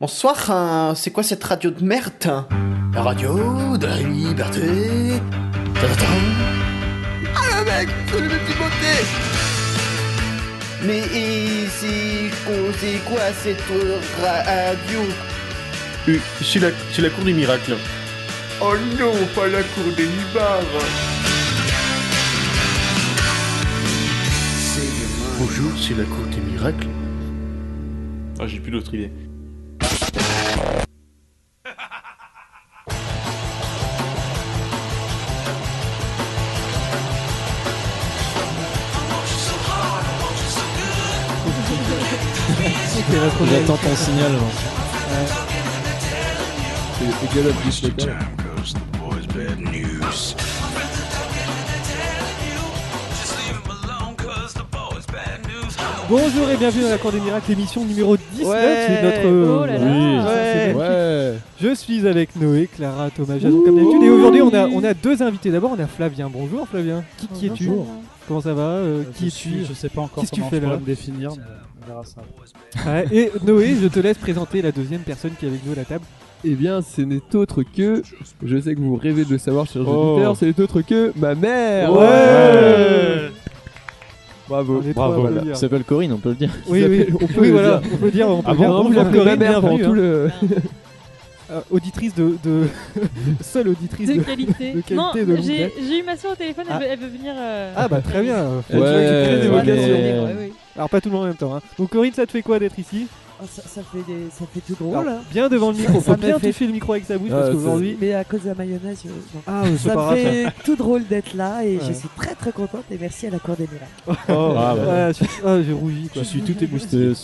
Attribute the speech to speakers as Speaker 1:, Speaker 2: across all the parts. Speaker 1: Bonsoir, hein, c'est quoi cette radio de merde hein La radio de la liberté. Ta-ta-ta.
Speaker 2: Euh,
Speaker 1: Ah le mec, c'est le petit beauté Mais ici, c'est quoi cette radio
Speaker 2: Euh, C'est la, c'est la cour des miracles.
Speaker 1: Oh non, pas la cour des libards
Speaker 2: Bonjour, c'est la cour des miracles. Ah, j'ai plus d'autre idée.
Speaker 3: J'attends ton signal. moi.
Speaker 4: Bonjour et bienvenue dans la Cour des Miracles, émission numéro 19.
Speaker 5: Ouais.
Speaker 4: C'est notre. euh,
Speaker 5: Oh là là.
Speaker 4: Oui.
Speaker 5: Ouais.
Speaker 4: C'est magnifique.
Speaker 3: Ouais.
Speaker 4: Je suis avec Noé, Clara, Thomas, Jason, comme d'habitude. Et aujourd'hui, on a, on a deux invités. D'abord, on a Flavien. Bonjour Flavien. Qui, qui es-tu Comment ça va
Speaker 6: Euh,
Speaker 4: Euh, Qui
Speaker 6: je
Speaker 4: es-tu
Speaker 6: suis Je sais pas encore
Speaker 4: Qu'est-ce que tu
Speaker 6: comment
Speaker 4: fais
Speaker 6: je pourrais
Speaker 4: là
Speaker 6: me définir. mais euh, On verra ça.
Speaker 4: Ouais, Et Noé, je te laisse présenter la deuxième personne qui est avec nous à la table.
Speaker 7: Eh bien, ce n'est autre que. Je sais que vous rêvez de le savoir, chers
Speaker 4: Oh.
Speaker 7: auditeurs, ce n'est autre que ma mère Bravo
Speaker 4: On est trois à
Speaker 7: Bravo
Speaker 4: applaudir.
Speaker 3: Ça s'appelle Corinne, on peut le dire.
Speaker 4: Oui, oui,
Speaker 7: s'appelle- on peut
Speaker 4: oui,
Speaker 7: le
Speaker 4: voilà,
Speaker 7: dire.
Speaker 4: on peut le dire. On peut
Speaker 7: Ah
Speaker 4: le dire.
Speaker 7: bon,
Speaker 4: On
Speaker 7: vous
Speaker 4: vous l'appelle
Speaker 7: l'appelez ma mère pendant
Speaker 4: bienvenue,
Speaker 7: tout
Speaker 4: hein.
Speaker 7: le.
Speaker 4: Euh, auditrice de, de- seule auditrice
Speaker 5: De
Speaker 4: de...
Speaker 5: qualité.
Speaker 4: de qualité
Speaker 5: non,
Speaker 4: de longue
Speaker 5: j'ai
Speaker 4: date.
Speaker 5: j'ai eu ma soeur au téléphone, elle
Speaker 4: Ah.
Speaker 5: veut- elle veut venir. euh,
Speaker 4: Ah bah très bien. Euh,
Speaker 7: Ouais,
Speaker 4: Tu vois que tu crées des
Speaker 7: ouais.
Speaker 4: vocations.
Speaker 3: vocations.
Speaker 5: Ouais, ouais.
Speaker 4: Alors pas tout le monde en même temps. hein. Donc Corinne, ça te fait quoi d'être ici
Speaker 8: Ah, ça, ça fait des- ça fait tout
Speaker 4: Alors,
Speaker 8: drôle. hein.
Speaker 4: Bien devant le micro,
Speaker 8: Ça
Speaker 4: faut
Speaker 8: me
Speaker 4: bien
Speaker 8: fait-
Speaker 4: toucher le micro avec sa bouche
Speaker 7: Ah,
Speaker 4: parce
Speaker 7: ça-
Speaker 4: qu'aujourd'hui.
Speaker 8: Mais à cause de la mayonnaise, je- non.
Speaker 4: Ah, je
Speaker 8: ça me fait tout drôle d'être là et
Speaker 4: Ouais.
Speaker 8: je suis très très contente et merci à la Cour des miracles.
Speaker 4: Ah,
Speaker 3: Ah, bah.
Speaker 4: je- ah, j'ai rougi
Speaker 2: Je
Speaker 4: quoi.
Speaker 2: suis tout émoustillé.
Speaker 3: Euh,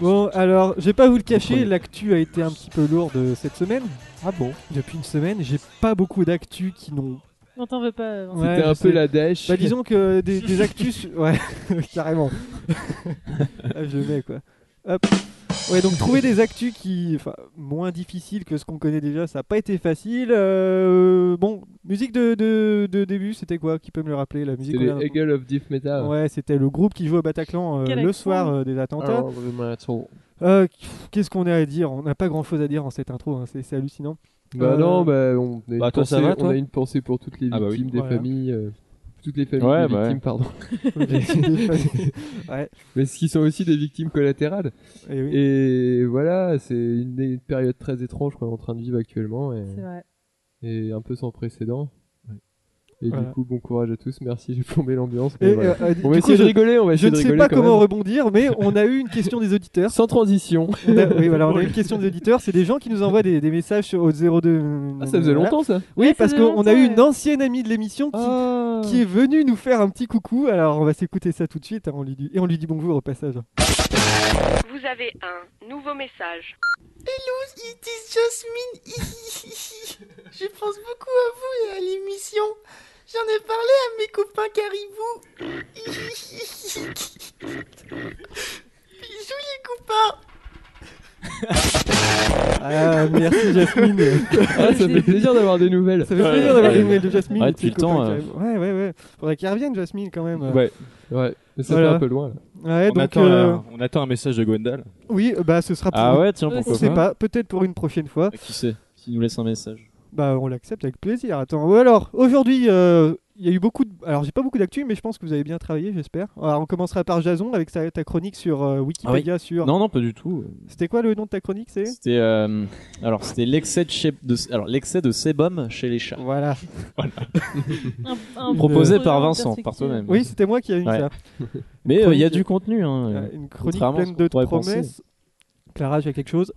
Speaker 4: Bon, alors, je vais pas vous le cacher,
Speaker 3: Comprenez.
Speaker 4: l'actu a été un petit peu lourde cette semaine. Ah bon Depuis une semaine, j'ai pas beaucoup d'actu qui n'ont.
Speaker 5: On t'en veut pas. euh, Vincent.
Speaker 4: Ouais,
Speaker 7: C'était un
Speaker 4: je
Speaker 7: peu
Speaker 4: sais.
Speaker 7: la dèche.
Speaker 4: Bah, disons que des, des actus. su- Ouais, carrément. Ah, je mets quoi. Hop. Ouais, donc trouver des actus qui. Enfin, moins difficiles que ce qu'on connaît déjà, ça a pas été facile. Euh, bon, musique de, de, de début, c'était quoi Qui peut me le rappeler La musique qu'on
Speaker 7: C'est
Speaker 4: vient
Speaker 7: les
Speaker 4: d'entendre
Speaker 7: Hegel of Death Metal.
Speaker 4: Ouais, c'était le groupe qui joue au Bataclan euh,
Speaker 5: Quel
Speaker 4: le
Speaker 5: accent.
Speaker 4: soir euh, des attentats.
Speaker 7: Alors, le metal.
Speaker 4: Euh, Qu'est-ce qu'on a à dire On n'a pas grand-chose à dire en cette intro, hein, c'est c'est hallucinant.
Speaker 7: Bah
Speaker 4: Euh,
Speaker 7: non, bah on a, une
Speaker 3: Bah, toi, ça
Speaker 7: pensée-
Speaker 3: va, toi
Speaker 7: on a une pensée pour toutes les
Speaker 3: Ah, bah oui.
Speaker 7: victimes des
Speaker 4: Voilà.
Speaker 7: familles. euh, Toutes les familles
Speaker 3: Ouais,
Speaker 7: des
Speaker 3: bah ouais.
Speaker 7: victimes, pardon. bah-
Speaker 4: ouais.
Speaker 7: Mais ce qui sont aussi des victimes collatérales.
Speaker 4: Et Eh oui.
Speaker 7: Et voilà, c'est une, une période très étrange qu'on est en train de vivre actuellement. Et...
Speaker 5: C'est vrai.
Speaker 7: et un peu sans précédent. Et
Speaker 4: Voilà.
Speaker 7: du coup, bon courage à tous, merci, j'ai plombé l'ambiance.
Speaker 4: Et,
Speaker 7: mais voilà.
Speaker 4: euh, du
Speaker 7: On
Speaker 4: coup,
Speaker 7: va essayer
Speaker 4: je,
Speaker 7: de rigoler, on va
Speaker 4: je
Speaker 7: essayer
Speaker 4: ne
Speaker 7: de
Speaker 4: sais
Speaker 7: rigoler.
Speaker 4: pas
Speaker 7: quand
Speaker 4: comment
Speaker 7: même.
Speaker 4: rebondir, mais on a eu une question des auditeurs.
Speaker 7: Sans transition.
Speaker 4: On a- oui, voilà, on a eu une question des auditeurs. C'est des gens qui nous envoient des, des messages sur- au 02.
Speaker 7: Ah, ça faisait
Speaker 4: Voilà.
Speaker 7: longtemps ça
Speaker 4: Oui,
Speaker 5: Ouais, ça
Speaker 4: parce
Speaker 5: faisait
Speaker 4: qu'on a
Speaker 5: longtemps,
Speaker 4: eu
Speaker 5: ouais.
Speaker 4: une ancienne amie de l'émission qui,
Speaker 7: Ah
Speaker 4: qui est venue nous faire un petit coucou. Alors, on va s'écouter ça tout de suite. hein, on lui dit, et on lui dit bonjour au passage.
Speaker 9: Vous avez un nouveau message.
Speaker 10: It is Jasmine. Je pense beaucoup à vous et à l'émission. J'en ai parlé à mes copains caribous. Bisous les copains.
Speaker 4: Ah, merci Jasmine.
Speaker 7: Ah, ça fait plaisir d'avoir des nouvelles.
Speaker 4: Ça fait plaisir d'avoir des nouvelles de Jasmine.
Speaker 3: Ouais,
Speaker 4: et de ses
Speaker 3: depuis le temps,
Speaker 4: copains
Speaker 3: euh.
Speaker 4: qui arrivent. Ouais, ouais, ouais. Faudrait qu'elle revienne, Jasmine, quand même.
Speaker 3: Ouais.
Speaker 7: Ouais, mais ça
Speaker 4: Voilà.
Speaker 7: fait un peu loin. là.
Speaker 4: Ouais,
Speaker 3: on,
Speaker 4: donc.
Speaker 3: attend,
Speaker 4: euh,
Speaker 3: euh, on attend un message de Gwendal.
Speaker 4: Oui, euh, bah, ce sera pour.
Speaker 3: Ah ouais, tiens,
Speaker 5: Ouais,
Speaker 4: On
Speaker 3: pourquoi
Speaker 4: sait
Speaker 3: pas.
Speaker 4: pas, peut-être pour une prochaine fois.
Speaker 3: Ah, Qui sait Qui nous laisse un message
Speaker 4: Bah, on l'accepte avec plaisir. Attends, ou alors, aujourd'hui, euh, il y a eu beaucoup de. Alors, j'ai pas beaucoup d'actu, mais je pense que vous avez bien travaillé, j'espère. Alors, on commencera par Jason avec sa- ta chronique sur euh, Wikipédia. sur...
Speaker 3: Ah Non, non, pas du tout.
Speaker 4: C'était quoi le nom de ta chronique C'est.
Speaker 3: C'était euh, alors c'était l'excès de, chez- de- alors l'excès de sébum chez les chats.
Speaker 4: Voilà.
Speaker 5: Un- un-
Speaker 3: Proposé
Speaker 5: un-
Speaker 3: par
Speaker 5: une
Speaker 3: Vincent,
Speaker 5: perspective.
Speaker 3: par toi-même.
Speaker 4: Oui, c'était moi qui ai eu
Speaker 3: Ouais.
Speaker 4: ça.
Speaker 3: Mais euh, il y a
Speaker 4: chronique.
Speaker 3: du contenu. Hein.
Speaker 4: Euh, Une chronique
Speaker 3: Contrairement à ce
Speaker 4: pleine
Speaker 3: qu'on
Speaker 4: de
Speaker 3: pourrait penser.
Speaker 4: promesses. Clara, j'ai quelque chose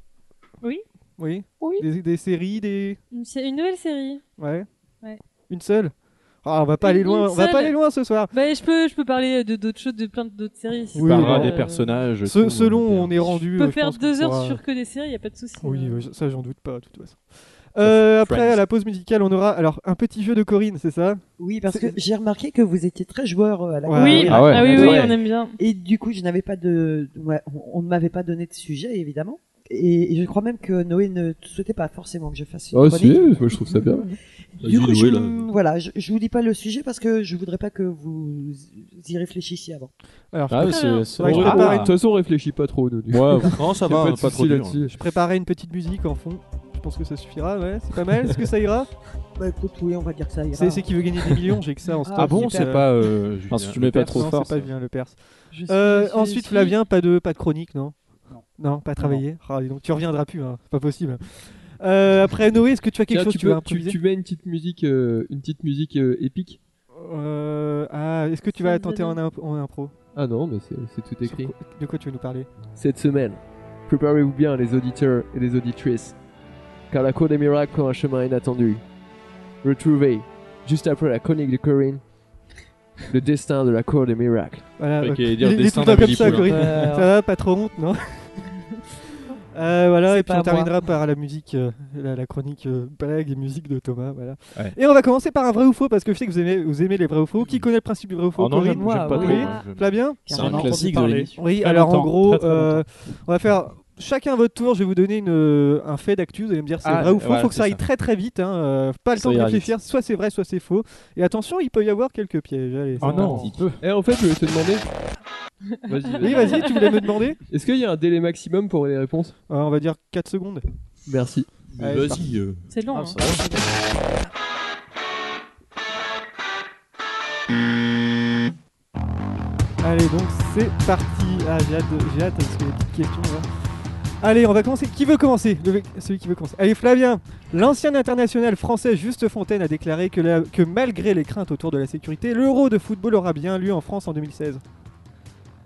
Speaker 5: Oui.
Speaker 4: Oui.
Speaker 5: Oui.
Speaker 4: Des, des séries, des.
Speaker 5: Une, sé- une nouvelle série.
Speaker 4: Ouais.
Speaker 5: Ouais.
Speaker 4: Une seule Ah, on va pas
Speaker 5: Une-
Speaker 4: aller loin,
Speaker 5: une
Speaker 4: on va pas
Speaker 5: seule.
Speaker 4: aller loin ce soir.
Speaker 5: Bah, je peux, je peux parler de d'autres choses, de plein d'autres séries. si
Speaker 3: On
Speaker 4: Oui,
Speaker 5: ça-
Speaker 3: parlera
Speaker 4: bah,
Speaker 3: des
Speaker 5: euh,
Speaker 3: personnages.
Speaker 4: Ce-
Speaker 3: tout,
Speaker 4: selon
Speaker 3: on
Speaker 4: où
Speaker 3: verra.
Speaker 4: on est rendu.
Speaker 5: Je
Speaker 4: euh,
Speaker 5: peux
Speaker 4: je
Speaker 5: faire
Speaker 4: pense qu'on
Speaker 5: deux heures
Speaker 4: pourra-
Speaker 5: sur que des séries, y a pas de souci.
Speaker 4: Oui,
Speaker 5: Euh,
Speaker 4: ouais, ça j'en doute pas de toute façon. Euh, après,
Speaker 3: Friends.
Speaker 4: à la pause musicale, on aura alors un petit jeu de Corinne, c'est ça
Speaker 8: Oui, parce
Speaker 4: C'est-
Speaker 8: que j'ai remarqué que vous étiez très joueur euh, à la
Speaker 4: Ouais.
Speaker 8: Cour des
Speaker 5: Oui,
Speaker 8: Miracles.
Speaker 3: Ah ouais.
Speaker 5: ah oui, oui,
Speaker 3: Ouais.
Speaker 5: on aime bien.
Speaker 8: Et du coup, je n'avais pas de, ouais, on- on ne m'avait pas donné de sujet évidemment. Et, et je crois même que Noé ne souhaitait pas forcément que je fasse une
Speaker 7: Ah si,
Speaker 8: chronique.
Speaker 7: moi je trouve ça bien.
Speaker 8: Du coup,
Speaker 7: Vas-y,
Speaker 8: je,
Speaker 7: Noé, là.
Speaker 8: voilà, je, je vous dis pas le sujet parce que je voudrais pas que vous y réfléchissiez avant.
Speaker 4: Alors,
Speaker 3: Ah,
Speaker 4: je,
Speaker 3: c'est-
Speaker 4: prépare-
Speaker 3: c'est-
Speaker 4: ouais, je
Speaker 7: Ah,
Speaker 3: Ah.
Speaker 7: De
Speaker 4: préparais
Speaker 7: toute façon, on réfléchit pas trop, nous.
Speaker 3: Ouais, non, ça
Speaker 7: Y a pas
Speaker 3: va, pas
Speaker 7: de
Speaker 3: trop
Speaker 7: souci
Speaker 3: dur.
Speaker 7: là-dessus.
Speaker 4: une, petite musique en fond. Je pense que ça suffira, ouais, c'est pas mal. Est-ce que ça ira
Speaker 8: Bah écoute, oui, on va dire que ça ira.
Speaker 4: C'est c'est qui veut gagner des millions, j'ai que ça en
Speaker 8: Ah
Speaker 4: stock.
Speaker 2: Ah bon,
Speaker 8: super.
Speaker 2: c'est pas. euh,
Speaker 3: Enfin, si
Speaker 2: Julien
Speaker 3: tu mets pas
Speaker 2: Lepers
Speaker 3: trop
Speaker 4: Non,
Speaker 3: fort,
Speaker 4: c'est pas
Speaker 3: ça.
Speaker 4: bien le perse.
Speaker 8: Je
Speaker 4: Euh,
Speaker 8: suis- je
Speaker 4: ensuite,
Speaker 8: suis-
Speaker 4: Flavien, pas de, pas de chronique, non
Speaker 6: Non.
Speaker 4: pas travaillé. Ah, dis donc, tu reviendras plus, hein, c'est pas possible. Euh, après, Noé, est-ce que tu as quelque
Speaker 7: Tiens,
Speaker 4: chose
Speaker 7: tu,
Speaker 4: que tu veux
Speaker 7: peux, tu,
Speaker 4: improviser
Speaker 7: tu mets une petite musique, euh, une petite musique euh, épique
Speaker 4: Euh, ah, Est-ce que tu vas
Speaker 5: Ça me
Speaker 4: tenter en,
Speaker 5: donne-
Speaker 4: imp- en impro
Speaker 7: Ah non, mais c'est c'est tout écrit.
Speaker 4: Sur quoi- De quoi tu veux nous parler
Speaker 7: Cette semaine, préparez-vous bien les auditeurs et les auditrices, car la Cour des Miracles prend un chemin inattendu. Retrouvez, juste après la chronique de Corinne, le destin de la Cour des Miracles.
Speaker 4: Voilà,
Speaker 2: Ouais,
Speaker 4: donc,
Speaker 2: qui allait dire
Speaker 4: il est- il est
Speaker 2: destin
Speaker 4: tout le temps
Speaker 2: d'Amélie
Speaker 4: comme ça,
Speaker 2: Poulain.
Speaker 4: Corinne.
Speaker 8: Euh,
Speaker 4: Ça va, pas trop honte, non Euh, voilà,
Speaker 8: C'est
Speaker 4: et puis
Speaker 8: pas
Speaker 4: on
Speaker 8: moi.
Speaker 4: terminera par la musique, euh, la, la chronique euh, blague et musique de Thomas. Voilà.
Speaker 2: Ouais.
Speaker 4: Et on va commencer par un vrai ou faux, parce que je sais que vous aimez, vous aimez les vrais ou faux. Qui connaît le principe du vrai ou faux
Speaker 2: Oh non, j'aime
Speaker 4: Corinne
Speaker 2: j'aime pas trop.
Speaker 8: moi,
Speaker 4: oui.
Speaker 3: Ah,
Speaker 2: moi, j'aime-
Speaker 4: Flavien
Speaker 8: Car
Speaker 3: C'est
Speaker 8: on
Speaker 3: un
Speaker 8: en a
Speaker 3: classique de
Speaker 8: entendu parler.
Speaker 3: l'émission.
Speaker 4: Oui,
Speaker 6: Très
Speaker 4: alors en
Speaker 6: longtemps,
Speaker 4: gros,
Speaker 6: très, très
Speaker 4: euh, on va faire chacun votre tour. Je vais vous donner une, euh, un fait d'actu. Vous allez me dire c'est
Speaker 2: Ah,
Speaker 4: vrai ou faux.
Speaker 2: voilà,
Speaker 4: faut que ça
Speaker 2: c'est
Speaker 4: aille
Speaker 2: ça.
Speaker 4: très très vite. hein, euh, pas le
Speaker 3: Ça
Speaker 4: temps de
Speaker 3: ira vite.
Speaker 4: réfléchir. Soit c'est vrai, soit c'est faux. Et attention, il peut y avoir quelques pièges. Allez, c'est
Speaker 6: Oh non.
Speaker 4: parti.
Speaker 7: Eh, en fait, je voulais te demander. Vas-y,
Speaker 4: Oui, vas-y, tu voulais me demander
Speaker 7: Est-ce qu'il y a un délai maximum pour les réponses
Speaker 4: Euh, On va dire 4 secondes.
Speaker 7: Merci.
Speaker 4: Ouais,
Speaker 2: Mais Vas-y. euh,
Speaker 5: C'est
Speaker 3: Ah,
Speaker 5: long. hein.
Speaker 4: Allez, donc c'est parti. Ah, j'ai hâte, de- j'ai hâte parce que les petites questions. là. Allez, on va commencer. Qui veut commencer Le mec- Celui qui veut commencer. Allez, Flavien. L'ancien international français Juste Fontaine a déclaré que, la- que malgré les craintes autour de la sécurité, l'euro de football aura bien lieu en France en 2016.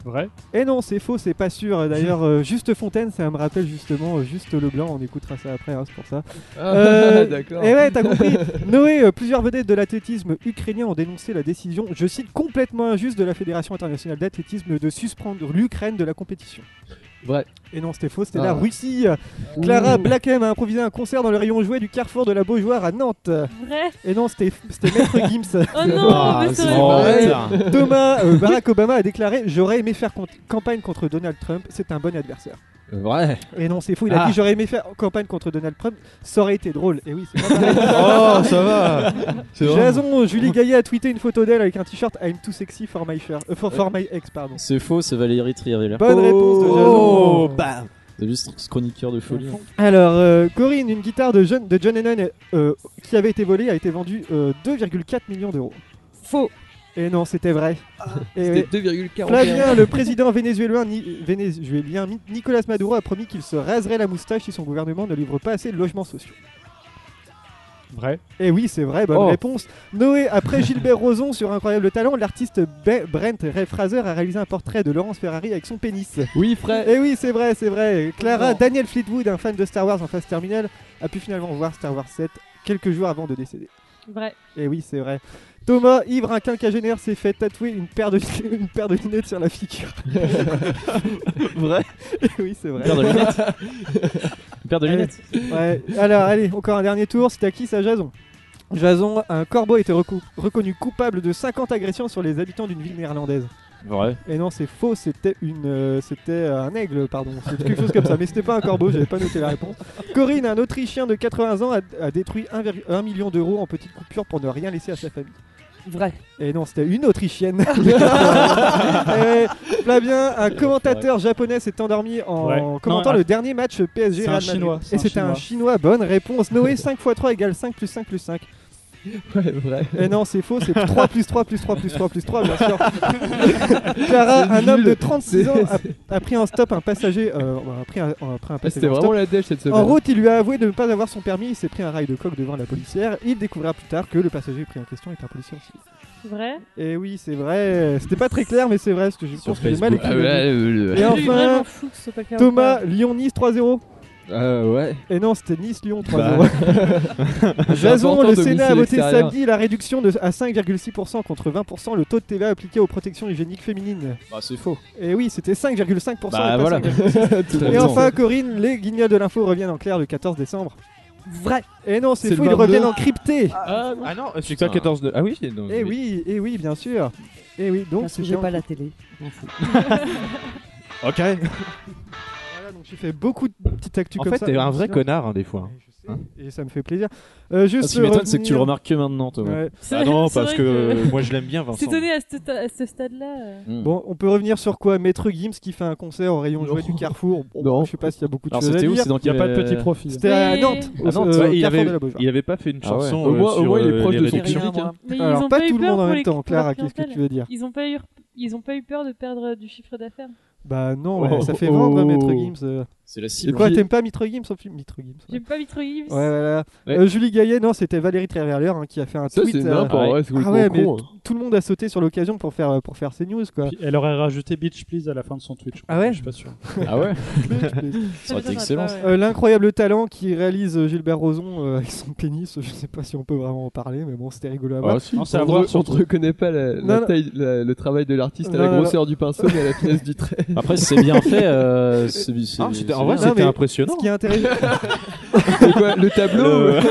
Speaker 6: Vrai
Speaker 4: Eh non, c'est faux, c'est pas sûr. D'ailleurs, euh, Juste Fontaine, ça me rappelle justement euh, Juste Leblanc. On écoutera ça après, hein, c'est pour ça.
Speaker 7: Ah,
Speaker 4: Euh,
Speaker 7: D'accord.
Speaker 4: Et ouais, t'as compris. Noé, euh, plusieurs vedettes de l'athlétisme ukrainien ont dénoncé la décision, je cite, complètement injuste de la Fédération internationale d'athlétisme de suspendre l'Ukraine de la compétition.
Speaker 7: Vrai.
Speaker 4: Et non, c'était faux, c'était
Speaker 7: Ah.
Speaker 4: la Russie. Clara Blackham a improvisé un concert dans le rayon jouet du carrefour de la Beaujoire à Nantes.
Speaker 5: Vrai
Speaker 4: Et non, c'était c'était Maître Gims.
Speaker 5: Oh non,
Speaker 3: Ah,
Speaker 5: mais c'est
Speaker 3: c'est
Speaker 5: vrai.
Speaker 3: bon.
Speaker 4: Thomas, euh, Barack Obama a déclaré J'aurais aimé faire cont- campagne contre Donald Trump, c'est un bon adversaire.
Speaker 2: Vrai.
Speaker 4: Et non, c'est faux, il a
Speaker 2: Ah.
Speaker 4: dit J'aurais aimé faire campagne contre Donald Trump, ça aurait été drôle. Et oui, c'est pas pareil.
Speaker 2: Oh, ça va. C'est vrai.
Speaker 4: Jason, euh, Julie Gaillet a tweeté une photo d'elle avec un t-shirt I'm too sexy for my, shirt, euh, for, for my ex. Pardon.
Speaker 3: C'est faux, c'est Valérie Trierweiler.
Speaker 4: Bonne réponse de Jason.
Speaker 2: Oh, bah.
Speaker 3: T'as vu ce ce chroniqueur de folie hein.
Speaker 4: Alors, euh, Corinne, une guitare de, John- de John Lennon euh, qui avait été volée a été vendue euh, 2,4 millions d'euros.
Speaker 8: Faux.
Speaker 4: Et non, c'était vrai. Et oui.
Speaker 7: C'était 2,41.
Speaker 4: Flavien, le président vénézuélien, Ni- vénézuélien Ni- Nicolas Maduro a promis qu'il se raserait la moustache si son gouvernement ne livre pas assez de logements sociaux.
Speaker 6: Vrai
Speaker 4: Et oui, c'est vrai, bonne
Speaker 7: Oh.
Speaker 4: réponse. Noé, après Gilbert Rozon sur Incroyable Talent, l'artiste Be- Brent Ray Fraser a réalisé un portrait de Laurence Ferrari avec son pénis.
Speaker 7: Oui, frère.
Speaker 4: Et oui, c'est vrai, c'est vrai. Clara, Daniel Fleetwood, un fan de Star Wars en phase terminale, a pu finalement voir Star Wars 7 quelques jours avant de décéder.
Speaker 5: Vrai.
Speaker 4: Et Eh oui, c'est vrai. Thomas, ivre, un quinquagénaire s'est fait tatouer une paire de, une paire de lunettes sur la figure.
Speaker 7: Vrai.
Speaker 4: Et oui, c'est
Speaker 3: Une
Speaker 4: vrai.
Speaker 3: paire de lunettes. Une paire de
Speaker 4: Allez.
Speaker 3: lunettes.
Speaker 4: Ouais. Alors, allez, encore un dernier tour. C'est à qui ça, Jason Jason, un corbeau a été recou- reconnu coupable de 50 agressions sur les habitants d'une ville néerlandaise.
Speaker 3: Vrai.
Speaker 4: Et non, c'est faux, c'était une, euh, c'était un aigle, pardon. C'était quelque chose comme ça, mais c'était pas un corbeau, j'avais pas noté la réponse. Corinne, un Autrichien de 80 ans, a, a détruit 1, virg- 1 million d'euros en petites coupures pour ne rien laisser à sa famille.
Speaker 8: Vrai.
Speaker 4: Et Eh non, c'était une Autrichienne. Et Flavien, un commentateur japonais s'est endormi en
Speaker 6: Ouais.
Speaker 4: commentant
Speaker 6: Non,
Speaker 4: le dernier match PSG
Speaker 6: c'est un
Speaker 4: Real Madrid.
Speaker 6: Chinois, c'est
Speaker 4: Et
Speaker 6: un
Speaker 4: c'était un
Speaker 6: Chinois.
Speaker 4: chinois, bonne réponse. Noé, 5 x 3 égale 5 plus 5 plus 5.
Speaker 7: Ouais, vrai.
Speaker 4: Et non, c'est faux, c'est 3 plus 3 plus 3 plus 3 plus 3, bien sûr. Clara, un homme de 36 ans, a, a pris en stop un passager. euh, a pris un, a pris un
Speaker 7: Ah,
Speaker 4: passager
Speaker 7: C'était
Speaker 4: en stop.
Speaker 7: vraiment la dèche cette semaine.
Speaker 4: En route, il lui a avoué de ne pas avoir son permis, il s'est pris un rail de coque devant la policière. Il découvrira plus tard que le passager pris en question est un policier aussi.
Speaker 5: Vrai.
Speaker 4: Et oui, c'est vrai, c'était pas très clair, mais c'est vrai, parce que je pense que j'ai mal écrit.
Speaker 7: Ah,
Speaker 4: le
Speaker 7: ouais,
Speaker 4: nom.
Speaker 7: euh,
Speaker 4: Et
Speaker 5: Je suis
Speaker 4: enfin,
Speaker 5: vraiment fou que ce soit pas clair.
Speaker 4: Thomas, Lyon-Nice 3-0.
Speaker 7: le- Ah, ouais.
Speaker 4: Et non, c'était Nice-Lyon 3-0. Jason,
Speaker 7: Jason,
Speaker 4: le Sénat a voté samedi la réduction de, à 5,6% contre 20% le taux de TVA appliqué aux protections hygiéniques féminines.
Speaker 3: Bah, c'est faux.
Speaker 4: Et oui, c'était 5,5%. et
Speaker 3: Bah,
Speaker 4: pas
Speaker 3: voilà.
Speaker 4: 5,6.
Speaker 3: Très
Speaker 4: Et
Speaker 3: bien.
Speaker 4: enfin, Corinne, les guignols de l'info reviennent en clair le 14 décembre.
Speaker 8: Vrai.
Speaker 4: Et non, c'est
Speaker 7: C'est
Speaker 4: faux,
Speaker 7: le
Speaker 4: ils
Speaker 7: 22.
Speaker 4: reviennent en crypté.
Speaker 2: Ah non, c'est
Speaker 3: Putain.
Speaker 2: que 14 de. Ah oui, non,
Speaker 4: Et
Speaker 2: mais-
Speaker 4: Eh oui, et oui, bien sûr. Et oui, donc
Speaker 8: Parce que j'ai
Speaker 4: c'était en-
Speaker 8: pas la télé.
Speaker 2: Ok.
Speaker 4: Voilà, donc J'ai fait beaucoup de petites actus
Speaker 11: En
Speaker 4: comme
Speaker 11: fait,
Speaker 4: ça.
Speaker 11: t'es un
Speaker 4: Sinon-
Speaker 11: vrai connard, hein, des fois.
Speaker 4: Hein Et ça me fait plaisir. Euh, juste
Speaker 11: Ah, ce qui m'étonne, c'est que tu le
Speaker 4: revenir-
Speaker 11: remarques que maintenant, toi.
Speaker 4: Ouais.
Speaker 11: Ah non, parce que moi, je l'aime bien,
Speaker 5: C'est
Speaker 11: Vincent.
Speaker 5: donné à ce, ta- à ce stade-là.
Speaker 3: Hmm.
Speaker 5: euh.
Speaker 4: Bon, on peut revenir sur quoi Maître Gims qui fait un concert au rayon jouet du Carrefour. Bon, Je sais pas s'il y a beaucoup de
Speaker 11: Alors,
Speaker 4: choses à
Speaker 11: c'était où
Speaker 4: dire.
Speaker 11: C'est dans
Speaker 4: Il y a
Speaker 11: quel- euh,
Speaker 4: pas de petit
Speaker 3: euh,
Speaker 4: profil. C'était à
Speaker 5: Oui.
Speaker 4: Nantes.
Speaker 11: Ah, Nantes,
Speaker 4: euh,
Speaker 11: ouais, il,
Speaker 4: Carrefour
Speaker 11: avait,
Speaker 4: de la Beaujoire.
Speaker 11: il avait pas fait une
Speaker 4: Ah ouais.
Speaker 11: chanson.
Speaker 4: Au
Speaker 11: euh,
Speaker 4: moins- au
Speaker 11: sur,
Speaker 4: moins, il est
Speaker 11: euh,
Speaker 4: proche
Speaker 11: les
Speaker 4: de son
Speaker 11: réseaux
Speaker 4: public,
Speaker 11: sociaux.
Speaker 4: hein.
Speaker 5: Mais ils
Speaker 4: Alors,
Speaker 5: ont
Speaker 4: pas
Speaker 5: eu
Speaker 4: tout le
Speaker 5: peur
Speaker 4: monde en
Speaker 5: pour
Speaker 4: même
Speaker 5: les-
Speaker 4: temps,
Speaker 5: pour
Speaker 4: Clara,
Speaker 5: leur
Speaker 4: qu'est-ce que
Speaker 5: clientèle.
Speaker 4: tu veux dire
Speaker 5: Ils ont pas eu, ils ont pas eu peur de perdre du chiffre d'affaires.
Speaker 4: Bah non,
Speaker 11: Oh,
Speaker 4: ouais, ça fait
Speaker 11: oh,
Speaker 4: vendre
Speaker 11: oh.
Speaker 4: Maître Gims. euh.
Speaker 11: C'est la
Speaker 4: Et
Speaker 11: cible.
Speaker 4: quoi,
Speaker 11: Qui-
Speaker 4: t'aimes pas Maître Gims en film Maître Gims. ouais.
Speaker 5: J'aime pas Vitre Gims.
Speaker 4: Ouais, voilà.
Speaker 11: Ouais.
Speaker 4: Euh, Julie Gaillet, non, c'était Valérie Trierweiler hein, qui a fait un
Speaker 7: Ça,
Speaker 4: tweet.
Speaker 7: c'est nimp, en vrai, c'est
Speaker 4: ah
Speaker 7: complètement
Speaker 4: ouais, mais
Speaker 7: con, hein.
Speaker 4: t- tout le monde a sauté sur l'occasion pour faire euh, pour faire ces news quoi.
Speaker 6: Puis elle aurait rajouté Beach Please à la fin de son Twitch.
Speaker 4: Ah ouais
Speaker 6: Je suis pas sûr.
Speaker 11: Ah ouais
Speaker 6: Ça aurait été excellent, ça.
Speaker 4: Euh, L'incroyable talent qui réalise euh, Gilbert Rozon euh, avec son pénis, je sais pas si on peut vraiment en parler, mais bon, c'était rigolo à voir.
Speaker 7: Ah, si, on ne reconnaît pas la- la
Speaker 4: Non, non.
Speaker 7: taille- la- le travail de l'artiste à
Speaker 4: Non,
Speaker 7: la
Speaker 4: non,
Speaker 7: grosseur
Speaker 4: non.
Speaker 7: du pinceau, mais à la finesse du trait.
Speaker 3: Après, si c'est bien fait, euh, c'est- c'est-
Speaker 11: Ah, c'était- en
Speaker 3: c'est
Speaker 11: vrai,
Speaker 3: bien.
Speaker 11: c'était
Speaker 4: Non, mais
Speaker 11: impressionnant.
Speaker 4: Ce qui est intéressant.
Speaker 7: C'est quoi, le tableau euh,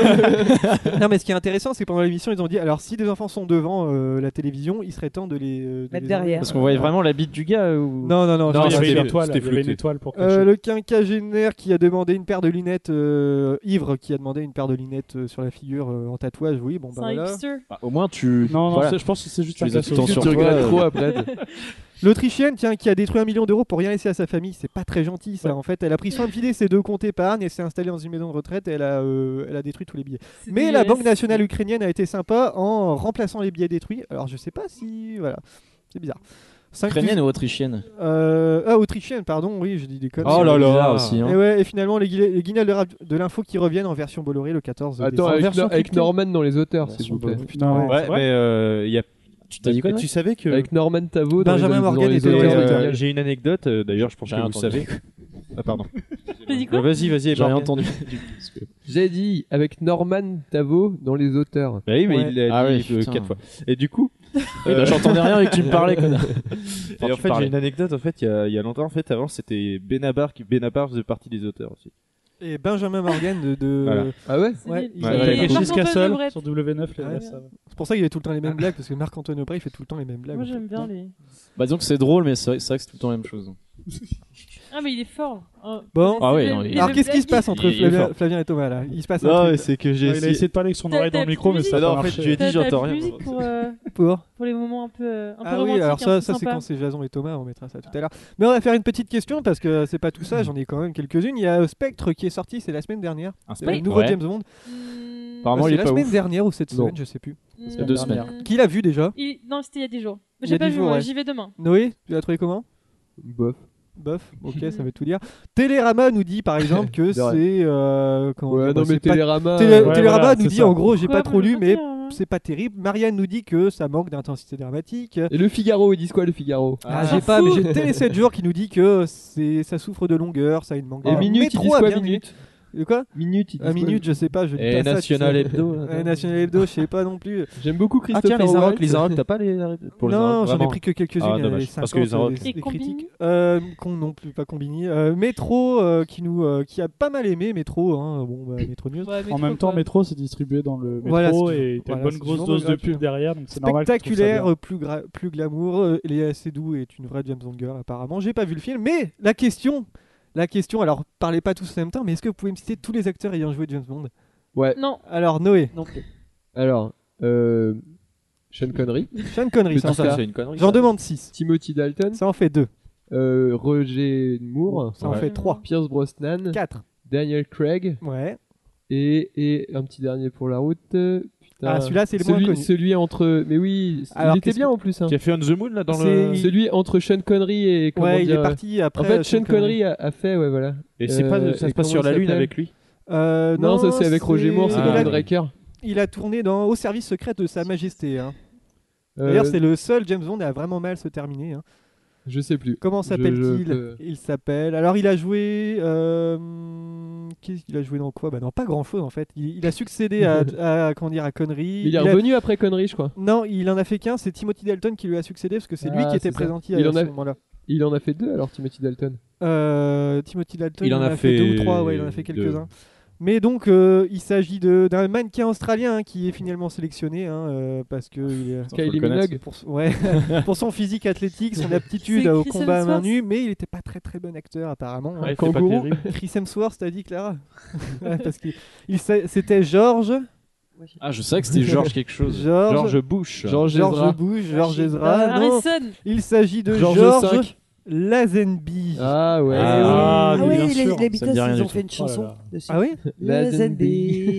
Speaker 4: non, mais ce qui est intéressant, c'est que pendant l'émission, ils ont dit alors si des enfants sont devant euh, la télévision, il serait temps de les euh, de
Speaker 8: Mettre
Speaker 4: les-
Speaker 8: derrière.
Speaker 3: Parce qu'on voyait vraiment la bite du gars. Ou...
Speaker 4: Non, non, non.
Speaker 6: Non, il y avait
Speaker 11: c'était-
Speaker 6: une étoile.
Speaker 11: c'était
Speaker 6: Il y avait une
Speaker 11: flouté.
Speaker 6: étoile pour
Speaker 4: Euh,
Speaker 6: cacher.
Speaker 4: le quinquagénaire qui a demandé une paire de lunettes euh, ivre, qui a demandé une paire de lunettes euh, sur la figure euh, en tatouage, oui, bon
Speaker 5: C'est
Speaker 4: bah
Speaker 5: un
Speaker 4: voilà.
Speaker 5: hipster.
Speaker 3: Bah, au moins, tu.
Speaker 6: Non, non,
Speaker 3: voilà.
Speaker 6: c'est- je pense que c'est juste
Speaker 3: Tu
Speaker 6: un
Speaker 3: les as
Speaker 6: casse-
Speaker 3: tout le temps sur
Speaker 7: Tu
Speaker 3: toi.
Speaker 7: regrettes
Speaker 3: euh,
Speaker 7: trop après. de-
Speaker 4: L'Autrichienne, tiens, qui a détruit un million d'euros pour rien laisser à sa famille, c'est pas très gentil ça. En fait, elle a pris soin de filer ses deux comptes épargne et s'est installée dans une maison de retraite. Et elle a, euh, elle a détruit tous les billets.
Speaker 5: C'est
Speaker 4: Mais la
Speaker 5: dégueulasse.
Speaker 4: Banque nationale ukrainienne a été sympa en remplaçant les billets détruits. Alors je sais pas si, voilà, c'est bizarre. Cinq
Speaker 3: Ukrainienne ou autrichienne
Speaker 4: Euh, ah, autrichienne, pardon, oui, j'ai dit des connes.
Speaker 11: Oh là là.
Speaker 3: Bizarre aussi.
Speaker 4: Et,
Speaker 3: Hein.
Speaker 4: ouais, et finalement, les, guil- les guignols de rap- de l'info qui reviennent en version Bolloré le 14
Speaker 7: Attends,
Speaker 4: décembre.
Speaker 7: avec,
Speaker 6: version
Speaker 7: No- avec
Speaker 6: cryptée.
Speaker 7: Norman dans les auteurs, s'il
Speaker 4: Version
Speaker 7: vous plaît.
Speaker 4: Bolloré.
Speaker 6: Putain, ouais.
Speaker 11: Ouais, mais euh, il y a.
Speaker 3: Tu t'as dit quoi
Speaker 11: Tu savais que.
Speaker 7: Avec Norman Tavo dans
Speaker 4: Benjamin
Speaker 7: les, dans
Speaker 4: Morgan
Speaker 7: les
Speaker 4: était dans
Speaker 11: Et,
Speaker 4: les
Speaker 7: auteurs.
Speaker 4: auteurs.
Speaker 11: euh, J'ai une anecdote, euh, d'ailleurs, je pense
Speaker 3: J'ai
Speaker 11: que vous
Speaker 3: entendu.
Speaker 11: savez. Ah, pardon.
Speaker 5: T'as dit
Speaker 11: Bah,
Speaker 5: quoi
Speaker 11: vas-y, vas-y,
Speaker 3: J'ai rien
Speaker 11: Morgan.
Speaker 3: entendu.
Speaker 7: J'ai dit avec Norman Tavo dans les auteurs.
Speaker 11: Bah oui, mais
Speaker 4: Ouais.
Speaker 11: il l'a
Speaker 3: Ah
Speaker 11: dit
Speaker 3: oui,
Speaker 11: euh,
Speaker 3: putain.
Speaker 11: quatre fois. Et du coup, euh,
Speaker 3: Oui, bah, J'entendais rien et que tu me parlais. connard. Enfin,
Speaker 11: et en
Speaker 3: tu
Speaker 11: fait,
Speaker 3: parlais.
Speaker 11: j'ai une anecdote. En fait, il y, a- il y a longtemps, en fait, avant, c'était Benabar qui Benabar faisait partie des auteurs aussi.
Speaker 4: Et Benjamin Morgan de. de-
Speaker 11: Voilà.
Speaker 7: Ah ouais
Speaker 5: C'est
Speaker 4: Ouais.
Speaker 5: nul.
Speaker 4: Il
Speaker 5: Il
Speaker 11: Ouais,
Speaker 5: y
Speaker 11: ouais.
Speaker 5: avait
Speaker 6: Francis
Speaker 5: Marc-Antoine
Speaker 6: Cassel
Speaker 5: Lebret.
Speaker 6: sur W9, les
Speaker 4: Ah
Speaker 6: gars,
Speaker 4: ouais.
Speaker 6: ça va.
Speaker 4: C'est pour ça qu'il avait tout le temps les mêmes blagues, parce que Marc-Antoine Aubry, il fait tout le temps les mêmes blagues.
Speaker 5: Moi j'aime bien les.
Speaker 3: Bah, disons que c'est drôle, mais c'est vrai, c'est vrai que c'est tout le temps la même chose.
Speaker 5: Ah mais il est fort. Oh,
Speaker 4: Bon.
Speaker 5: c'est
Speaker 3: Ah ouais,
Speaker 5: le-
Speaker 3: non, il-
Speaker 5: les
Speaker 4: Alors
Speaker 5: mêmes
Speaker 4: qu'est-ce qui se
Speaker 5: blagues.
Speaker 4: passe entre
Speaker 3: Il- il est
Speaker 4: Flavien,
Speaker 3: fort.
Speaker 4: Flavien et Thomas là Il se passe un
Speaker 11: Non, mais
Speaker 4: truc
Speaker 11: c'est que j'ai
Speaker 6: Ouais, Il a
Speaker 11: essayé.
Speaker 6: essayé de parler avec son
Speaker 5: T'as-
Speaker 6: oreille dans
Speaker 5: t'as
Speaker 6: le micro, mais
Speaker 5: plus
Speaker 6: ça a
Speaker 11: Non,
Speaker 6: pas
Speaker 11: en fait,
Speaker 6: marché.
Speaker 11: je lui ai
Speaker 5: T'as-
Speaker 11: dit, j'entends
Speaker 5: t'as
Speaker 11: rien.
Speaker 5: de la musique pour, euh,
Speaker 4: pour.
Speaker 5: pour les moments un peu, euh, un peu
Speaker 4: Ah oui,
Speaker 5: romantiques,
Speaker 4: alors
Speaker 5: un
Speaker 4: ça,
Speaker 5: peu
Speaker 4: ça c'est
Speaker 5: sympas.
Speaker 4: quand c'est Jason et Thomas, on mettra ça tout à l'heure. Mais on va faire une petite question parce que c'est pas tout ça, j'en ai quand même quelques-unes. Il y a euh, Spectre qui est sorti, c'est la semaine dernière.
Speaker 11: Un
Speaker 4: C'est
Speaker 11: spectre.
Speaker 4: le nouveau
Speaker 3: Ouais.
Speaker 4: James Bond.
Speaker 5: Mmh,
Speaker 3: Apparemment,
Speaker 4: c'est
Speaker 3: il est
Speaker 4: la
Speaker 3: pas
Speaker 4: semaine
Speaker 3: ouf.
Speaker 4: dernière ou cette
Speaker 3: Non.
Speaker 4: semaine, je sais plus.
Speaker 5: mmh,
Speaker 3: y a deux semaines.
Speaker 4: Qui l'a vu déjà
Speaker 5: Il- Non, c'était il y a 10 jours.
Speaker 4: Il y
Speaker 5: J'ai
Speaker 4: a
Speaker 5: pas
Speaker 4: 10
Speaker 5: vu,
Speaker 4: jours,
Speaker 5: moi,
Speaker 4: ouais.
Speaker 5: j'y vais demain.
Speaker 4: Noé, tu l'as trouvé comment
Speaker 7: Bof.
Speaker 4: Bof, ok, ça veut tout dire. Télérama nous dit par exemple que
Speaker 7: De rien.
Speaker 4: c'est. euh, comment
Speaker 7: Ouais,
Speaker 4: dire, bah,
Speaker 7: non, mais
Speaker 4: c'est pas-
Speaker 7: Télérama. euh,
Speaker 4: Télé-
Speaker 6: Ouais,
Speaker 4: Télérama
Speaker 6: voilà,
Speaker 4: nous
Speaker 6: c'est
Speaker 4: dit
Speaker 6: ça.
Speaker 4: en gros, j'ai
Speaker 5: Quoi,
Speaker 4: pas trop
Speaker 5: je
Speaker 4: lu,
Speaker 5: veux
Speaker 4: mais
Speaker 5: dire, euh,
Speaker 4: c'est pas terrible. Marianne nous dit que ça manque d'intensité dramatique.
Speaker 7: Et le Figaro, ils disent quoi le Figaro
Speaker 4: Ah,
Speaker 5: Ah,
Speaker 4: j'ai
Speaker 5: s'en
Speaker 4: pas, mais
Speaker 5: fout.
Speaker 4: j'ai Télé 7 jours qui nous dit que c'est ça souffre de longueur, ça a une manque
Speaker 7: Et
Speaker 4: de-
Speaker 7: Minute, ils
Speaker 4: Métro
Speaker 7: disent
Speaker 4: a
Speaker 7: quoi
Speaker 4: bien
Speaker 7: Minute
Speaker 4: aimé. De quoi
Speaker 7: Minute, ils disent
Speaker 4: Un Ah, minute, je sais pas, je lis
Speaker 11: Et
Speaker 4: pas ça, tu
Speaker 11: National
Speaker 4: sais.
Speaker 11: Hebdo. là.
Speaker 4: Ouais, National Hebdo, je sais pas non plus.
Speaker 7: J'aime beaucoup
Speaker 11: Ah,
Speaker 7: Christopher
Speaker 11: tiens, les
Speaker 7: Orwell.
Speaker 11: Arocs, les Arocs, t'as pas les Arocs pour les
Speaker 4: non,
Speaker 11: Arocs,
Speaker 4: j'en ai
Speaker 11: vraiment.
Speaker 4: pris que quelques-unes.
Speaker 11: Ah,
Speaker 4: il y en avait
Speaker 11: dommage, parce que
Speaker 4: 50,
Speaker 11: les Arocs-
Speaker 4: des- des
Speaker 5: Et Combini
Speaker 4: critiques. Euh, con non plus, pas Combini. Euh, Métro, euh, qui nous, euh, qui a pas mal aimé Métro. Hein. Bon, bah, Métro News.
Speaker 5: Ouais, mais
Speaker 6: En
Speaker 5: trop,
Speaker 6: même temps,
Speaker 5: quoi.
Speaker 6: Métro, c'est distribué dans le métro
Speaker 4: Voilà, c'est
Speaker 6: et t'as
Speaker 4: voilà,
Speaker 6: une bonne
Speaker 4: c'est
Speaker 6: grosse
Speaker 4: toujours
Speaker 6: dose de
Speaker 4: gratuit.
Speaker 6: pub derrière, donc c'est normal. que tu trouves ça
Speaker 4: Spectaculaire,
Speaker 6: bien.
Speaker 4: euh, plus, gra- plus glamour. euh, Léa Seydoux est une vraie James Bond girl, apparemment. J'ai pas vu le film, mais la question, la question. Alors, parlez pas tous en même temps, mais est-ce que vous pouvez me citer tous les acteurs ayant joué James Bond
Speaker 5: Non.
Speaker 4: Alors, Noé,
Speaker 5: Non plus.
Speaker 7: Alors, euh, Sean Connery,
Speaker 4: Sean Connery,
Speaker 11: Putain,
Speaker 4: ça,
Speaker 11: ça,
Speaker 4: ça.
Speaker 11: c'est une connerie.
Speaker 4: J'en
Speaker 11: ça.
Speaker 4: demande 6.
Speaker 7: Timothy Dalton,
Speaker 4: Ça en fait 2.
Speaker 7: euh, Roger Moore,
Speaker 4: Ça en
Speaker 11: Ouais.
Speaker 4: fait 3.
Speaker 7: Pierce Brosnan,
Speaker 4: 4.
Speaker 7: Daniel Craig
Speaker 4: Ouais.
Speaker 7: et, et un petit dernier pour la route. euh, Putain.
Speaker 4: Ah, celui-là, c'est le moins
Speaker 7: celui,
Speaker 4: connu.
Speaker 7: Celui entre. Mais oui, c-
Speaker 4: Alors,
Speaker 7: il était
Speaker 4: qu'est-ce
Speaker 7: bien
Speaker 4: que-
Speaker 7: en plus. hein. Euh,
Speaker 11: Qui a fait On the Moon là dans
Speaker 4: C'est-
Speaker 11: le.
Speaker 7: Celui entre Sean Connery et. Comment
Speaker 4: ouais, il
Speaker 7: dire, euh,
Speaker 4: est parti
Speaker 7: En
Speaker 4: après.
Speaker 7: fait, Sean Connery a, a fait, ouais, voilà.
Speaker 11: Et c'est pas
Speaker 7: Euh,
Speaker 11: ça
Speaker 7: et
Speaker 11: se passe sur
Speaker 7: comment
Speaker 11: la
Speaker 7: il
Speaker 11: lune
Speaker 7: s'appelle
Speaker 11: avec lui.
Speaker 4: Euh,
Speaker 7: Non, ça c'est avec Roger Moore, c'est
Speaker 11: Ah,
Speaker 7: dans
Speaker 4: il,
Speaker 7: le
Speaker 11: ouais.
Speaker 4: a...
Speaker 7: Draker.
Speaker 4: il a tourné dans Au service secret de Sa Majesté. hein.
Speaker 7: Euh,
Speaker 4: D'ailleurs, c'est le seul James Bond à vraiment mal se terminer. hein.
Speaker 7: Je sais plus.
Speaker 4: Comment
Speaker 7: Je- je
Speaker 4: s'appelle-t-il
Speaker 7: peux-
Speaker 4: Il s'appelle. Alors, il a joué. euh, Qu'est-ce qu'il a joué dans quoi Bah, non, pas grand-chose en fait. Il, il a succédé à, à, comment dire, à Connery.
Speaker 7: Il est
Speaker 4: a-
Speaker 7: revenu après Connery, je crois.
Speaker 4: Non, il en a fait qu'un, c'est Timothy Dalton qui lui a succédé parce que c'est lui
Speaker 7: Ah,
Speaker 4: qui était
Speaker 7: c'est ça.
Speaker 4: présent
Speaker 7: Il
Speaker 4: à
Speaker 7: en
Speaker 4: ce
Speaker 7: a-
Speaker 4: moment-là.
Speaker 7: Il en a fait deux alors, Timothy Dalton.
Speaker 4: Euh, Timothy Dalton,
Speaker 11: Il en a
Speaker 4: deux
Speaker 11: fait
Speaker 4: ou trois, ouais, il en a fait
Speaker 11: deux.
Speaker 4: quelques-uns. Mais donc, euh, il s'agit de- d'un mannequin australien hein, qui est finalement sélectionné hein, euh, parce que il est-
Speaker 7: Putain, Kylie faut le connaître. Minogue.
Speaker 4: pour, son- ouais, pour son physique athlétique, son aptitude
Speaker 7: C'est
Speaker 4: au
Speaker 7: Chris
Speaker 4: combat à main
Speaker 7: Hemsworth.
Speaker 4: nue, mais il n'était pas très très bon acteur apparemment. hein.
Speaker 7: Ouais, il était pas Kangourou. terrible.
Speaker 4: Chris Hemsworth, t'as dit Clara Ouais, Parce que il s'a- c'était George.
Speaker 3: Ah, je savais que c'était George quelque chose.
Speaker 4: George,
Speaker 3: George Bush.
Speaker 4: George,
Speaker 3: George Ezra.
Speaker 4: Bush, George
Speaker 3: Ah,
Speaker 4: Ezra. non.
Speaker 5: Harrison.
Speaker 4: Il s'agit de
Speaker 3: George
Speaker 4: George,
Speaker 3: V.
Speaker 4: Lazenby.
Speaker 7: Ah ouais.
Speaker 3: Ah,
Speaker 8: Ah oui, les, les Beatles, ils ont fait une chanson dessus.
Speaker 4: Ah oui
Speaker 8: La ZNB.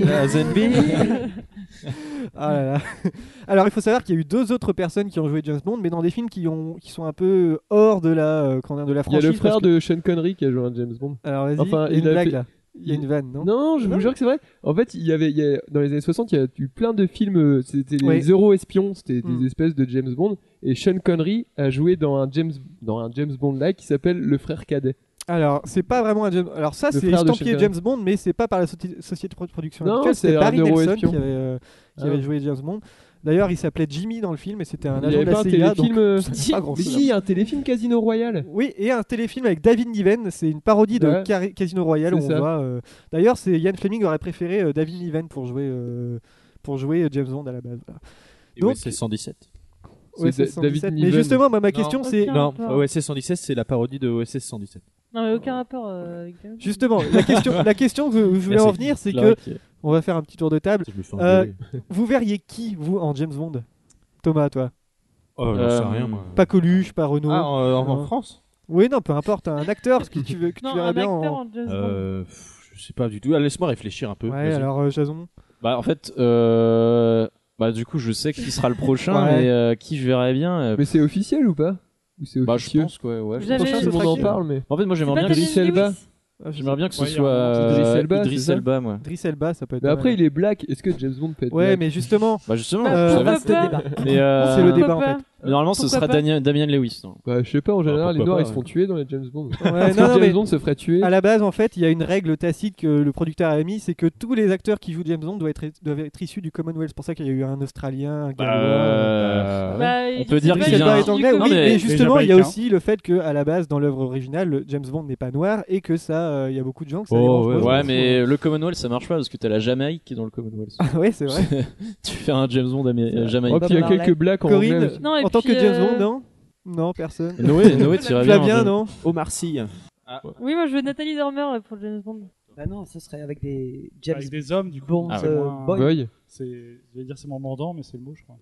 Speaker 4: Ah là là. Alors il faut savoir qu'il y a eu deux autres personnes qui ont joué James Bond, mais dans des films qui, ont, qui sont un peu hors de la, euh, comment dire, de la
Speaker 7: Il y a
Speaker 4: franchise.
Speaker 7: le frère
Speaker 4: parce que-
Speaker 7: de Sean Connery qui a joué un James Bond.
Speaker 4: Alors vas-y, il y a une
Speaker 7: a
Speaker 4: blague, là. Il y a une vanne, non
Speaker 7: Non, je vous jure que c'est vrai. En fait, il y avait, il y a- dans les années 60, il y a eu plein de films. euh, C'était des
Speaker 4: Oui.
Speaker 7: les euro-espions, c'était
Speaker 4: Mm.
Speaker 7: des espèces de James Bond. Et Sean Connery a joué dans un James, dans un James Bond-like qui s'appelle Le Frère Cadet.
Speaker 4: Alors c'est pas vraiment un James. Alors ça
Speaker 7: Le
Speaker 4: c'est
Speaker 7: frère de
Speaker 4: estampillé
Speaker 7: Sean
Speaker 4: James Bond, mais c'est pas par la société société de production.
Speaker 7: Non,
Speaker 4: actuelle,
Speaker 7: c'est
Speaker 4: c'était
Speaker 7: un
Speaker 4: Barry Nelson qui
Speaker 7: euro-espion.
Speaker 4: avait, euh, qui
Speaker 7: Ah.
Speaker 4: avait joué James Bond. D'ailleurs, il s'appelait Jimmy dans le film et c'était un
Speaker 7: Il y
Speaker 4: agent
Speaker 7: avait
Speaker 4: de la
Speaker 7: pas un
Speaker 4: CIA.
Speaker 7: téléfilm,
Speaker 4: donc
Speaker 7: euh,
Speaker 4: ça dit
Speaker 7: si,
Speaker 4: pas hein. grand
Speaker 7: mais si, il y a un téléfilm Casino Royale.
Speaker 4: Oui, et un téléfilm avec David Niven. C'est une parodie de
Speaker 7: Ouais.
Speaker 4: Cari- Casino Royale.
Speaker 7: C'est
Speaker 4: où on
Speaker 7: ça.
Speaker 4: voit. euh, D'ailleurs, c'est Ian Fleming aurait préféré euh, David Niven pour jouer euh, pour jouer James Bond à la base. voilà.
Speaker 11: Et ouais, c'est 117.
Speaker 4: Ouais,
Speaker 11: C'est
Speaker 4: c'est
Speaker 11: Da- David
Speaker 4: 117. Mais
Speaker 11: Niven.
Speaker 4: justement, moi, ma question, c'est-
Speaker 11: Non,
Speaker 4: Aucun
Speaker 11: OSS 117, c'est la parodie de OSS 117.
Speaker 5: Non, mais aucun rapport euh, avec James Bond.
Speaker 4: Justement, la question, la question que je voulais
Speaker 11: Merci.
Speaker 4: en venir, c'est
Speaker 11: Clara
Speaker 4: que
Speaker 11: qui est-
Speaker 4: on va faire un petit tour de table.
Speaker 11: Je me fais
Speaker 4: Euh,
Speaker 11: engueuler.
Speaker 4: vous verriez qui vous en James Bond, Thomas, toi
Speaker 11: Oh, j'en sais rien, moi.
Speaker 4: euh, Pas Coluche, pas Renault.
Speaker 11: Ah, en- en- en
Speaker 4: France Oui, non, peu importe, un acteur ce que tu veux que tu verrais bien. en-
Speaker 11: Euh, pff, je sais pas du tout. Ah, Laisse-moi réfléchir un peu.
Speaker 4: Ouais,
Speaker 11: Vas-y.
Speaker 4: alors euh, Jason.
Speaker 3: Bah en fait, euh, bah du coup, je sais qui sera le prochain,
Speaker 7: Ouais.
Speaker 3: mais euh, qui je verrai bien. euh,
Speaker 7: Mais c'est officiel ou pas Ou c'est
Speaker 3: bah je
Speaker 7: officieux
Speaker 3: pense quoi. Ouais, je
Speaker 7: Vous
Speaker 3: pense
Speaker 7: avez-
Speaker 3: que
Speaker 7: Tout le monde en parle, mais-
Speaker 3: En fait, moi j'aimerais
Speaker 7: C'est
Speaker 3: bien
Speaker 7: pas Daniel Elba.
Speaker 3: Elba.
Speaker 7: Lewis Ah, je
Speaker 3: J'aimerais bien que ce
Speaker 7: Ouais, il y a
Speaker 3: soit
Speaker 7: un- c'est Idris
Speaker 3: euh,
Speaker 7: Elba, c'est
Speaker 3: Idris
Speaker 7: ça
Speaker 3: Elba, moi.
Speaker 4: Driss Elba, ça peut être.
Speaker 7: Mais
Speaker 4: pas
Speaker 7: après,
Speaker 4: mal.
Speaker 7: il est black. Est-ce que James Bond peut être
Speaker 4: Ouais,
Speaker 7: black
Speaker 4: mais justement.
Speaker 3: Bah justement,
Speaker 4: Bah,
Speaker 3: je
Speaker 4: pourquoi
Speaker 3: savais.
Speaker 4: pas
Speaker 3: Mais euh,
Speaker 4: C'est le débat, en fait.
Speaker 3: Normalement, ce
Speaker 4: Pourquoi
Speaker 3: sera
Speaker 4: pas
Speaker 3: Damien, Damien Lewis. non
Speaker 7: Bah je sais pas. En général, les
Speaker 3: pourquoi
Speaker 7: noirs
Speaker 3: pas,
Speaker 7: ils se font
Speaker 3: ouais.
Speaker 7: tuer dans les James Bond.
Speaker 4: Ouais,
Speaker 7: Parce que
Speaker 4: non, non,
Speaker 7: James
Speaker 4: mais
Speaker 7: Bond se ferait tuer.
Speaker 4: À la base, en fait, il y a une règle tacite que le producteur a émise, c'est que tous les acteurs qui jouent James Bond doivent être, doivent être issus du Commonwealth. C'est pour ça qu'il y a eu un Australien, un
Speaker 11: Bah,
Speaker 4: Gallois.
Speaker 3: Bah, euh, Bah,
Speaker 4: ouais.
Speaker 3: on peut dire
Speaker 4: Idris
Speaker 3: qu'il
Speaker 4: Elba
Speaker 3: vient-
Speaker 4: est anglais,
Speaker 3: Non,
Speaker 4: oui,
Speaker 3: mais-
Speaker 4: mais justement,
Speaker 3: Les
Speaker 4: il y a
Speaker 3: Jamaïcains.
Speaker 4: aussi le fait que à la base, dans l'œuvre originale, le James Bond n'est pas noir et que ça, euh, il y a beaucoup de gens que ça dérange.
Speaker 3: Oh, ouais,
Speaker 4: Moi, je pense que-
Speaker 3: mais le Commonwealth ça marche pas parce que t'as la Jamaïque qui est dans le Commonwealth.
Speaker 4: ouais, c'est vrai.
Speaker 3: tu fais un James Bond amé- euh, Jamaïque.
Speaker 7: Oh, puis il y a quelques blacks en
Speaker 4: Corinne,
Speaker 7: anglais aussi.
Speaker 4: en
Speaker 5: et
Speaker 4: tant que
Speaker 5: puis,
Speaker 4: James
Speaker 5: euh,
Speaker 4: Bond, non Non, personne.
Speaker 3: Noé, Noé, tu hein, irais bien,
Speaker 4: Flavien,
Speaker 3: je-
Speaker 4: non
Speaker 11: Omar Sy.
Speaker 5: Oui, moi je veux Nathalie Dormer euh, pour James Bond.
Speaker 8: Bah non, ce serait avec des James
Speaker 6: Avec des hommes, du coup.
Speaker 8: Bond,
Speaker 6: c'est
Speaker 8: euh,
Speaker 6: moins-
Speaker 8: boy.
Speaker 6: C'est, je vais dire c'est mon mordant, mais c'est le mot, je crois.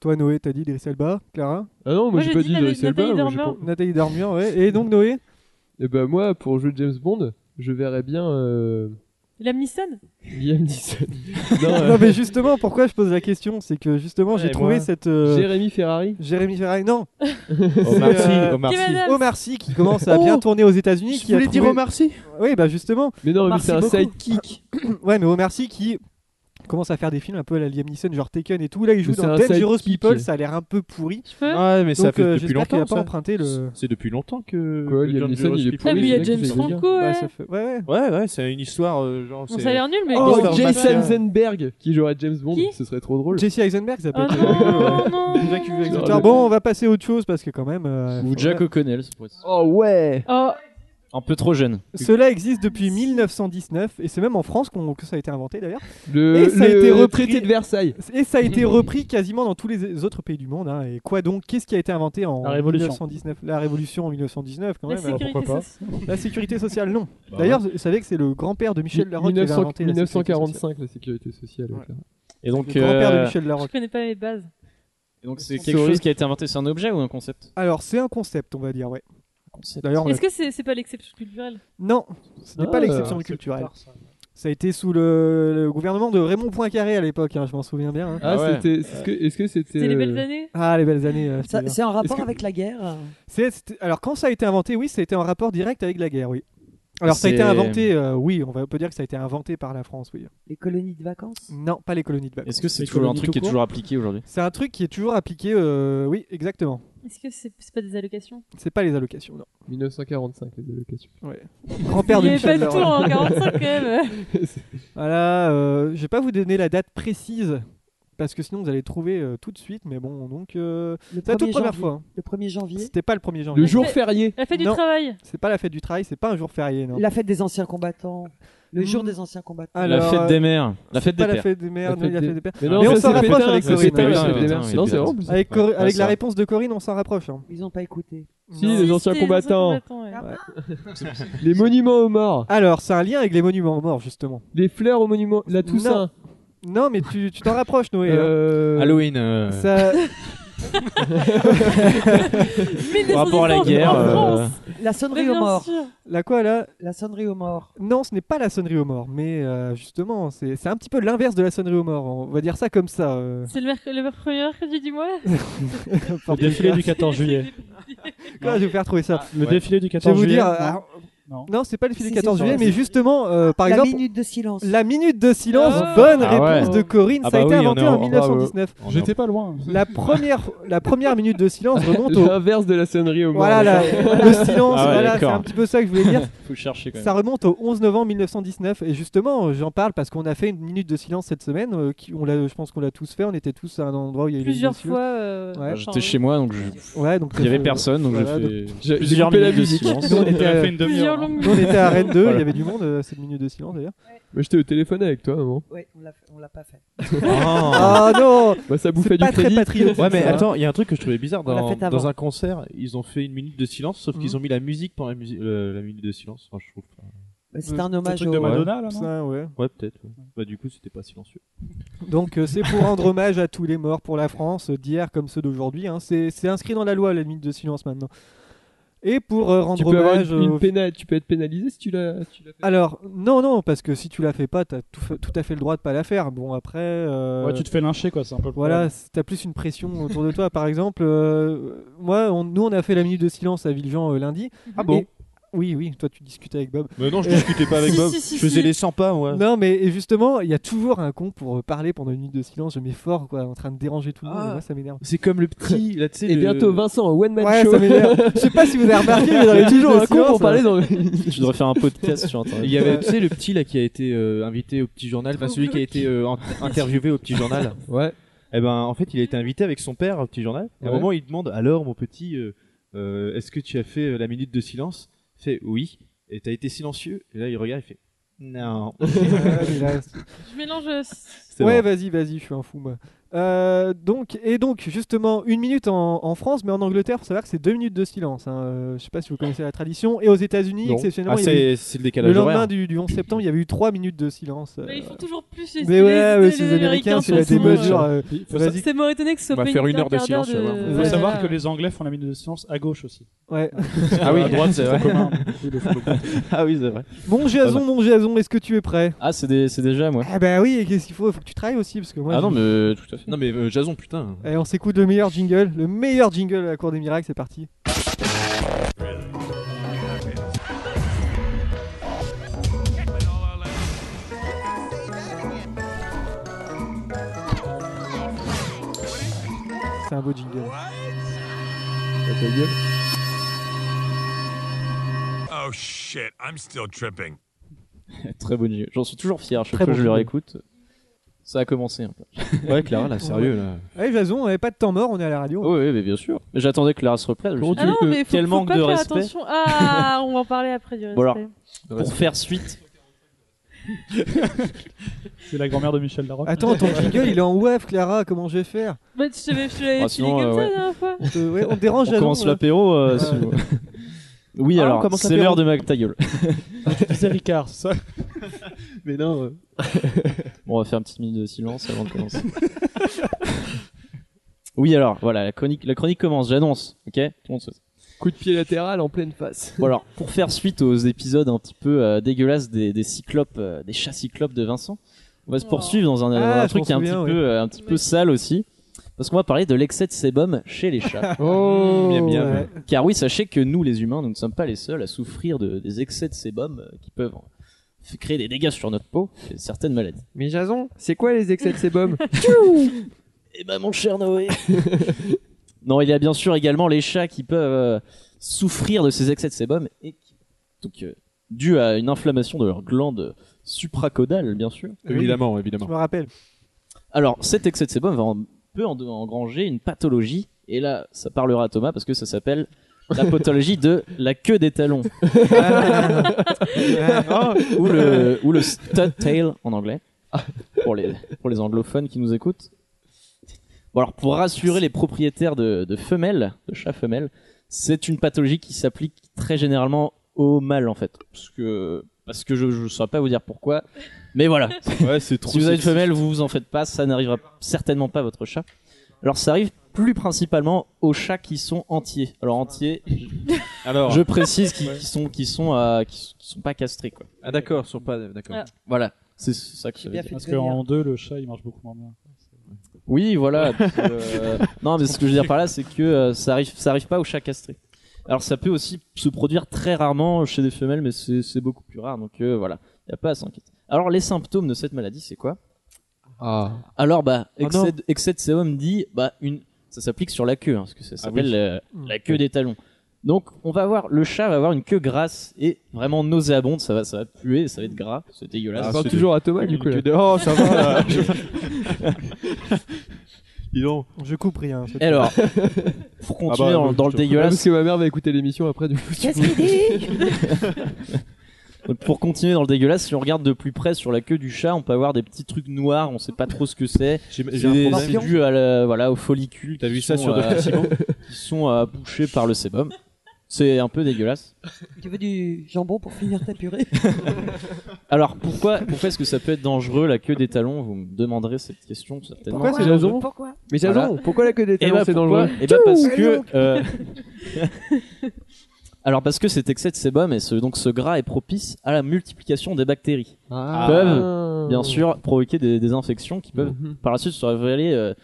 Speaker 4: Toi, Noé, t'as dit Idris Elba, Clara
Speaker 7: Ah non, moi,
Speaker 6: Moi,
Speaker 7: j'ai
Speaker 6: j'ai
Speaker 7: pas
Speaker 6: dit
Speaker 7: dit
Speaker 6: Nathalie
Speaker 7: Idris Elba.
Speaker 6: Nathalie
Speaker 7: moi, j'ai
Speaker 6: Dormer.
Speaker 7: pas-
Speaker 4: Nathalie Dormian, ouais. Et donc, Noé
Speaker 7: Eh ben moi, pour jouer James Bond, je verrais bien euh,
Speaker 5: Liam Neeson
Speaker 7: Liam Neeson.
Speaker 4: non,
Speaker 7: euh,
Speaker 4: mais justement, pourquoi je pose la question C'est que justement, j'ai
Speaker 7: Ouais,
Speaker 4: trouvé
Speaker 7: moi.
Speaker 4: cette. euh,
Speaker 7: Jérémy Ferrari
Speaker 4: Jérémy Ferrari, non
Speaker 7: Omar Sy,
Speaker 4: C'est,
Speaker 7: Omar Qui, Sy.
Speaker 5: madame
Speaker 4: Omar Sy Oh, qui commence à bien
Speaker 7: Oh
Speaker 4: tourner aux États-Unis.
Speaker 7: Je
Speaker 4: qui a
Speaker 7: voulais dire
Speaker 4: trouvé-
Speaker 7: Omar Sy.
Speaker 4: Oui, bah justement.
Speaker 7: Mais non, mais c'est un
Speaker 4: sidekick. ouais, mais Omar Sy qui commence à faire des films un peu à la Liam Neeson, genre Taken et tout. Là, il joue
Speaker 7: Mais
Speaker 4: dans
Speaker 7: c'est un
Speaker 4: Dangerous
Speaker 7: sidekick.
Speaker 4: People, ça a l'air un peu pourri.
Speaker 11: Ouais, mais ça
Speaker 4: Donc,
Speaker 11: fait
Speaker 4: euh,
Speaker 11: depuis
Speaker 4: j'espère qu'il a
Speaker 11: longtemps.
Speaker 4: pas
Speaker 11: ça.
Speaker 4: emprunté le.
Speaker 11: C'est depuis longtemps que.
Speaker 7: Quoi,
Speaker 11: que
Speaker 7: Liam
Speaker 11: John
Speaker 7: Neeson,
Speaker 11: Duros
Speaker 7: il est
Speaker 11: People-
Speaker 5: Ah, mais il y a James
Speaker 7: c'est bien.
Speaker 5: Franco, ouais.
Speaker 4: Bah, ça fait- Ouais, ouais.
Speaker 11: Ouais, ouais, c'est une histoire. euh, genre,
Speaker 5: Bon,
Speaker 11: c'est-
Speaker 5: ça a l'air nul, mais.
Speaker 7: Oh,
Speaker 11: Star Wars
Speaker 7: Jason
Speaker 11: Mafia.
Speaker 7: Eisenberg qui jouerait James Bond,
Speaker 5: Qui
Speaker 7: ce serait trop drôle.
Speaker 4: Jesse Eisenberg, ça peut
Speaker 5: Ah
Speaker 4: être.
Speaker 5: non, non
Speaker 4: Déjà qu'il joue avec
Speaker 7: non,
Speaker 4: Acteur.
Speaker 7: le-
Speaker 4: Bon, on va passer à autre chose parce que quand même. euh,
Speaker 3: Ou
Speaker 4: faut-
Speaker 3: Jack O'Connell, ça pourrait être-
Speaker 7: Oh ouais
Speaker 5: Oh,
Speaker 3: un peu trop jeune.
Speaker 4: Cela existe depuis 1919 et c'est même en France qu'on- que ça a été inventé d'ailleurs.
Speaker 7: Le,
Speaker 4: et ça a
Speaker 7: le-
Speaker 4: été
Speaker 7: le
Speaker 4: repris-
Speaker 7: traité de Versailles.
Speaker 4: Et ça a été repris quasiment dans tous les autres pays du monde. hein. Et quoi donc Qu'est-ce qui a été inventé en
Speaker 6: La Révolution.
Speaker 4: 1919 La révolution en 1919 quand
Speaker 5: La
Speaker 4: même.
Speaker 5: sécurité
Speaker 4: pourquoi pas.
Speaker 5: sociale.
Speaker 4: La sécurité sociale, non.
Speaker 7: Bah
Speaker 4: D'ailleurs, vous savez que c'est le grand-père de Michel Larocque qui avait
Speaker 7: 1900
Speaker 4: inventé la sécurité sociale.
Speaker 7: 1945 la sécurité sociale. clairement.
Speaker 3: Et donc,
Speaker 4: Le grand-père de
Speaker 3: euh,
Speaker 4: Michel
Speaker 5: je
Speaker 4: Larocque.
Speaker 5: connais pas les bases.
Speaker 3: et donc c'est quelque
Speaker 4: Sorry.
Speaker 3: chose qui a été inventé, c'est un objet ou un concept
Speaker 4: Alors, c'est un concept, on va dire, ouais. D'ailleurs, on a-
Speaker 5: Est-ce que c'est c'est pas l'exception culturelle
Speaker 4: non, ce n'est
Speaker 7: Ah,
Speaker 4: pas l'exception
Speaker 7: c'est plus
Speaker 4: culturelle. Ça a été sous le, le gouvernement de Raymond Poincaré à l'époque, hein, je m'en souviens bien. hein.
Speaker 7: Ah,
Speaker 3: Ah ouais.
Speaker 7: c'était. c'est ce que- Est-ce que c'était.
Speaker 5: C'était les belles
Speaker 7: euh,
Speaker 5: années
Speaker 4: Ah, les belles années. euh, c'était
Speaker 8: Ça,
Speaker 4: bien.
Speaker 8: C'est en rapport
Speaker 7: Est-ce que-
Speaker 8: avec la guerre. euh.
Speaker 4: C'est- c'était- alors quand ça a été inventé, oui, ça a été en rapport direct avec la guerre, oui. Alors ça a
Speaker 3: C'est-
Speaker 4: été inventé, euh, oui, on, va, on peut dire que ça a été inventé par la France, oui.
Speaker 8: Les colonies de vacances
Speaker 4: Non, pas les colonies de vacances.
Speaker 3: Est-ce que c'est
Speaker 4: Les
Speaker 3: toujours un
Speaker 4: colonies
Speaker 3: truc
Speaker 4: tout
Speaker 3: qui est
Speaker 4: court.
Speaker 3: toujours appliqué aujourd'hui
Speaker 4: C'est un truc qui est toujours appliqué, euh, oui, exactement.
Speaker 5: Est-ce que c'est c'est pas des allocations
Speaker 4: C'est pas les allocations, non.
Speaker 7: 1945 les allocations.
Speaker 4: Ouais. Grand-père
Speaker 5: Il
Speaker 4: de
Speaker 5: y avait pas
Speaker 4: Michel
Speaker 5: de tout
Speaker 4: Leroy.
Speaker 5: en 45 quand même.
Speaker 4: Voilà, euh, je vais pas vous donner la date précise parce que sinon vous allez trouver euh, tout de suite, mais bon, donc euh,
Speaker 8: Le
Speaker 4: c'est la toute
Speaker 8: 1er
Speaker 4: première
Speaker 8: janvier.
Speaker 4: fois. hein.
Speaker 8: Le 1er janvier
Speaker 4: C'était pas le 1er janvier.
Speaker 7: Le jour
Speaker 5: fait-
Speaker 7: férié.
Speaker 5: La fête du
Speaker 4: Non.
Speaker 5: travail.
Speaker 4: C'est pas la fête du travail, c'est pas un jour férié, non.
Speaker 8: La fête des anciens combattants Le jour des anciens combattants.
Speaker 4: Alors, euh,
Speaker 11: euh,
Speaker 3: fête des mères. La
Speaker 4: c'est
Speaker 3: fête des
Speaker 4: pas la
Speaker 3: pères.
Speaker 4: fête des mères,
Speaker 3: La
Speaker 4: non,
Speaker 3: fête
Speaker 4: il y a la
Speaker 3: des-
Speaker 4: fête des pères.
Speaker 3: Mais non,
Speaker 4: Ah, on
Speaker 3: c'est
Speaker 4: s'en
Speaker 3: le
Speaker 4: rapproche
Speaker 3: pétard,
Speaker 4: avec
Speaker 3: c'est le
Speaker 4: Corinne.
Speaker 3: pétard, c'est le pétard.
Speaker 4: hein.
Speaker 3: Non, c'est vraiment bizarre.
Speaker 4: Avec, Cor-
Speaker 3: Ouais,
Speaker 4: avec la
Speaker 3: ça.
Speaker 4: réponse de Corinne, on s'en rapproche. hein.
Speaker 8: Ils ont pas écouté.
Speaker 7: Si, les anciens combattants. Les monuments aux morts.
Speaker 4: Alors, c'est un lien avec les monuments aux morts, justement.
Speaker 7: Les fleurs aux monuments. La Toussaint.
Speaker 4: Non, mais tu tu t'en rapproches, Noé. là.
Speaker 7: Euh,
Speaker 11: Halloween. euh,
Speaker 4: Ça...
Speaker 11: Par rapport à la guerre. euh,
Speaker 8: La sonnerie aux morts.
Speaker 4: La quoi là
Speaker 8: La sonnerie aux morts.
Speaker 4: Non, ce n'est pas la sonnerie aux morts, mais euh, justement, c'est c'est un petit peu l'inverse de la sonnerie aux morts. On va dire ça comme ça. euh.
Speaker 5: C'est le, merc- le premier mercredi du mois
Speaker 6: Le défilé du 14 juillet.
Speaker 4: Quoi, je vais vous faire trouver ça.
Speaker 6: Le
Speaker 4: Ouais.
Speaker 6: défilé du
Speaker 4: Je vais
Speaker 6: 14
Speaker 4: vous
Speaker 6: juillet.
Speaker 4: dire.
Speaker 6: non.
Speaker 4: euh, Non, c'est pas le film
Speaker 8: Si,
Speaker 4: du
Speaker 8: c'est
Speaker 4: 14
Speaker 8: ça,
Speaker 4: juillet,
Speaker 8: c'est-
Speaker 4: mais justement, euh, par
Speaker 8: la
Speaker 4: exemple, Mm.
Speaker 8: minute de silence.
Speaker 4: la minute de silence.
Speaker 8: Ah.
Speaker 4: Bonne
Speaker 11: Ah ouais.
Speaker 4: réponse de Corinne.
Speaker 11: Ah
Speaker 4: ça a
Speaker 11: bah
Speaker 4: été
Speaker 11: oui, on
Speaker 4: inventé
Speaker 11: est en-
Speaker 4: en 1919.
Speaker 11: on est en-
Speaker 6: J'étais pas loin.
Speaker 4: La première, la première minute de silence remonte au.
Speaker 7: L'inverse de la sonnerie aux morts.
Speaker 4: Voilà, la- le silence.
Speaker 11: Ah ouais,
Speaker 4: voilà, c'est
Speaker 11: d'accord.
Speaker 4: un petit peu ça que je voulais dire.
Speaker 3: Faut le chercher quand même.
Speaker 4: Ça remonte au 11 novembre 1919 et justement euh, j'en parle parce qu'on a fait une minute de silence cette semaine. euh, qui, on l'a, je pense qu'on l'a tous fait. On était tous à un endroit où il y a eu une minute de
Speaker 5: Plusieurs
Speaker 4: silence.
Speaker 5: fois. euh,
Speaker 4: Ouais.
Speaker 5: enfin,
Speaker 3: J'étais chez moi donc je-
Speaker 4: Ouais, donc
Speaker 3: il y avait
Speaker 4: euh,
Speaker 3: personne donc
Speaker 4: voilà,
Speaker 3: j'ai fait
Speaker 7: J'ai- j'ai
Speaker 3: plusieurs
Speaker 7: coupé la
Speaker 3: minutes de
Speaker 7: musique.
Speaker 3: silence.
Speaker 4: Nous, on
Speaker 6: On a
Speaker 4: était,
Speaker 6: fait une
Speaker 5: Plusieurs
Speaker 6: demi-heure. hein.
Speaker 5: longues
Speaker 4: nous, on était à Rennes 2. Il
Speaker 3: Voilà.
Speaker 4: y avait du monde euh, cette minute de silence d'ailleurs.
Speaker 7: Mais j'étais au téléphone avec toi, maman.
Speaker 8: Ouais, on l'a fait- on l'a pas fait.
Speaker 3: Oh.
Speaker 4: Ah non,
Speaker 7: Bah, ça bouffait
Speaker 4: c'est
Speaker 7: du
Speaker 4: pas très
Speaker 7: crédit.
Speaker 4: patriotique.
Speaker 11: Ouais, mais
Speaker 4: ça.
Speaker 11: attends, il y a un truc que je trouvais bizarre.
Speaker 8: On l'a
Speaker 11: Dans,
Speaker 8: fait avant.
Speaker 11: dans un concert, ils ont fait une minute de silence, sauf qu'ils
Speaker 4: Mhm.
Speaker 11: ont mis la musique pendant la, musi- euh, la minute de silence. Enfin, je trouve. pas-
Speaker 4: Euh,
Speaker 8: Bah, C'était un
Speaker 6: Le
Speaker 8: hommage
Speaker 6: truc
Speaker 8: au.
Speaker 6: de Madonna, là, non
Speaker 4: Ça, ouais.
Speaker 11: Ouais, peut-être. ouais. Bah, du coup, c'était pas silencieux.
Speaker 4: Donc euh, c'est pour rendre hommage à tous les morts pour la France euh, d'hier comme ceux d'aujourd'hui. hein. C'est, c'est inscrit dans la loi la minute de silence maintenant. Et pour euh, rendre
Speaker 7: Tu peux, avoir
Speaker 4: hommage
Speaker 7: une,
Speaker 4: aux-
Speaker 7: une pénal- tu peux être pénalisé si tu l'as tu l'as fait.
Speaker 4: Alors non non parce que si tu la fais pas t'as tout, fa- tout à fait le droit de pas la faire. Bon après. euh,
Speaker 6: Ouais, tu te fais lyncher, quoi, c'est un peu le
Speaker 4: Voilà, c'est- t'as plus une pression autour de toi. Par exemple, euh, moi, on- nous, on a fait la minute de silence à Villejean euh, lundi.
Speaker 8: Mhm.
Speaker 11: Ah
Speaker 4: bon Oui, oui, toi, tu discutais avec Bob.
Speaker 11: Mais non, je discutais pas avec
Speaker 5: Si,
Speaker 6: Bah,
Speaker 11: Bob.
Speaker 5: si, si,
Speaker 11: je faisais
Speaker 5: si.
Speaker 11: les 100 pas, moi.
Speaker 4: Non, mais et justement, il y a toujours un con pour euh, parler pendant une minute de silence. Je m'efforce, quoi, en train de déranger tout le monde.
Speaker 11: Ah.
Speaker 4: et moi, ça m'énerve.
Speaker 11: C'est comme le petit, là, tu sais.
Speaker 7: Et
Speaker 11: le-
Speaker 7: bientôt Vincent, en one man
Speaker 4: Ouais,
Speaker 7: show.
Speaker 4: ça m'énerve. Je sais pas si vous avez remarqué, mais dans les
Speaker 7: Il y a
Speaker 4: minutes
Speaker 7: toujours
Speaker 4: de
Speaker 7: un con
Speaker 4: silence,
Speaker 7: pour parler
Speaker 4: euh,
Speaker 7: dans.
Speaker 3: Je devrais faire un podcast sur internet.
Speaker 11: Il y avait, tu sais, le petit là qui a été euh, invité au petit journal, enfin celui qui a été euh, en- interviewé au petit journal.
Speaker 7: Ouais.
Speaker 11: Eh ben, en fait, il a été invité avec son père au petit journal. Et à un
Speaker 7: Ouais.
Speaker 11: moment, il demande Alors, mon petit, euh, euh, est-ce que tu as fait euh, la minute de silence Il fait Oui. Et t'as été silencieux Et là, il regarde, il fait Non.
Speaker 4: mais là, c'est-
Speaker 5: Je mélange. euh,
Speaker 11: C'est
Speaker 4: Ouais,
Speaker 11: vrai.
Speaker 4: vas-y, vas-y, je suis un fou, moi. Euh, donc, et donc, justement, une minute en, en France, mais en Angleterre, faut savoir que c'est deux minutes de silence. hein. Euh, Je sais pas si vous connaissez la tradition. Et aux États-Unis,
Speaker 11: Non.
Speaker 4: exceptionnellement,
Speaker 11: Ah,
Speaker 4: il y a
Speaker 11: c'est
Speaker 4: eu
Speaker 11: c'est le
Speaker 4: Le
Speaker 11: décalage
Speaker 4: lendemain
Speaker 11: horaire.
Speaker 4: du, du 11 septembre, il y avait eu 3 minutes de silence. euh.
Speaker 5: Mais ils font toujours plus. les-
Speaker 4: Mais ouais,
Speaker 5: les-
Speaker 4: ouais,
Speaker 5: les-
Speaker 4: c'est les
Speaker 5: les
Speaker 4: Américains, c'est la
Speaker 5: sont, euh,
Speaker 4: démesure. euh,
Speaker 6: problème. Il faut,
Speaker 4: Vas-y.
Speaker 5: C'est mort étonné que ce soit
Speaker 2: On va
Speaker 5: pas
Speaker 2: faire une
Speaker 5: quart
Speaker 2: heure de
Speaker 5: d'heure
Speaker 2: silence, tu vas voir.
Speaker 5: de-
Speaker 6: sa- faut
Speaker 4: Ouais.
Speaker 6: savoir que les Anglais font la minute de silence à gauche aussi.
Speaker 4: Ouais.
Speaker 11: Ah oui, à droite, c'est
Speaker 6: C'est
Speaker 11: vrai.
Speaker 6: commun.
Speaker 11: Ah oui, c'est vrai.
Speaker 4: Mon Jason, mon Jason, est-ce que tu es prêt
Speaker 3: Ah c'est des- c'est déjà moi.
Speaker 4: Ah bah oui, et qu'est-ce qu'il faut Faut que tu travailles aussi, parce que moi.
Speaker 3: Ah
Speaker 4: je-
Speaker 3: non mais tout à fait.
Speaker 11: Non, mais euh, Jason, putain.
Speaker 4: Allez, on s'écoute le meilleur jingle, le meilleur jingle à la Cour des Miracles, c'est parti. C'est un beau jingle.
Speaker 12: Oh shit, I'm still tripping.
Speaker 3: Très bonne idée. J'en suis toujours fier. Chaque
Speaker 4: Très
Speaker 3: fois
Speaker 4: bon
Speaker 3: que je le
Speaker 4: film.
Speaker 3: réécoute, ça a commencé. Un peu.
Speaker 11: Ouais, Clara, là, sérieux, là.
Speaker 4: Allez Jason, on n'avait pas de temps mort, on est à la radio.
Speaker 3: oui, mais bien sûr. Mais J'attendais que Lara se replace. je me suis dit,
Speaker 5: Ah non, mais faut,
Speaker 3: quel
Speaker 5: faut
Speaker 3: manque
Speaker 5: pas
Speaker 3: de
Speaker 5: faire
Speaker 3: respect.
Speaker 5: attention. Ah, on va en parler après du respect.
Speaker 3: Bon, alors. Pour faire suite.
Speaker 4: Oh,
Speaker 6: C'est la grand-mère de Michel Larocque.
Speaker 4: Attends, ton jingle il est en WAF, Clara, comment je vais faire
Speaker 5: Bah, tu savais, je te l'avais filé
Speaker 3: Ah, sinon,
Speaker 5: comme
Speaker 3: euh,
Speaker 5: ça la
Speaker 3: ouais.
Speaker 5: dernière fois.
Speaker 4: Euh, ouais, on dérange
Speaker 3: On
Speaker 4: Jason,
Speaker 3: commence
Speaker 4: là.
Speaker 3: l'apéro. euh, si
Speaker 4: Ouais.
Speaker 3: vous- Oui,
Speaker 11: Ah, on
Speaker 3: alors
Speaker 11: commence
Speaker 3: c'est
Speaker 11: l'apéro.
Speaker 3: l'heure de ma ta gueule.
Speaker 6: C'est Ricard, ça.
Speaker 11: Mais non.
Speaker 7: euh,
Speaker 3: Bon, on va faire une petite minute de silence avant de commencer. oui, alors voilà, la chronique, la chronique commence. J'annonce, ok. Tout le monde se-
Speaker 7: Coup de pied latéral en pleine face.
Speaker 3: Bon alors, pour faire suite aux épisodes un petit peu euh, dégueulasses des, des cyclopes, euh, des chats cyclopes de Vincent, on va se
Speaker 5: Oh.
Speaker 3: poursuivre dans un, dans
Speaker 4: Ah,
Speaker 3: un
Speaker 4: je
Speaker 3: truc
Speaker 4: m'en
Speaker 3: qui est un petit,
Speaker 4: souviens,
Speaker 3: peu, euh, un petit peu sale aussi, parce qu'on va parler de l'excès de sébum chez les chats. Euh,
Speaker 7: Oh
Speaker 11: Miam, miam.
Speaker 4: Ouais.
Speaker 3: Car oui, sachez que nous, les humains, nous ne sommes pas les seuls à souffrir de, des excès de sébum euh, qui peuvent euh, créer des dégâts sur notre peau et certaines maladies.
Speaker 7: Mais Jason, c'est quoi les excès de sébum
Speaker 3: Eh ben mon cher Noé. non, il y a bien sûr également les chats qui peuvent euh, souffrir de ces excès de sébum et qui- donc euh, dû à une inflammation de leur glande supracaudale bien sûr.
Speaker 11: Évidemment,
Speaker 4: Je
Speaker 11: évidemment.
Speaker 4: me rappelle.
Speaker 3: Alors cet excès de sébum va en- peut en- engranger une pathologie et là ça parlera à Thomas parce que ça s'appelle la pathologie de la queue des talons. ou le, ou le stud tail en anglais, pour les, pour les anglophones qui nous écoutent. Bon, alors, pour rassurer les propriétaires de, de femelles, de chats femelles, c'est une pathologie qui s'applique très généralement au mâle, en fait. Parce que, parce que je ne saurais pas vous dire pourquoi. Mais voilà.
Speaker 11: Ouais, c'est trop
Speaker 3: si vous avez une
Speaker 11: sexy.
Speaker 3: femelle, vous vous en faites pas, ça n'arrivera certainement pas à votre chat. Alors, ça arrive plus principalement aux chats qui sont entiers. Alors, entiers, je-
Speaker 11: Alors.
Speaker 3: je précise qu'ils
Speaker 11: Ah. Ouais.
Speaker 3: qui sont, qui sont, à- qui, qui sont pas castrés, quoi.
Speaker 11: Ah d'accord, sont pas d'accord.
Speaker 3: Ah. Voilà, c'est ça que ça veut dire.
Speaker 6: Parce qu'en deux, le chat, il marche beaucoup moins bien.
Speaker 3: Oui, voilà. Euh, non, mais ce que je veux dire par là, c'est que euh, ça arrive, ça arrive pas au chat castré. Alors, ça peut aussi se produire très rarement chez des femelles, mais c'est c'est beaucoup plus rare. Donc euh, voilà, il y a pas à s'inquiéter. Alors, les symptômes de cette maladie, c'est quoi Alors, bah,
Speaker 7: Oh
Speaker 3: excès,
Speaker 7: non.
Speaker 3: de- excès de sérum dit, bah, une, ça s'applique sur la queue, hein, parce que
Speaker 7: Ah
Speaker 3: ça s'appelle
Speaker 7: oui.
Speaker 3: euh, la queue des talons. Donc, on va avoir, le chat va avoir une queue grasse et vraiment nauséabonde. Ça va, ça va puer, ça va être gras, c'est dégueulasse.
Speaker 7: Ah, parle toujours à Thomas, du coup, là.
Speaker 11: Oh, ça va. là.
Speaker 7: Dis donc.
Speaker 4: Je coupe rien. c'est
Speaker 3: Et
Speaker 4: tout.
Speaker 3: alors, pour continuer dans, dans le
Speaker 7: Ouais,
Speaker 3: dégueulasse,
Speaker 7: Parce que ma mère va écouter l'émission après, du coup.
Speaker 3: Qu'est-ce qu'il Donc, pour continuer dans le dégueulasse, si on regarde de plus près sur la queue du chat, on peut avoir des petits trucs noirs, on sait pas trop ce que c'est.
Speaker 11: J'ai- j'ai un
Speaker 3: C'est
Speaker 11: problème.
Speaker 3: c'est dû à la- voilà, aux follicules. T'as
Speaker 11: vu ça sur Doctissimo
Speaker 3: Qui sont euh, bouchés par le sébum. C'est un peu dégueulasse.
Speaker 8: Tu veux du jambon pour finir ta purée
Speaker 3: Alors pourquoi, pourquoi est-ce que ça peut être dangereux la queue des talons Vous me demanderez cette question certainement.
Speaker 7: Pourquoi c'est Jason Pourquoi Mais Jason, pourquoi la queue des
Speaker 3: Eh
Speaker 7: talons,
Speaker 3: ben,
Speaker 7: c'est
Speaker 3: pourquoi
Speaker 7: dangereux
Speaker 3: Eh ben parce
Speaker 7: Allez
Speaker 3: que
Speaker 7: donc.
Speaker 3: euh, Alors parce que cet excès de sébum et ce, donc ce gras est propice à la multiplication des bactéries.
Speaker 7: Ah.
Speaker 3: Peuvent bien sûr provoquer des, des infections qui peuvent
Speaker 7: Mhm.
Speaker 3: par la suite se révéler euh,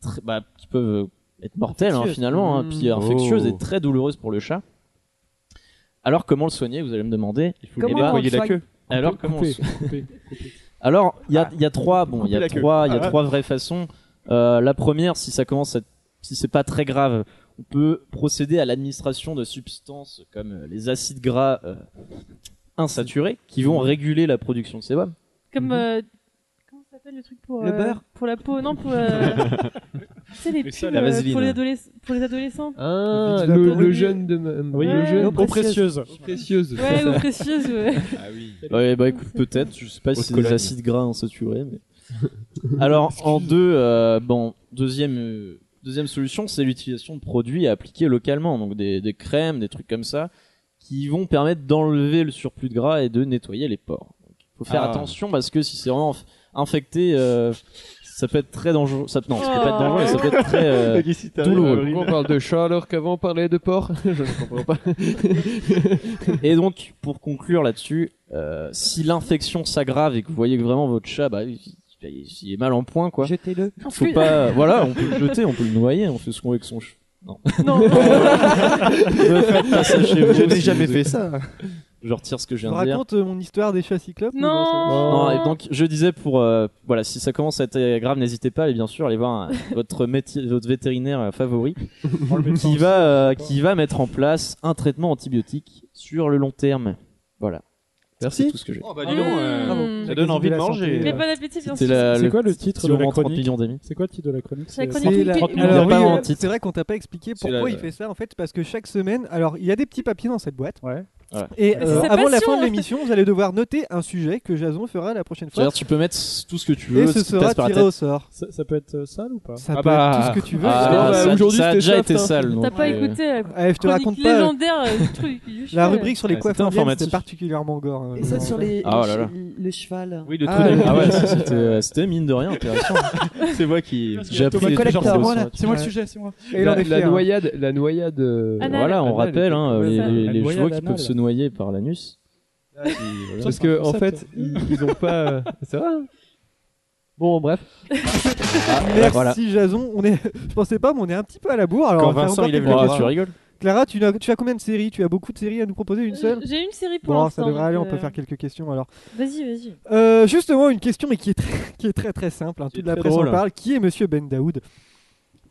Speaker 3: très- bah, qui peuvent être mortelles hein,
Speaker 7: Infectieuses.
Speaker 3: finalement, hein,
Speaker 7: Mhm.
Speaker 11: Mmh.
Speaker 3: puis infectieuses et
Speaker 7: Oh.
Speaker 3: très douloureuses pour le chat. Alors comment le soigner Vous allez me demander. Il
Speaker 11: faut Comment lui nettoyer on le la soigne queue.
Speaker 3: Alors
Speaker 11: Couper,
Speaker 3: comment on
Speaker 11: couper,
Speaker 3: soigne
Speaker 11: couper, couper. Ah.
Speaker 3: Alors il y a, il y a trois bon, il y
Speaker 11: Couper
Speaker 3: a
Speaker 11: la queue.
Speaker 3: trois il y a
Speaker 11: Ah.
Speaker 3: trois vraies façons. Euh, la première, si ça commence à, si c'est pas très grave, on peut procéder à l'administration de substances comme euh, les acides gras euh, insaturés qui vont réguler la production de sébum.
Speaker 5: Comme. euh, Comment ça s'appelle le truc pour.
Speaker 3: Le
Speaker 5: euh,
Speaker 3: beurre
Speaker 5: Pour la peau, non, pour. euh, tu sais, les
Speaker 3: Mais ça,
Speaker 5: pubs,
Speaker 3: la
Speaker 5: euh,
Speaker 3: vaseline.
Speaker 5: pour, les adoles- pour les adolescents.
Speaker 7: Ah, le, le jeune de. ma-
Speaker 5: Oui,
Speaker 7: le
Speaker 5: Ouais.
Speaker 7: jeune.
Speaker 5: Eau
Speaker 6: précieuse.
Speaker 7: Eau Précieuse.
Speaker 5: Ouais, ou précieuse, ouais.
Speaker 3: Ouais, bah écoute, peut-être, je sais pas si c'est des
Speaker 7: Cologne.
Speaker 3: acides gras insaturés. Mais... Alors, en deux, euh, bon, deuxième, euh, deuxième solution, c'est l'utilisation de produits à appliquer localement, donc des, des crèmes, des trucs comme ça, qui vont permettre d'enlever le surplus de gras et de nettoyer les pores. Il faut faire
Speaker 7: Ah.
Speaker 3: attention parce que si c'est vraiment inf- infecté, euh, ça peut être très dangereux. Ça, non, ça peut pas être dangereux, mais ça peut être très euh,
Speaker 7: Le glycine arrive,
Speaker 3: douloureux.
Speaker 7: Pourquoi on parle de chat alors qu'avant on parlait de porc Je ne comprends pas.
Speaker 3: Et donc, pour conclure là-dessus, euh, si l'infection s'aggrave et que vous voyez que vraiment votre chat, bah, il, il- il est mal en point, quoi.
Speaker 8: Jetez-le.
Speaker 3: Faut pas, euh, voilà, on peut le jeter, on peut le noyer, on fait ce qu'on veut avec son chat. Non.
Speaker 5: Non.
Speaker 3: ne faites pas ça chez vous.
Speaker 4: Je n'ai
Speaker 3: si
Speaker 4: jamais
Speaker 3: vous-
Speaker 4: fait ça.
Speaker 3: Je retire ce que je
Speaker 4: Je
Speaker 3: viens de dire.
Speaker 4: raconte euh, mon histoire des chats cyclopes. ou
Speaker 5: Non.
Speaker 4: non,
Speaker 3: Non,
Speaker 4: ça-
Speaker 3: et donc je disais pour euh, voilà si ça commence à être grave n'hésitez pas et bien sûr aller voir un- votre métier votre vétérinaire euh, favori qui va euh, qui va mettre en place un traitement antibiotique sur le long terme voilà merci tout ce que j'ai
Speaker 6: Eh
Speaker 11: Oh, bah, dis donc,
Speaker 3: Mmh.
Speaker 11: euh, ça donne envie de manger.
Speaker 5: Hmm. Mais bon appétit, bien
Speaker 3: C'était
Speaker 5: sûr.
Speaker 3: la-
Speaker 6: C'est
Speaker 3: le-
Speaker 6: quoi le titre
Speaker 3: si
Speaker 6: de
Speaker 3: on
Speaker 6: la
Speaker 3: rentre en
Speaker 6: chronique
Speaker 3: millions d'amis.
Speaker 6: C'est quoi le titre de la chronique
Speaker 5: C'est la
Speaker 4: C'est la-
Speaker 6: 30 millions.
Speaker 4: alors,
Speaker 3: Il y a pas
Speaker 4: oui,
Speaker 3: en
Speaker 4: euh,
Speaker 3: titre.
Speaker 4: C'est vrai qu'on t'a pas expliqué
Speaker 3: C'est
Speaker 4: pourquoi
Speaker 3: la-
Speaker 4: il
Speaker 11: euh.
Speaker 4: fait ça en fait, parce que chaque semaine, alors il y a des petits papiers dans cette boîte.
Speaker 3: Ouais.
Speaker 4: Et
Speaker 3: Mais c'est
Speaker 4: euh,
Speaker 3: sa
Speaker 4: avant la
Speaker 3: passion.
Speaker 4: fin de l'émission, vous allez devoir noter un sujet que Jason fera la prochaine fois.
Speaker 3: C'est-à-dire, tu peux mettre s- tout ce que tu
Speaker 4: Et
Speaker 3: veux.
Speaker 4: ce
Speaker 3: qui te
Speaker 4: sera
Speaker 3: passe par la
Speaker 4: tiré au
Speaker 3: tête.
Speaker 4: sort.
Speaker 6: Ça, ça peut être euh, sale ou pas
Speaker 4: Ça peut être tout ce que tu veux.
Speaker 3: Ah,
Speaker 4: finalement.
Speaker 3: ça- ça a déjà été sale.
Speaker 5: T'as
Speaker 3: donc,
Speaker 5: pas
Speaker 3: euh,
Speaker 5: écouté la
Speaker 4: Ouais, je te
Speaker 5: chronique
Speaker 4: raconte pas, euh,
Speaker 5: légendaire euh, du truc. du
Speaker 4: La
Speaker 5: cheval.
Speaker 4: rubrique sur les
Speaker 3: Ouais,
Speaker 4: coiffes
Speaker 3: c'était
Speaker 4: indiennes,
Speaker 3: informatif.
Speaker 4: c'était particulièrement gore. euh,
Speaker 8: Et ça sur les,
Speaker 3: Ah,
Speaker 8: les
Speaker 3: là, là.
Speaker 8: che- le cheval.
Speaker 11: Oui, le
Speaker 3: Ah,
Speaker 11: trou de-
Speaker 3: ah ouais, ça, c'était, euh, c'était mine de rien intéressant.
Speaker 11: C'est moi qui.
Speaker 3: J'ai appris des trucs sur le son, tu vois.
Speaker 7: Et la, la
Speaker 4: hein.
Speaker 7: noyade, la noyade. euh,
Speaker 3: Voilà, on
Speaker 7: anale,
Speaker 3: rappelle, hein,
Speaker 7: elle
Speaker 3: les,
Speaker 7: était
Speaker 3: les,
Speaker 7: comme
Speaker 3: les
Speaker 7: ça.
Speaker 3: chevaux qui peuvent se noyer par l'anus. Voilà.
Speaker 7: Parce que en fait, ils, ils ont pas. euh, C'est vrai. hein Bon, bref.
Speaker 3: Ah,
Speaker 4: Merci
Speaker 7: voilà.
Speaker 4: Jason. On est... Je pensais pas, mais on est un petit peu à la bourre. Alors,
Speaker 7: Quand
Speaker 4: on va faire
Speaker 7: Vincent,
Speaker 4: encore
Speaker 7: il lève
Speaker 4: quelques
Speaker 7: le bras,
Speaker 4: questions.
Speaker 7: tu rigoles
Speaker 4: Clara, tu as, tu as combien de séries Tu as beaucoup de séries à nous proposer Une seule
Speaker 5: euh, J'ai une série pour
Speaker 4: Bon,
Speaker 5: l'instant,
Speaker 4: ça devrait
Speaker 5: donc,
Speaker 4: aller, on
Speaker 5: euh,
Speaker 4: peut faire quelques questions alors.
Speaker 5: Vas-y, vas-y.
Speaker 4: Euh, justement, une question mais qui est très, qui est très, très simple. hein. Toute la
Speaker 5: très
Speaker 4: presse en
Speaker 5: drôle.
Speaker 4: parle. Qui est monsieur Ben Daoud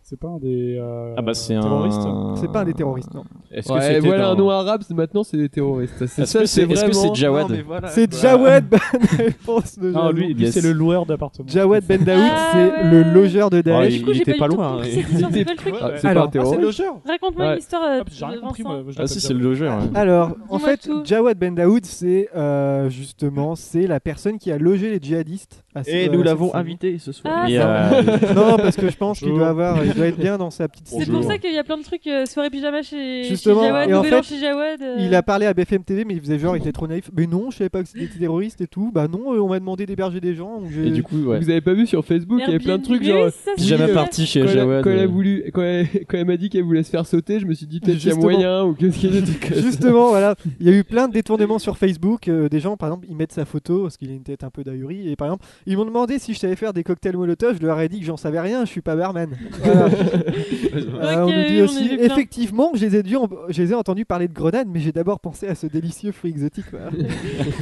Speaker 6: C'est pas un des. euh,
Speaker 3: Ah bah, c'est un-
Speaker 6: terroristes
Speaker 4: C'est pas un des terroristes, non.
Speaker 3: Est-ce que
Speaker 7: Ouais,
Speaker 3: c'était
Speaker 7: voilà,
Speaker 3: dans-
Speaker 7: un nom arabe, c'est- maintenant c'est des terroristes. C'est
Speaker 3: Est-ce
Speaker 7: ça,
Speaker 3: que
Speaker 7: c'est
Speaker 3: c'est- est-ce que c'est
Speaker 7: vraiment-
Speaker 3: Jawad Non, mais
Speaker 7: Ah.
Speaker 6: voilà.
Speaker 4: C'est
Speaker 6: Bah.
Speaker 4: Jawad bonne réponse de
Speaker 6: Non,
Speaker 4: Jaloux.
Speaker 6: lui, lui, c'est le loueur d'appartement.
Speaker 4: Jawad Ben Daoud,
Speaker 5: Ah
Speaker 4: c'est
Speaker 5: ouais.
Speaker 4: le logeur de
Speaker 11: Ah,
Speaker 4: Daesh.
Speaker 11: il- Du coup, il j'ai était pas pas du tout loin, compris hein. cette histoire,
Speaker 5: c'est pas le truc.
Speaker 11: Ah, c'est
Speaker 4: Alors,
Speaker 11: pas un terroriste.
Speaker 4: Ah, c'est le
Speaker 5: Raconte-moi
Speaker 4: Ouais.
Speaker 5: une histoire. euh,
Speaker 6: j'ai rien
Speaker 5: de
Speaker 6: compris,
Speaker 5: Vincent.
Speaker 6: moi, je
Speaker 3: Ah
Speaker 6: l'appelle
Speaker 3: si, c'est
Speaker 6: Jawad.
Speaker 3: le logeur. ouais.
Speaker 4: Alors, en
Speaker 5: Dis-moi
Speaker 4: fait,
Speaker 5: tout.
Speaker 4: Jawad Ben Daoud, c'est euh, justement c'est la personne qui a logé les djihadistes. à ce-
Speaker 11: Et
Speaker 4: euh,
Speaker 11: nous
Speaker 4: à
Speaker 11: l'avons
Speaker 4: cette-
Speaker 11: invité ce soir.
Speaker 5: Ah,
Speaker 3: Et,
Speaker 5: c'est-
Speaker 3: euh,
Speaker 4: Non, parce que je pense qu'il
Speaker 11: Bonjour.
Speaker 4: doit avoir, il doit être bien dans sa petite.
Speaker 5: C'est pour
Speaker 4: cellule.
Speaker 5: ça qu'il y a plein de trucs. euh, soirée pyjama chez, chez
Speaker 4: Justement,
Speaker 5: Jawad,
Speaker 4: et en
Speaker 5: nouvel
Speaker 4: fait,
Speaker 5: an chez Jawad. euh.
Speaker 4: Il a parlé à BFM TV, mais il faisait genre, il était trop naïf. Mais non, je savais pas que c'était des terroristes et tout. Bah non, euh, on m'a demandé d'héberger des gens. donc j'ai-
Speaker 3: Et du coup, ouais.
Speaker 7: Vous avez pas vu sur Facebook, il y avait plein de trucs genre.
Speaker 5: Airbnb, ça, c'est
Speaker 3: Pyjama
Speaker 5: vrai.
Speaker 3: party chez
Speaker 7: Quand elle, a,
Speaker 3: Jawad.
Speaker 7: quand elle a
Speaker 3: euh,
Speaker 7: voulu, quand elle, quand elle m'a dit qu'elle voulait se faire sauter, je me suis dit peut-être qu'il y a
Speaker 4: Justement.
Speaker 7: moyen ou qu'est-ce qu'il y a des trucs comme ça.
Speaker 4: Justement, voilà, il y a eu plein de détournements sur Facebook. euh, des gens, par exemple, ils mettent sa photo parce qu'il a une tête un peu d'ahurie. Et par exemple, ils m'ont demandé si je savais faire des cocktails Molotov. Je leur ai dit que j'en savais rien, je suis pas barman. Voilà. Euh, on
Speaker 5: Ok,
Speaker 4: nous
Speaker 5: oui,
Speaker 4: dit
Speaker 5: on
Speaker 4: aussi,
Speaker 5: a vu plein.
Speaker 4: effectivement, je les ai, dû en- je les ai entendus parler de grenades, mais j'ai d'abord pensé à ce délicieux fruit exotique. voilà.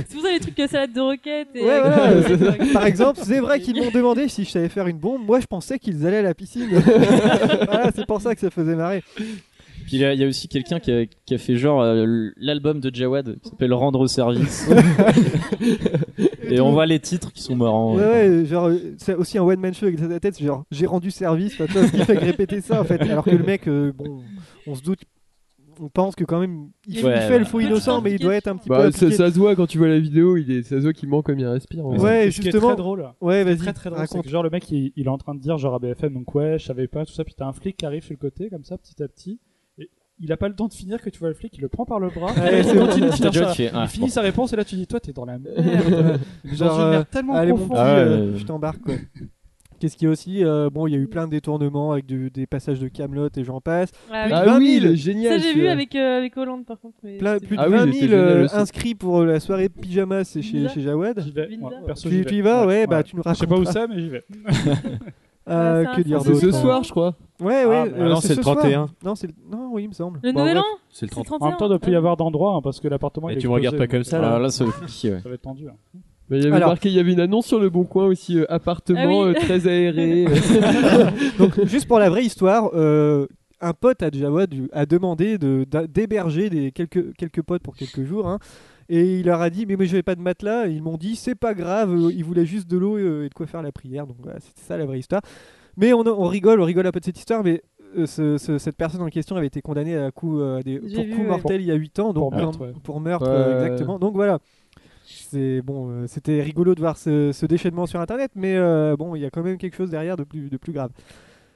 Speaker 5: C'est pour ça les trucs à salade de roquette. Et...
Speaker 4: Ouais, voilà, euh, Par exemple, c'est vrai qu'ils m'ont demandé si je savais faire une bombe. Moi, je pensais qu'ils allaient à la piscine. voilà, c'est pour ça que ça faisait marrer.
Speaker 3: Puis là, il y a aussi quelqu'un qui a, qui a fait genre euh, l'album de Jawad qui s'appelle Rendre service. Et on voit les titres qui sont marrants.
Speaker 4: Ouais, ouais, genre, euh, c'est aussi un one man show avec sa tête, c'est genre, j'ai rendu service, enfin, tu vois, ce qui fait que répéter ça en fait. Alors que le mec, euh, bon, on se doute, on pense que quand même, il, il
Speaker 3: Ouais,
Speaker 4: fait le
Speaker 5: ouais.
Speaker 4: fou innocent, mais il doit être un petit peu.
Speaker 7: Bah, ça,
Speaker 4: appliqué.
Speaker 7: ça se voit quand tu vois la vidéo, il est, ça se voit qu'il ment comme il respire. en vrai.
Speaker 11: Eh,
Speaker 4: Ouais,
Speaker 6: Ce qui est très
Speaker 4: justement.
Speaker 6: drôle.
Speaker 4: Ouais, vas-y,
Speaker 6: Très très drôle, c'est
Speaker 4: raconte.
Speaker 6: que genre le mec il, il est en train de dire genre à BFM donc ouais je savais pas tout ça puis t'as un flic qui arrive sur le côté comme ça petit à petit et il a pas le temps de finir que tu vois le flic il le prend par le bras
Speaker 4: Ouais,
Speaker 6: et
Speaker 4: c'est
Speaker 6: il continue de
Speaker 3: C'est
Speaker 6: dire
Speaker 3: Jawad
Speaker 6: ça.
Speaker 3: qui fait, ah,
Speaker 6: il finit
Speaker 3: bon.
Speaker 6: sa réponse et là tu dis toi t'es dans la merde
Speaker 4: Genre,
Speaker 6: dans une
Speaker 4: euh,
Speaker 6: merde tellement
Speaker 4: allez, mon
Speaker 6: profonde
Speaker 4: petit,
Speaker 3: Ah ouais,
Speaker 4: euh,
Speaker 3: ouais.
Speaker 4: je t'embarque quoi. Qu'est-ce qu'il y a aussi Euh, Bon, il y a eu plein de détournements avec du- des passages de Camelot et j'en passe.
Speaker 5: Ah,
Speaker 4: Plus
Speaker 5: oui.
Speaker 4: de
Speaker 7: Ah
Speaker 4: 20
Speaker 7: oui,
Speaker 4: 000.
Speaker 7: il est génial.
Speaker 5: ça, j'ai vu
Speaker 7: celui-là.
Speaker 5: avec, euh, avec Hollande par contre. mais
Speaker 4: Plein-
Speaker 5: c'est-
Speaker 4: plus de
Speaker 7: Ah oui,
Speaker 4: 20
Speaker 7: il
Speaker 4: 000
Speaker 7: était génial
Speaker 4: euh,
Speaker 7: aussi.
Speaker 4: inscrits pour la soirée pyjama, c'est chez,
Speaker 5: Bizarre.
Speaker 4: chez Jawad.
Speaker 6: j'y vais
Speaker 5: Linda.
Speaker 6: moi, perso
Speaker 4: Tu,
Speaker 6: j'y
Speaker 4: tu y vas, ouais, bah tu nous
Speaker 6: je sais pas
Speaker 4: racontes.
Speaker 6: où c'est mais j'y vais
Speaker 5: Ah, c'est un
Speaker 4: que
Speaker 5: français.
Speaker 4: dire
Speaker 7: C'est
Speaker 4: d'autre
Speaker 7: ce
Speaker 5: D'autres,
Speaker 7: soir,
Speaker 5: hein.
Speaker 7: je crois.
Speaker 4: Ouais,
Speaker 6: Ah,
Speaker 4: ouais.
Speaker 6: mais
Speaker 4: euh,
Speaker 11: non, c'est le
Speaker 4: ce soir.
Speaker 11: 31.
Speaker 4: Non, c'est le- non, oui, il me semble.
Speaker 5: Le
Speaker 4: Bon,
Speaker 5: nouvel
Speaker 4: bref.
Speaker 5: an
Speaker 11: C'est le
Speaker 5: C'est
Speaker 11: 30.
Speaker 5: 31.
Speaker 6: en même temps il doit plus y avoir d'endroit hein, parce que l'appartement
Speaker 11: Et
Speaker 6: il est
Speaker 11: tu me regardes
Speaker 6: explosé,
Speaker 11: pas comme ça,
Speaker 6: donc, euh,
Speaker 3: Alors Ah, là, ça va être compliqué, ouais.
Speaker 6: ça va être tendu hein.
Speaker 7: Mais il y avait
Speaker 4: Alors-
Speaker 7: marqué, il y avait une annonce sur le bon coin aussi, euh, appartement
Speaker 5: Ah oui.
Speaker 7: euh, très aéré. euh.
Speaker 4: Juste pour la vraie histoire, euh, un pote à Jawad lui a demandé de- d'a- d'héberger des quelques, quelques potes pour quelques jours. hein. et il leur a dit Mais, mais je n'avais pas de matelas. Et ils m'ont dit C'est pas grave, euh, ils voulaient juste de l'eau euh, et de quoi faire la prière. Donc voilà, c'était ça la vraie histoire. Mais on, on rigole, on rigole un peu de cette histoire. Mais euh, ce- ce- cette personne en question avait été condamnée à coup, euh, à des,
Speaker 5: J'ai
Speaker 4: pour
Speaker 5: vu,
Speaker 4: coup
Speaker 5: ouais.
Speaker 4: mortel il y a 8 ans. Donc,
Speaker 6: Pour meurtre, ouais.
Speaker 4: pour meurtre, euh,
Speaker 7: Ouais.
Speaker 4: exactement. Donc voilà. C'est bon, euh, c'était rigolo de voir ce, ce déchaînement sur internet, mais euh, bon, il y a quand même quelque chose derrière de plus, de plus grave.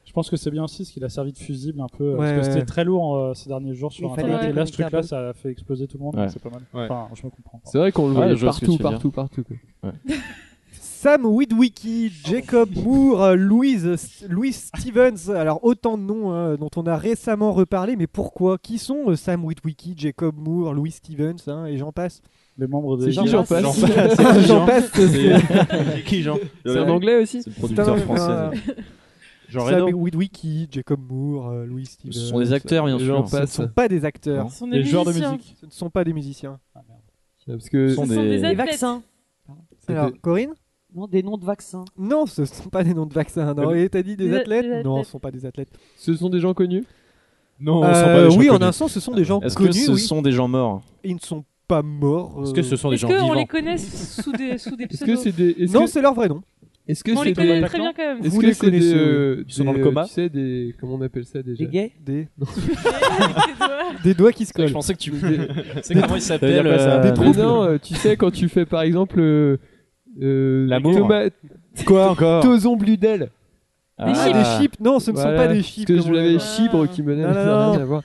Speaker 6: je pense que c'est bien aussi ce qu'il a servi de fusible un peu euh,
Speaker 4: Ouais,
Speaker 6: parce que
Speaker 4: ouais.
Speaker 6: c'était très lourd euh, ces derniers jours sur
Speaker 4: Il fallait
Speaker 6: internet et là
Speaker 8: des
Speaker 6: ce truc là
Speaker 8: câbles.
Speaker 6: ça a fait exploser tout le monde
Speaker 3: Ouais.
Speaker 6: donc c'est pas mal
Speaker 11: Ouais.
Speaker 6: enfin je me comprends
Speaker 7: C'est vrai qu'on le
Speaker 3: Ouais,
Speaker 7: voyait
Speaker 3: je vois ce que
Speaker 7: partout,
Speaker 3: tu veux
Speaker 7: partout, partout, quoi.
Speaker 4: Sam Witwicky, Jacob
Speaker 3: Oh.
Speaker 4: Moore, euh, Louise, S- Louis Stevens, alors autant de noms hein, dont on a récemment reparlé, mais pourquoi Qui sont euh, Sam Witwicky, Jacob Moore, Louis Stevens, hein, et j'en passe
Speaker 6: les membres
Speaker 7: C'est
Speaker 6: des
Speaker 7: qui j'en passe
Speaker 11: Jean
Speaker 4: J'en passe c'est-
Speaker 11: C'est qui Jean
Speaker 7: C'est en anglais aussi
Speaker 3: C'est le producteur
Speaker 4: Putain,
Speaker 3: français.
Speaker 4: euh,
Speaker 11: Jean
Speaker 4: Sam
Speaker 11: Reno.
Speaker 4: Witwicky, Jacob Moore, euh, Louis Stevens.
Speaker 3: Ce sont des acteurs, bien
Speaker 7: Les gens
Speaker 3: sûr.
Speaker 4: Ce ne
Speaker 7: passent.
Speaker 4: sont pas des acteurs,
Speaker 5: Ce sont des
Speaker 6: les joueurs de
Speaker 5: musiciens.
Speaker 6: musique
Speaker 4: ce ne sont pas des musiciens.
Speaker 7: Parce que
Speaker 3: Ce sont
Speaker 5: Ce sont des
Speaker 3: des-
Speaker 8: Des
Speaker 5: athlètes.
Speaker 8: vaccins.
Speaker 4: Alors, Corinne
Speaker 8: Non, des noms de vaccins.
Speaker 4: Non, ce ne sont pas des noms de vaccins. Non, et t'as dit des
Speaker 5: Des-
Speaker 4: athlètes
Speaker 5: des athlètes.
Speaker 4: Non, ce ne sont pas des athlètes.
Speaker 7: ce sont des gens connus.
Speaker 11: Non,
Speaker 4: Euh,
Speaker 11: on s'en bat les
Speaker 4: oui,
Speaker 11: gens
Speaker 4: en
Speaker 11: connus.
Speaker 4: un sens, ce sont des gens
Speaker 3: Est-ce que
Speaker 4: connus.
Speaker 3: ce
Speaker 4: oui.
Speaker 3: sont des gens morts
Speaker 4: Ils ne sont pas morts.
Speaker 11: Est-ce
Speaker 4: euh,
Speaker 11: que ce sont des
Speaker 5: Est-ce
Speaker 11: gens
Speaker 5: qu'on
Speaker 11: vivants
Speaker 5: les connaît sous des, sous des
Speaker 7: Est-ce que
Speaker 5: pseudos
Speaker 7: c'est des. Est-ce
Speaker 4: Non,
Speaker 7: que-
Speaker 4: c'est leur vrai nom.
Speaker 7: est-ce que
Speaker 5: On les
Speaker 7: c'est
Speaker 5: connaît
Speaker 7: des.
Speaker 5: très bien quand même.
Speaker 7: Est-ce
Speaker 4: Vous
Speaker 7: que
Speaker 4: les
Speaker 7: c'est des.
Speaker 4: connaissez,
Speaker 7: euh,
Speaker 11: Ils sont dans le
Speaker 7: des,
Speaker 11: coma
Speaker 7: euh, Tu sais, des. Comment on appelle ça déjà
Speaker 8: Des gays
Speaker 4: Des,
Speaker 5: Avec tes doigts.
Speaker 4: des doigts qui se
Speaker 3: Je
Speaker 4: collent.
Speaker 3: pensais que tu. C'est
Speaker 4: Des-
Speaker 3: comment il
Speaker 11: Ça
Speaker 3: s'appelle
Speaker 11: veut dire quoi, ça
Speaker 3: euh,
Speaker 7: Mais non, euh, tu sais, quand tu fais par exemple. euh, euh,
Speaker 11: L'amour.
Speaker 7: Thomas-
Speaker 11: Quoi encore
Speaker 7: Toson Bludel.
Speaker 4: Ah,
Speaker 5: chips.
Speaker 4: des chips Non, ce ne sont
Speaker 7: Voilà.
Speaker 4: pas des chips.
Speaker 7: Parce que
Speaker 4: comme
Speaker 7: je
Speaker 4: on
Speaker 7: l'avais
Speaker 4: l'appelle.
Speaker 5: Ah.
Speaker 7: chibre qui me
Speaker 4: Non, non, non.
Speaker 7: rien à voir.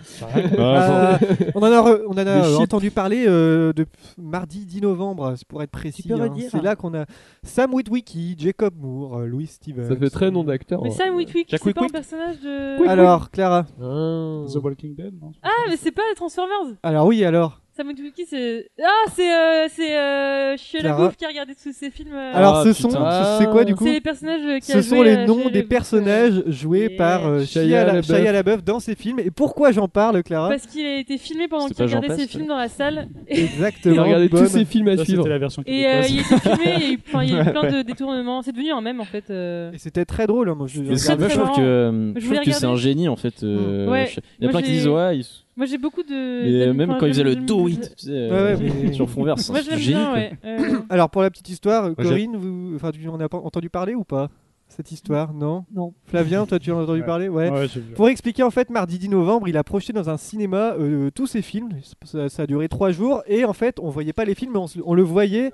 Speaker 4: Ah, on en a, re- on en a
Speaker 7: Des chips.
Speaker 4: entendu parler euh, de mardi 10 novembre, pour être précis.
Speaker 8: peux
Speaker 4: hein.
Speaker 8: redire
Speaker 4: C'est là qu'on a Sam Witwicky, Jacob Moore, euh, Louis Stevens.
Speaker 7: Ça fait très nom d'acteur.
Speaker 5: Mais
Speaker 7: ouais.
Speaker 5: Sam Witwick,
Speaker 11: Jack
Speaker 5: c'est pas un
Speaker 11: Whitwick.
Speaker 5: personnage de.
Speaker 4: Alors, Clara.
Speaker 7: Ah.
Speaker 6: The Walking Dead non
Speaker 5: Ah, mais c'est pas les Transformers
Speaker 4: Alors, oui, alors.
Speaker 5: Sam Witwicky, c'est. Ah, c'est. euh, c'est. euh, euh, Shia
Speaker 4: Clara.
Speaker 5: LaBeouf qui a regardé tous ces films. euh,
Speaker 4: Alors, ce sont, ce- c'est quoi du coup
Speaker 5: C'est les personnages euh, qui a
Speaker 4: Ce sont
Speaker 5: joué,
Speaker 4: les
Speaker 5: euh,
Speaker 4: noms
Speaker 5: Shia
Speaker 4: des
Speaker 5: LaBeouf,
Speaker 4: personnages joués par euh,
Speaker 7: Shia
Speaker 4: Shia La-
Speaker 7: LaBeouf.
Speaker 4: Shia LaBeouf dans ses films. Et pourquoi j'en parle, Clara
Speaker 5: Parce qu'il a été filmé pendant
Speaker 4: C'est
Speaker 5: qu'il
Speaker 4: pas Jean
Speaker 5: regardait ses
Speaker 4: Passe,
Speaker 5: films dans la salle.
Speaker 4: Exactement.
Speaker 7: Il a regardé tous ses films à
Speaker 6: Ça,
Speaker 7: suivre.
Speaker 6: C'était la version
Speaker 5: Et euh,
Speaker 6: québécoise.
Speaker 5: il a été filmé, il y a eu, enfin, il y a eu plein de
Speaker 6: Ouais.
Speaker 5: détournements. C'est devenu un mème en fait. euh.
Speaker 4: Et C'était très drôle. hein, Moi, je,
Speaker 3: Mais
Speaker 4: je
Speaker 3: c'est-
Speaker 4: regarde-
Speaker 3: moi, je trouve que, euh, je
Speaker 5: Je
Speaker 3: trouve
Speaker 5: voulais
Speaker 3: que c'est un
Speaker 5: regarder.
Speaker 3: génie en fait. euh,
Speaker 5: Ouais.
Speaker 3: je- Il y en a
Speaker 5: Moi,
Speaker 3: plein qui
Speaker 5: j'ai-
Speaker 3: disent ouais. ils sont-
Speaker 5: Moi j'ai beaucoup de.
Speaker 3: Mais, euh,
Speaker 5: d'amis-
Speaker 3: même
Speaker 5: enfin,
Speaker 3: quand il faisait le
Speaker 5: j'aime-
Speaker 3: do
Speaker 5: j'aime-
Speaker 3: it tu sais, euh,
Speaker 4: Ouais, ouais, mais-
Speaker 3: sur fond vert, c'est
Speaker 5: Moi
Speaker 3: un
Speaker 5: je l'aime
Speaker 3: génie.
Speaker 5: bien,
Speaker 3: quoi.
Speaker 5: ouais. Euh,
Speaker 4: Alors pour la petite histoire,
Speaker 3: j'ai-
Speaker 4: Corinne, vous, enfin, tu en as pas entendu parler ou pas cette histoire, non
Speaker 8: Non.
Speaker 4: Flavien, toi tu en as entendu
Speaker 6: Ouais.
Speaker 4: parler Ouais.
Speaker 6: Ouais, j'ai vu.
Speaker 4: Pour expliquer, en fait, mardi 10 novembre, il a projeté dans un cinéma euh, tous ses films. Ça, ça a duré trois jours. Et en fait, on voyait pas les films, mais on, se- on le voyait.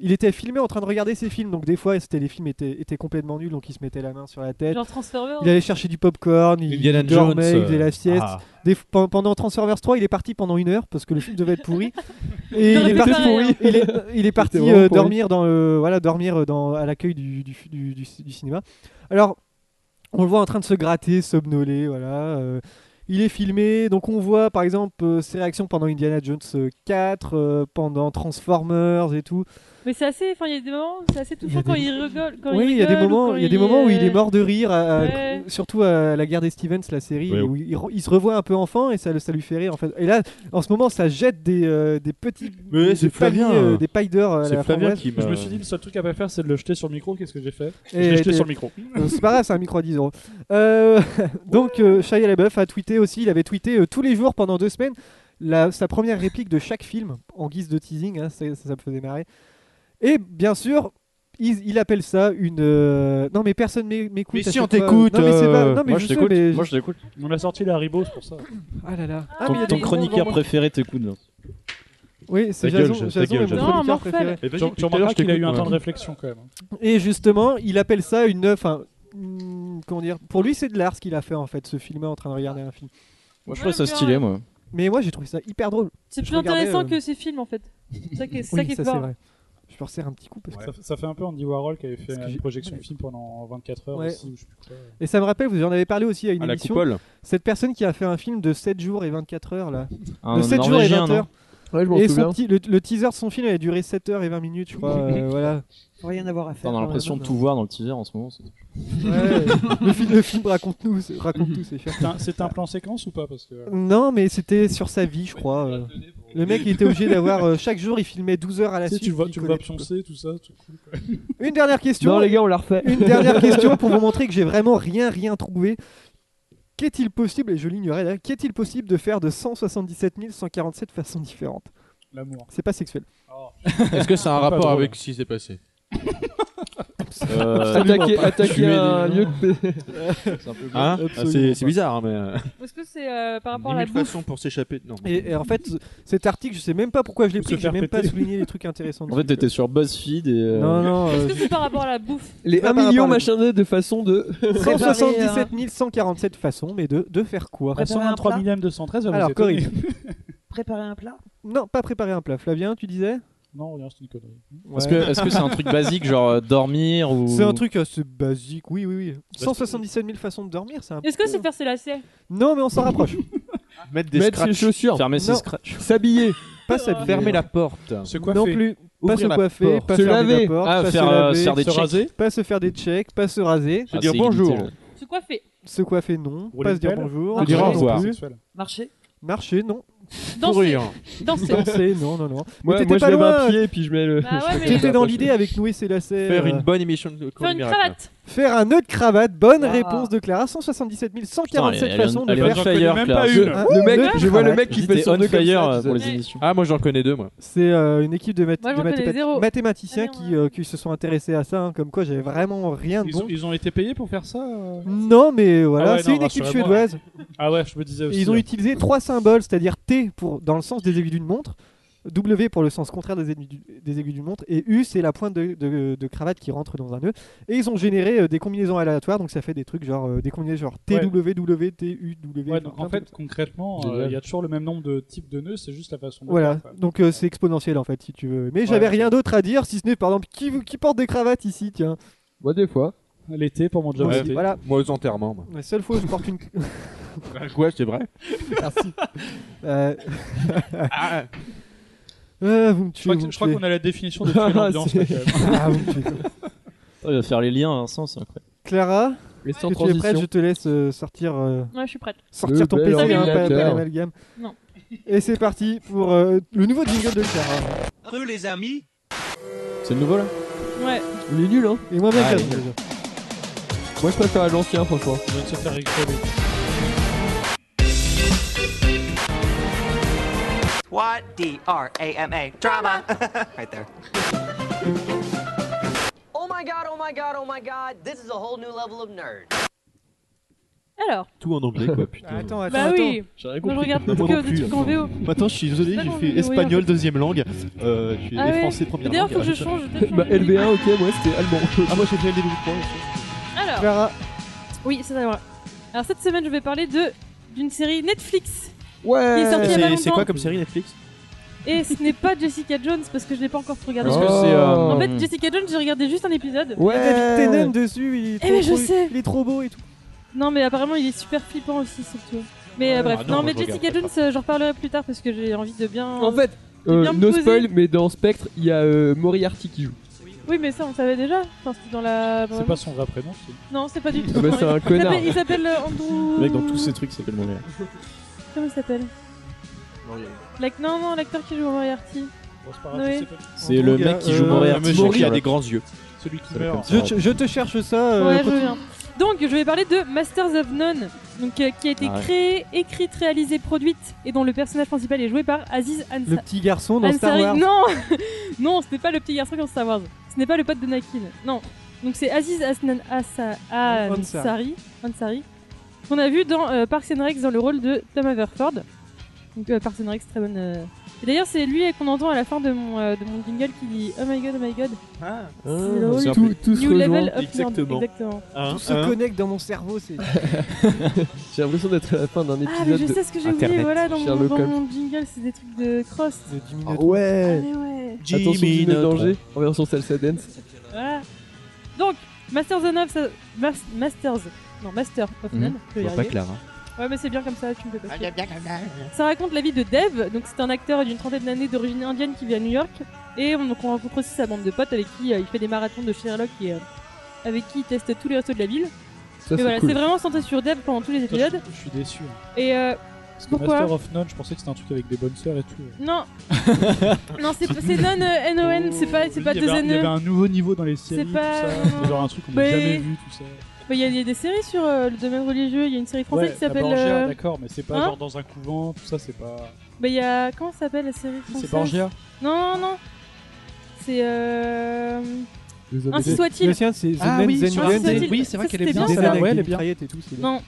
Speaker 4: Il était filmé en train de regarder ses films. Donc des fois, c'était les films étaient, étaient complètement nuls. Donc il se mettait la main sur la tête.
Speaker 5: Genre Transformers.
Speaker 4: Il allait chercher du popcorn. Il,
Speaker 11: Indiana
Speaker 4: il dormait,
Speaker 11: Jones,
Speaker 4: il faisait
Speaker 11: euh,
Speaker 4: la sieste.
Speaker 11: ah.
Speaker 4: Des f- pen- pendant Transformers 3, il est parti pendant une heure parce que le film devait être pourri. Et il est
Speaker 7: Il aurait
Speaker 4: parti,
Speaker 7: pu faire rien.
Speaker 4: il est- il est parti
Speaker 7: C'était vraiment
Speaker 4: euh,
Speaker 7: pourri.
Speaker 4: dormir dans euh, voilà dormir dans à l'accueil du, du, du- du- du cinéma. Alors on le voit en train de se gratter, somnoler, voilà. euh, il est filmé, donc on voit par exemple euh, ses réactions pendant Indiana Jones euh, 4, euh, pendant Transformers et tout.
Speaker 5: Mais c'est assez. Enfin, il y a des moments où c'est assez touchant quand il rigole. quand
Speaker 4: oui, il y a des
Speaker 5: rigole ou
Speaker 4: moments,
Speaker 5: quand
Speaker 4: il y a des moments où il est
Speaker 5: euh,
Speaker 4: mort de rire, à- à-
Speaker 5: Ouais.
Speaker 4: surtout à la guerre des Stevens, la série
Speaker 11: Ouais.
Speaker 4: où il, re- il se revoit un peu enfant et ça, le- ça lui fait rire en fait. Et là, en ce moment, ça jette des, euh, des petits,
Speaker 11: Mais
Speaker 4: des
Speaker 11: c'est
Speaker 4: paniers,
Speaker 11: Flavien.
Speaker 4: euh, des pailles d'or à
Speaker 11: C'est
Speaker 4: la
Speaker 11: Flavien
Speaker 4: framboise.
Speaker 11: qui m'a-
Speaker 6: Je me suis dit, le seul truc à pas faire, c'est de le jeter sur le micro. Qu'est-ce que j'ai fait Je
Speaker 4: Et
Speaker 6: l'ai jeté
Speaker 4: t'es-
Speaker 6: sur le micro.
Speaker 4: Euh, C'est pas grave, c'est un micro à 10 euros. Euh, donc, euh, Shia LaBeouf a tweeté aussi, il avait tweeté euh, tous les jours pendant deux semaines la- sa première réplique de chaque film, en guise de teasing, hein, ça, ça- ça me faisait marrer. Et bien sûr, il, il appelle ça une. euh, Non, mais personne m'é- m'écoute.
Speaker 11: Mais
Speaker 4: à
Speaker 11: si, on
Speaker 4: chaque fois.
Speaker 11: t'écoute,
Speaker 4: Non, mais c'est pas-
Speaker 11: euh,
Speaker 4: non, mais
Speaker 3: moi,
Speaker 4: je
Speaker 3: je
Speaker 4: sais,
Speaker 3: t'écoute,
Speaker 4: mais-
Speaker 3: moi, je t'écoute.
Speaker 6: On a sorti la Ribos pour ça.
Speaker 4: Ah là là. Ah, mais il y a
Speaker 3: Ton, ton
Speaker 4: des-
Speaker 3: chroniqueur préféré t'écoute.
Speaker 4: Oui, c'est
Speaker 3: Ta gueule,
Speaker 4: Jason.
Speaker 3: ta
Speaker 4: Jason est
Speaker 3: gueule,
Speaker 4: mon
Speaker 3: Jason.
Speaker 4: chroniqueur
Speaker 3: Non,
Speaker 4: préféré.
Speaker 3: Morphale.
Speaker 6: Tu, tu remarqueras qu'il a eu un temps de réflexion quand même. hein.
Speaker 4: Et justement, il appelle ça une. Enfin, hmm, comment dire Pour lui, c'est de l'art ce qu'il a fait en fait, se filmer en train de regarder un film.
Speaker 3: Moi, je trouve ça stylé, moi.
Speaker 4: Mais moi, j'ai trouvé ça hyper drôle.
Speaker 5: C'est
Speaker 4: Je
Speaker 5: plus
Speaker 4: regardais,
Speaker 5: intéressant
Speaker 4: euh,
Speaker 5: que ces films en fait. C'est ça qui est, c'est ça
Speaker 4: Oui,
Speaker 5: qui est
Speaker 4: ça c'est
Speaker 5: fort.
Speaker 4: vrai. Je me resserre un petit coup parce que
Speaker 6: Ça, ça fait un peu Andy Warhol qui avait fait
Speaker 4: Parce que
Speaker 6: une
Speaker 4: j'ai-
Speaker 6: projection de film pendant 24 heures
Speaker 4: Ouais.
Speaker 6: aussi, ou je sais plus quoi.
Speaker 4: Et ça me rappelle, vous en avez parlé aussi à une
Speaker 11: À la
Speaker 4: émission.
Speaker 11: coupole.
Speaker 4: Cette personne qui a fait un film de 7 jours et 24 heures là.
Speaker 3: Un
Speaker 4: de 7 jours et
Speaker 3: Norvégien,
Speaker 4: 20 heures.
Speaker 7: non Ouais, je m'en
Speaker 4: et son
Speaker 7: souviens.
Speaker 4: petit- le, le teaser de son film avait duré 7 heures et 20 minutes, je crois. euh, voilà.
Speaker 8: Rien à voir à faire. Euh,
Speaker 3: Putain, On a l'impression de tout voir dans le teaser en ce moment. c'est-
Speaker 4: Ouais, le, film- le film raconte nous, raconte tout, c'est cher.
Speaker 6: C'est un- C'est un plan séquence ou pas parce que...
Speaker 4: Non, mais c'était sur sa vie, je crois. euh. Le mec il était obligé d'avoir euh, chaque jour, il filmait 12 heures à la
Speaker 6: Tu sais,
Speaker 4: suite.
Speaker 6: tu le vois,
Speaker 4: il
Speaker 6: tu le vois
Speaker 4: connaît tout, quoi.
Speaker 6: pioncer, tout ça, tout cool. quoi.
Speaker 4: Une dernière question.
Speaker 7: Non, les gars, on l'a refait.
Speaker 4: Une dernière question pour vous montrer que j'ai vraiment rien, rien trouvé. Qu'est-il possible, et je l'ignorais là, qu'est-il possible de faire de 177 147 façons différentes
Speaker 6: L'amour.
Speaker 4: C'est pas sexuel.
Speaker 2: Est-ce que ça a un
Speaker 6: Pas
Speaker 2: rapport
Speaker 6: drôle.
Speaker 2: avec ce qui s'est passé
Speaker 3: Euh,
Speaker 7: Attaquer,
Speaker 4: pas.
Speaker 7: attaquer
Speaker 2: Tuer
Speaker 7: un
Speaker 2: des
Speaker 7: lieu
Speaker 2: gens.
Speaker 7: de.
Speaker 3: c'est un peu-
Speaker 11: Hein Ah,
Speaker 4: Absolument
Speaker 11: C'est
Speaker 4: pas.
Speaker 11: c'est bizarre, hein, mais. euh,
Speaker 5: Est-ce que c'est euh, par rapport à la
Speaker 11: mille
Speaker 5: bouffe
Speaker 11: façons pour s'échapper. Non.
Speaker 4: Et, et en fait, cet article, je sais même pas pourquoi je l'ai
Speaker 6: Ou se
Speaker 4: pris, j'ai
Speaker 6: faire
Speaker 4: même pas
Speaker 6: péter.
Speaker 4: souligné les trucs intéressants.
Speaker 3: En
Speaker 4: dessus,
Speaker 3: fait,
Speaker 4: quoi.
Speaker 3: t'étais sur BuzzFeed et. euh,
Speaker 4: Non, non.
Speaker 5: Est-ce
Speaker 4: euh,
Speaker 5: que c'est par rapport à la bouffe
Speaker 7: Les
Speaker 4: Pas par
Speaker 7: 1
Speaker 4: rapport
Speaker 7: million
Speaker 4: à la-
Speaker 7: machin de de façon de.
Speaker 4: 177 147 façons, mais de, de faire quoi
Speaker 6: Après
Speaker 8: Préparer un
Speaker 6: 123
Speaker 8: plat.
Speaker 6: 213, va vous
Speaker 4: Alors,
Speaker 6: étonner.
Speaker 4: Corinne.
Speaker 8: Préparer un plat
Speaker 4: Non, pas préparer un plat. Flavien, tu disais
Speaker 6: Non, rien, c'est une connerie.
Speaker 3: Est-ce que est-ce que c'est un truc basique, genre euh, dormir ou.
Speaker 4: C'est un truc assez basique, oui, oui, oui. 177 000 façons de dormir, c'est un
Speaker 5: Est-ce que c'est faire ses lacets
Speaker 4: Non, mais on s'en rapproche.
Speaker 11: Mettre des
Speaker 7: Mettre ses
Speaker 11: scratchs.
Speaker 7: chaussures,
Speaker 3: Fermer ses
Speaker 4: Non.
Speaker 3: scratchs.
Speaker 7: s'habiller,
Speaker 4: Pas s'habiller.
Speaker 11: Fermer la porte.
Speaker 6: Se coiffer.
Speaker 4: Non plus. Pas
Speaker 11: Ouvrir
Speaker 4: se
Speaker 11: la
Speaker 4: coiffer,
Speaker 11: porte.
Speaker 4: pas
Speaker 7: Se
Speaker 4: fermer
Speaker 7: laver.
Speaker 4: la porte,
Speaker 3: Ah,
Speaker 4: pas
Speaker 3: faire,
Speaker 4: se
Speaker 3: euh,
Speaker 4: laver,
Speaker 3: faire des
Speaker 6: se
Speaker 3: checks.
Speaker 6: raser.
Speaker 4: pas se faire des checks, pas se raser,
Speaker 11: Se
Speaker 3: Ah,
Speaker 11: dire
Speaker 3: c'est
Speaker 11: bonjour.
Speaker 3: illimité, là.
Speaker 5: Se coiffer
Speaker 4: se coiffer non,
Speaker 6: Rouler
Speaker 4: pas
Speaker 6: une
Speaker 4: se dire
Speaker 6: pelle.
Speaker 4: bonjour,
Speaker 8: Se dire
Speaker 4: marcher
Speaker 8: au
Speaker 4: non
Speaker 11: revoir.
Speaker 4: plus,
Speaker 6: Sexuel.
Speaker 8: Marcher
Speaker 4: marcher non,
Speaker 5: Danser
Speaker 11: Courir.
Speaker 5: Danser
Speaker 4: danser non, non, non. Mais
Speaker 7: Moi,
Speaker 4: t'étais
Speaker 7: moi je
Speaker 4: pas
Speaker 7: mets un
Speaker 4: loin,
Speaker 7: pied et puis je mets le.
Speaker 5: Bah ouais, mais-
Speaker 4: t'étais
Speaker 3: euh,
Speaker 4: dans l'idée avec nous et ses lacets.
Speaker 11: Faire
Speaker 4: euh,
Speaker 11: une bonne émission de
Speaker 5: Faire une cravate
Speaker 4: Faire un nœud de cravate, bonne
Speaker 8: Ah.
Speaker 4: réponse de Clara, 177
Speaker 3: Putain, elle-
Speaker 4: 147
Speaker 3: elle-
Speaker 4: façons de
Speaker 3: elle est
Speaker 4: faire.
Speaker 3: on
Speaker 6: J'en connais
Speaker 3: fire,
Speaker 6: même
Speaker 3: Claire.
Speaker 6: pas
Speaker 7: Je,
Speaker 6: une.
Speaker 7: Ah, le mec, je vois le mec qui fait
Speaker 3: J'étais
Speaker 7: son
Speaker 3: on
Speaker 7: nœud comme
Speaker 3: fire
Speaker 7: ça,
Speaker 3: euh,
Speaker 7: tu
Speaker 3: pour
Speaker 7: sais.
Speaker 3: les
Speaker 5: Ouais.
Speaker 3: émissions.
Speaker 11: Ah, moi j'en connais deux, moi.
Speaker 4: C'est euh, une équipe de, math-
Speaker 5: Moi,
Speaker 4: de
Speaker 5: j'en connais
Speaker 4: mathémati-
Speaker 5: zéro.
Speaker 4: mathématiciens
Speaker 5: Ah,
Speaker 4: qui,
Speaker 5: merde.
Speaker 4: euh, qui se sont intéressés à ça, hein, comme quoi j'avais vraiment rien de
Speaker 6: Ils,
Speaker 4: bon.
Speaker 6: ont, ils ont été payés pour faire ça euh
Speaker 4: Non, mais voilà,
Speaker 6: Ah ouais,
Speaker 4: c'est
Speaker 6: non,
Speaker 4: une équipe
Speaker 6: rassurez-moi.
Speaker 4: suédoise.
Speaker 6: Ah ouais, je me disais
Speaker 4: Et
Speaker 6: aussi.
Speaker 4: ils ont
Speaker 6: ouais.
Speaker 4: utilisé trois symboles, c'est-à-dire T pour, dans le sens des aiguilles d'une montre, W pour le sens contraire des aiguilles du- des aiguilles d'une montre, et U c'est la pointe de, de- de cravate qui rentre dans un nœud. Et ils ont généré euh, des combinaisons aléatoires, donc ça fait des trucs genre euh, des combinaisons genre T,
Speaker 6: Ouais.
Speaker 4: W, W, T, U, W.
Speaker 6: Ouais,
Speaker 4: enfin,
Speaker 6: donc
Speaker 4: plein
Speaker 6: en
Speaker 4: de
Speaker 6: fait,
Speaker 4: trucs.
Speaker 6: concrètement, euh, il y a toujours le même nombre de types de nœuds, c'est juste la façon de
Speaker 4: Voilà,
Speaker 6: faire, quoi.
Speaker 4: donc euh, c'est exponentiel en fait si tu veux. Mais j'avais
Speaker 6: ok.
Speaker 4: rien d'autre à dire si ce n'est par exemple qui, qui porte des cravates ici, tiens.
Speaker 7: Moi, des fois.
Speaker 6: L'été pour mon job.
Speaker 4: Moi aussi,
Speaker 6: d'été.
Speaker 4: voilà,
Speaker 11: Moi aux enterrements. Moi.
Speaker 4: la seule fois où je porte une.
Speaker 11: Ouais, c'est vrai.
Speaker 4: Merci. Euh, Ah, vous me tuez.
Speaker 6: crois que-
Speaker 4: vous me
Speaker 6: Ah. je crois
Speaker 4: tuez.
Speaker 6: qu'on a la définition de tuer l'ambiance, euh, là, quand même.
Speaker 4: ah, vous me tuez, quoi.
Speaker 3: Oh, il va faire les liens à un sens, c'est incroyable.
Speaker 4: Clara,
Speaker 3: Mais
Speaker 4: est-ce
Speaker 3: sans
Speaker 4: que tu es prête
Speaker 3: transition.
Speaker 4: Je te laisse euh, sortir. euh,
Speaker 5: Ouais, je suis prête.
Speaker 4: Sortir
Speaker 3: Le
Speaker 4: ton
Speaker 3: bel
Speaker 4: PC, hein, pas, pas
Speaker 3: ordinateur.
Speaker 4: l'amalgame.
Speaker 5: Non.
Speaker 4: Et c'est parti pour euh, le nouveau jingle de Clara.
Speaker 10: Peu les amis.
Speaker 3: C'est le nouveau là
Speaker 5: Ouais.
Speaker 7: Il est nul hein
Speaker 4: Il est moins bien
Speaker 7: Ah,
Speaker 4: que
Speaker 7: il est
Speaker 4: l'ancien,
Speaker 7: nul.
Speaker 4: déjà.
Speaker 7: Moi je préfère à l'ancien franchement.
Speaker 6: On vient de se faire rigoler.
Speaker 10: What? D R A M A. Drama. right there.
Speaker 13: Oh my god, oh my god, oh my god, this is a whole new level of nerd.
Speaker 5: Alors.
Speaker 11: Tout en anglais, quoi, putain.
Speaker 4: Attends, attends,
Speaker 5: Bah
Speaker 4: attends.
Speaker 5: oui.
Speaker 11: J'ai rien
Speaker 5: Moi, je
Speaker 11: compris.
Speaker 5: regarde
Speaker 11: Moi
Speaker 5: que
Speaker 11: non
Speaker 5: des
Speaker 11: plus,
Speaker 5: trucs en
Speaker 11: attends.
Speaker 5: VO.
Speaker 11: Maintenant, je suis désolé,
Speaker 5: C'est
Speaker 11: j'ai
Speaker 5: pas mon
Speaker 11: fait
Speaker 5: vidéo,
Speaker 11: espagnol
Speaker 5: oui,
Speaker 11: deuxième langue, euh, je suis
Speaker 5: Ah
Speaker 11: et
Speaker 5: ouais.
Speaker 11: français première
Speaker 5: D'ailleurs,
Speaker 11: langue.
Speaker 5: faut que je
Speaker 11: Ah,
Speaker 5: change,
Speaker 11: putain.
Speaker 5: je vais peut-être
Speaker 7: Bah
Speaker 5: changer.
Speaker 7: LB1 ok moi c'était allemand.
Speaker 11: Ah, moi j'ai fait des
Speaker 5: Alors.
Speaker 4: Clara.
Speaker 5: Oui, c'est ça. voilà. Alors cette semaine, je vais parler de d'une série Netflix.
Speaker 7: Ouais.
Speaker 4: Euh,
Speaker 5: Qui est sortie il y a pas
Speaker 11: C'est- C'est quoi
Speaker 5: longtemps.
Speaker 11: comme série Netflix
Speaker 5: Et ce n'est pas Jessica Jones parce que je l'ai pas encore tout regardé.
Speaker 11: Parce que Oh. c'est, euh,
Speaker 5: En fait, Jessica Jones, j'ai regardé juste un épisode.
Speaker 4: Il y a David Tennant dessus, il est,
Speaker 5: Eh
Speaker 4: trop,
Speaker 5: mais je
Speaker 4: trop-
Speaker 5: sais.
Speaker 4: il est trop beau et tout.
Speaker 5: Non, mais apparemment, il est super flippant aussi, surtout. Mais euh,
Speaker 7: Ah,
Speaker 5: bref,
Speaker 7: non,
Speaker 5: non,
Speaker 7: moi,
Speaker 5: mais
Speaker 7: je regarde
Speaker 5: Jessica Jones, euh, j'en reparlerai plus tard parce que j'ai envie de bien.
Speaker 7: En fait,
Speaker 5: de
Speaker 7: euh,
Speaker 5: bien me
Speaker 7: no
Speaker 5: poser.
Speaker 7: spoil mais dans Spectre il y a euh, Moriarty qui joue.
Speaker 5: Oui, mais ça, on le savait déjà. Enfin, c'était dans la.
Speaker 6: C'est pas son vrai prénom, c'est.
Speaker 5: Non, c'est pas du tout.
Speaker 7: Ah bah, c'est un
Speaker 5: Il s'appelle-
Speaker 7: connard.
Speaker 5: Il s'appelle euh, Andrew.
Speaker 2: Le mec, dans tous ces trucs, c'est quel moment
Speaker 5: Comment il s'appelle L'ac- Non, non, l'acteur qui joue en Moriarty. Noé.
Speaker 2: C'est le mec qui joue
Speaker 4: Euh,
Speaker 2: Moriarty.
Speaker 4: le monsieur qui a
Speaker 2: Sherlock.
Speaker 4: des grands
Speaker 11: yeux.
Speaker 6: Celui qui
Speaker 2: Ça
Speaker 6: meurt.
Speaker 2: s'appelle
Speaker 4: Je, te- je te cherche ça. euh,
Speaker 5: Ouais, je
Speaker 4: continue.
Speaker 5: viens. Donc, je vais parler de Masters of None, donc, euh, qui a été
Speaker 4: Ah ouais.
Speaker 5: créée, écrite, réalisée, produite, et dont le personnage principal est joué par Aziz Ansari.
Speaker 4: Le petit garçon dans Star Wars.
Speaker 5: Non, non, ce n'est pas le petit garçon dans Star Wars. Ce n'est pas le pote de Nakin. Non. Donc, c'est Aziz Asnan Asa- Ansari, Ansari, qu'on a vu dans euh, Parks and Rec dans le rôle de Tom Haverford. Donc, euh, Parks and Rec, très bonne. euh, et D'ailleurs, c'est lui qu'on entend à la fin de mon, euh, de mon jingle qui dit Oh my god, oh my god.
Speaker 4: Ah.
Speaker 5: C'est
Speaker 4: Ah,
Speaker 5: drôle.
Speaker 4: c'est un peu- Tout- tout se
Speaker 5: New level
Speaker 4: rejoint.
Speaker 5: up nerd.
Speaker 4: Exactement.
Speaker 5: Exactement.
Speaker 4: Tout se connecte dans mon cerveau, c'est.
Speaker 7: J'ai l'impression d'être à la fin d'un épisode.
Speaker 5: Ah, mais je
Speaker 7: de
Speaker 5: sais ce que j'ai oublié,
Speaker 7: Internet.
Speaker 5: voilà, dans mon,
Speaker 7: Sherlock
Speaker 5: dans
Speaker 7: Holmes.
Speaker 5: mon jingle, c'est des trucs de cross.
Speaker 7: Ah ouais.
Speaker 5: Ah, mais ouais.
Speaker 7: Attention
Speaker 11: Jimmy
Speaker 7: Jimmy
Speaker 11: Neutron.
Speaker 7: danger en version salsa dance.
Speaker 5: Voilà. Donc, Masters of None, ça... Mas- Masters. Non, Master of
Speaker 7: Mhm.
Speaker 5: None. je vais y
Speaker 11: Bon,
Speaker 5: arriver.
Speaker 11: pas Clara.
Speaker 5: Ouais, mais c'est bien comme ça, tu me fais pas
Speaker 1: Ah,
Speaker 5: chier. Ça raconte la vie de Dev, donc c'est un acteur d'une trentaine d'années d'origine indienne qui vit à New York. Et on, donc on rencontre aussi sa bande de potes avec qui euh, il fait des marathons de Sherlock et euh, avec qui il teste tous les restos de la ville.
Speaker 6: Ça,
Speaker 5: et
Speaker 6: c'est
Speaker 5: voilà,
Speaker 6: cool.
Speaker 5: c'est vraiment centré sur Dev pendant tous les
Speaker 6: Putain,
Speaker 5: épisodes.
Speaker 6: Je je suis déçu.
Speaker 5: Et euh, pourquoi
Speaker 6: Master of None, je pensais que c'était un truc avec des bonnes sœurs et tout.
Speaker 5: Non. non, c'est c'est non euh, NON, c'est pas, c'est
Speaker 6: Oui,
Speaker 5: pas
Speaker 6: il y
Speaker 5: deux E.
Speaker 6: avait un- Il y avait
Speaker 5: NE.
Speaker 6: un nouveau niveau dans les séries, tout
Speaker 5: pas-
Speaker 6: ça.
Speaker 5: non, non.
Speaker 6: C'était genre un truc qu'on
Speaker 5: Mais-
Speaker 6: n'a jamais vu, tout ça.
Speaker 5: Bah, Il y, a- y a des séries sur euh, le domaine religieux, il y a une série française
Speaker 6: Ouais,
Speaker 5: qui
Speaker 6: la
Speaker 5: s'appelle.
Speaker 6: Borgia,
Speaker 5: euh,
Speaker 6: d'accord, mais c'est pas
Speaker 5: hein
Speaker 6: genre dans un couvent, tout ça, c'est pas.
Speaker 5: Bah, il y a. Comment ça s'appelle la série française
Speaker 6: Borgia
Speaker 5: Non, non, non. C'est. Euh... Ainsi soit-il.
Speaker 4: Le sien, c'est The
Speaker 5: Ah
Speaker 4: Man
Speaker 5: oui,
Speaker 4: Zen
Speaker 5: Ainsi
Speaker 4: Gun.
Speaker 5: soit-il.
Speaker 4: Oui, c'est vrai
Speaker 5: Ça,
Speaker 4: qu'elle est
Speaker 5: c'était
Speaker 4: bien, celle-là.
Speaker 5: ça.
Speaker 4: Ouais, elle est bien. Mitraillette et tout, c'est bien.
Speaker 5: Non.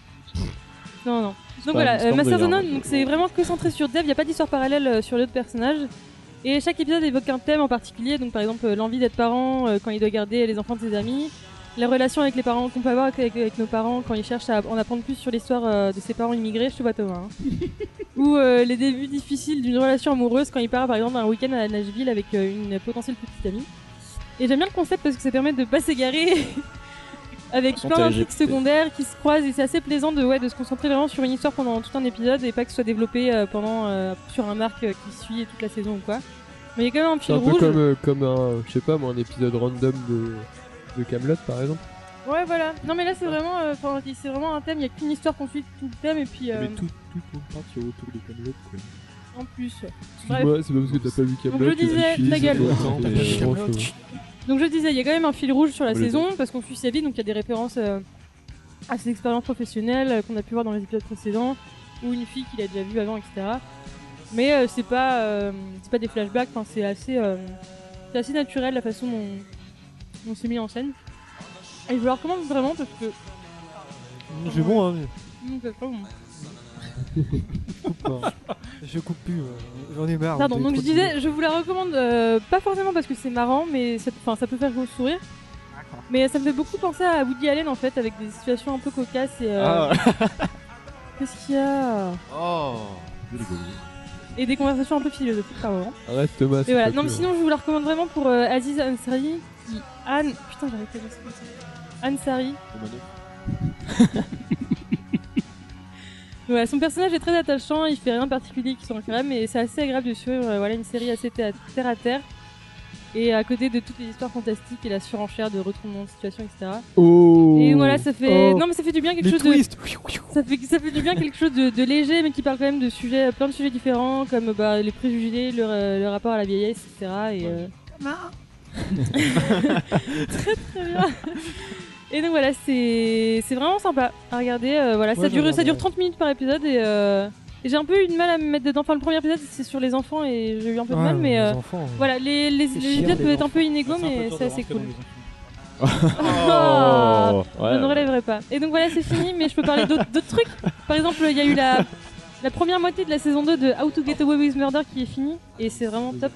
Speaker 5: Non, non. Donc
Speaker 4: pas
Speaker 5: voilà,
Speaker 4: une
Speaker 5: euh,
Speaker 4: histoire
Speaker 5: Masters
Speaker 4: de
Speaker 5: of
Speaker 4: genre.
Speaker 5: None, donc c'est vraiment que centré sur Dev, il n'y a pas d'histoire parallèle euh, sur les autres personnages. Et chaque épisode évoque un thème en particulier, donc par exemple euh, l'envie d'être parent euh, quand il doit garder les enfants de ses amis, la relation avec les parents qu'on peut avoir avec, avec nos parents quand ils cherchent à en apprendre plus sur l'histoire euh, de ses parents immigrés, je te vois Thomas. hein. Ou euh, les débuts difficiles d'une relation amoureuse quand il part par exemple un week-end à Nashville avec euh, une potentielle petite amie. Et j'aime bien le concept parce que ça permet de pas s'égarer avec
Speaker 3: Sans
Speaker 5: plein d'intrigues
Speaker 3: LGBT.
Speaker 5: secondaires qui se croisent et c'est assez plaisant de, ouais, de se concentrer vraiment sur une histoire pendant tout un épisode et pas que ce soit développé euh, pendant, euh, sur un arc euh, qui suit toute la saison ou quoi. Mais il y a quand même un
Speaker 7: C'est
Speaker 5: fil
Speaker 7: un peu
Speaker 5: rouge.
Speaker 7: comme euh, comme un je sais pas moi un épisode random de de Camelot par exemple.
Speaker 5: Ouais, voilà. Non, mais là, c'est vraiment, euh, enfin, c'est vraiment un thème. Il n'y a qu'une histoire qu'on suit tout le thème et puis euh,
Speaker 11: Mais tout, tout compte qui est autour de Camelot, quoi.
Speaker 5: en plus. Bref.
Speaker 7: Excuse-moi, c'est pas parce que t'as pas vu Camelot.
Speaker 5: Donc, je disais, ta gueule.
Speaker 11: T'as
Speaker 7: euh,
Speaker 11: pas vu Kaamelott
Speaker 5: Donc je disais, il y a quand même un fil rouge sur la
Speaker 7: Oui, le
Speaker 5: saison parce qu'on suit sa vie, donc il y a des références euh, à ses expériences professionnelles euh, qu'on a pu voir dans les épisodes précédents ou une fille qu'il a déjà vue avant, etc. Mais euh, c'est pas, euh, c'est pas des flashbacks, enfin, c'est assez, euh, c'est assez naturel la façon dont dont on s'est mis en scène. Et je vous la recommande vraiment parce que
Speaker 4: C'est bon, hein. mais-
Speaker 5: Mmh, c'est trop bon.
Speaker 4: Je coupe pas. Je coupe plus. ouais. J'en ai marre.
Speaker 5: Pardon,
Speaker 4: de-
Speaker 5: donc je disais, je vous la recommande euh, pas forcément parce que c'est marrant, mais ça, enfin, ça peut faire gros sourire. Mais ça me fait beaucoup penser à Woody Allen en fait, avec des situations un peu cocasses et.
Speaker 7: Ah.
Speaker 5: euh, Qu'est-ce qu'il y a
Speaker 11: Oh
Speaker 5: Et des conversations un peu philosophiques par moment.
Speaker 7: Arrête Thomas.
Speaker 5: Mais
Speaker 7: c'est
Speaker 5: voilà,
Speaker 7: pas
Speaker 5: non, mais
Speaker 7: cool.
Speaker 5: sinon je vous la recommande vraiment pour euh, Aziz Ansari qui. Anne. Putain, j'arrive pas à dire son nom. Ansari.
Speaker 11: Le Mano.
Speaker 5: Voilà, son personnage est très attachant, il fait rien de particulier qui soit incroyable, mais c'est assez agréable de suivre euh, voilà, une série assez thé- terre à terre. Et à côté de toutes les histoires fantastiques et la surenchère de retournement de situation, etc.
Speaker 7: Oh.
Speaker 5: Et voilà, ça fait.
Speaker 7: Oh.
Speaker 5: Non, mais ça fait du bien quelque
Speaker 7: Les
Speaker 5: chose
Speaker 7: twists.
Speaker 5: de. Ça fait, ça fait du bien quelque chose de, de léger, mais qui parle quand même de sujets, euh, plein de sujets différents, comme bah, les préjugés, le, ra- le rapport à la vieillesse, etc. Et, euh, très très bien. Et donc voilà, c'est c'est vraiment sympa à regarder. euh, voilà,
Speaker 4: Ouais,
Speaker 5: ça, dure, ça
Speaker 4: j'adore,
Speaker 5: dure
Speaker 4: ouais.
Speaker 5: 30 minutes par épisode et, euh, et j'ai un peu eu de mal à me mettre dedans. Enfin, le premier épisode c'est sur les enfants et j'ai eu un peu de
Speaker 4: Ouais,
Speaker 5: mal, mais
Speaker 4: les
Speaker 5: euh,
Speaker 4: enfants, ouais.
Speaker 5: voilà, les, les,
Speaker 4: C'est
Speaker 5: les
Speaker 4: chiant,
Speaker 5: épisodes
Speaker 4: les
Speaker 5: peuvent être un
Speaker 4: enfants.
Speaker 5: peu inégaux,
Speaker 4: C'est un peu
Speaker 5: mais
Speaker 4: dur
Speaker 5: c'est
Speaker 4: de
Speaker 5: assez
Speaker 4: rentrer dans
Speaker 5: cool.
Speaker 4: les Oh.
Speaker 5: Ah,
Speaker 3: Oh. Ouais.
Speaker 5: Je ne relèverai pas. Et donc voilà, c'est fini, mais je peux parler d'autres d'autres trucs. Par exemple, il y a eu la, la première moitié de la saison 2 de How to Get Away with Murder qui est finie et c'est vraiment top.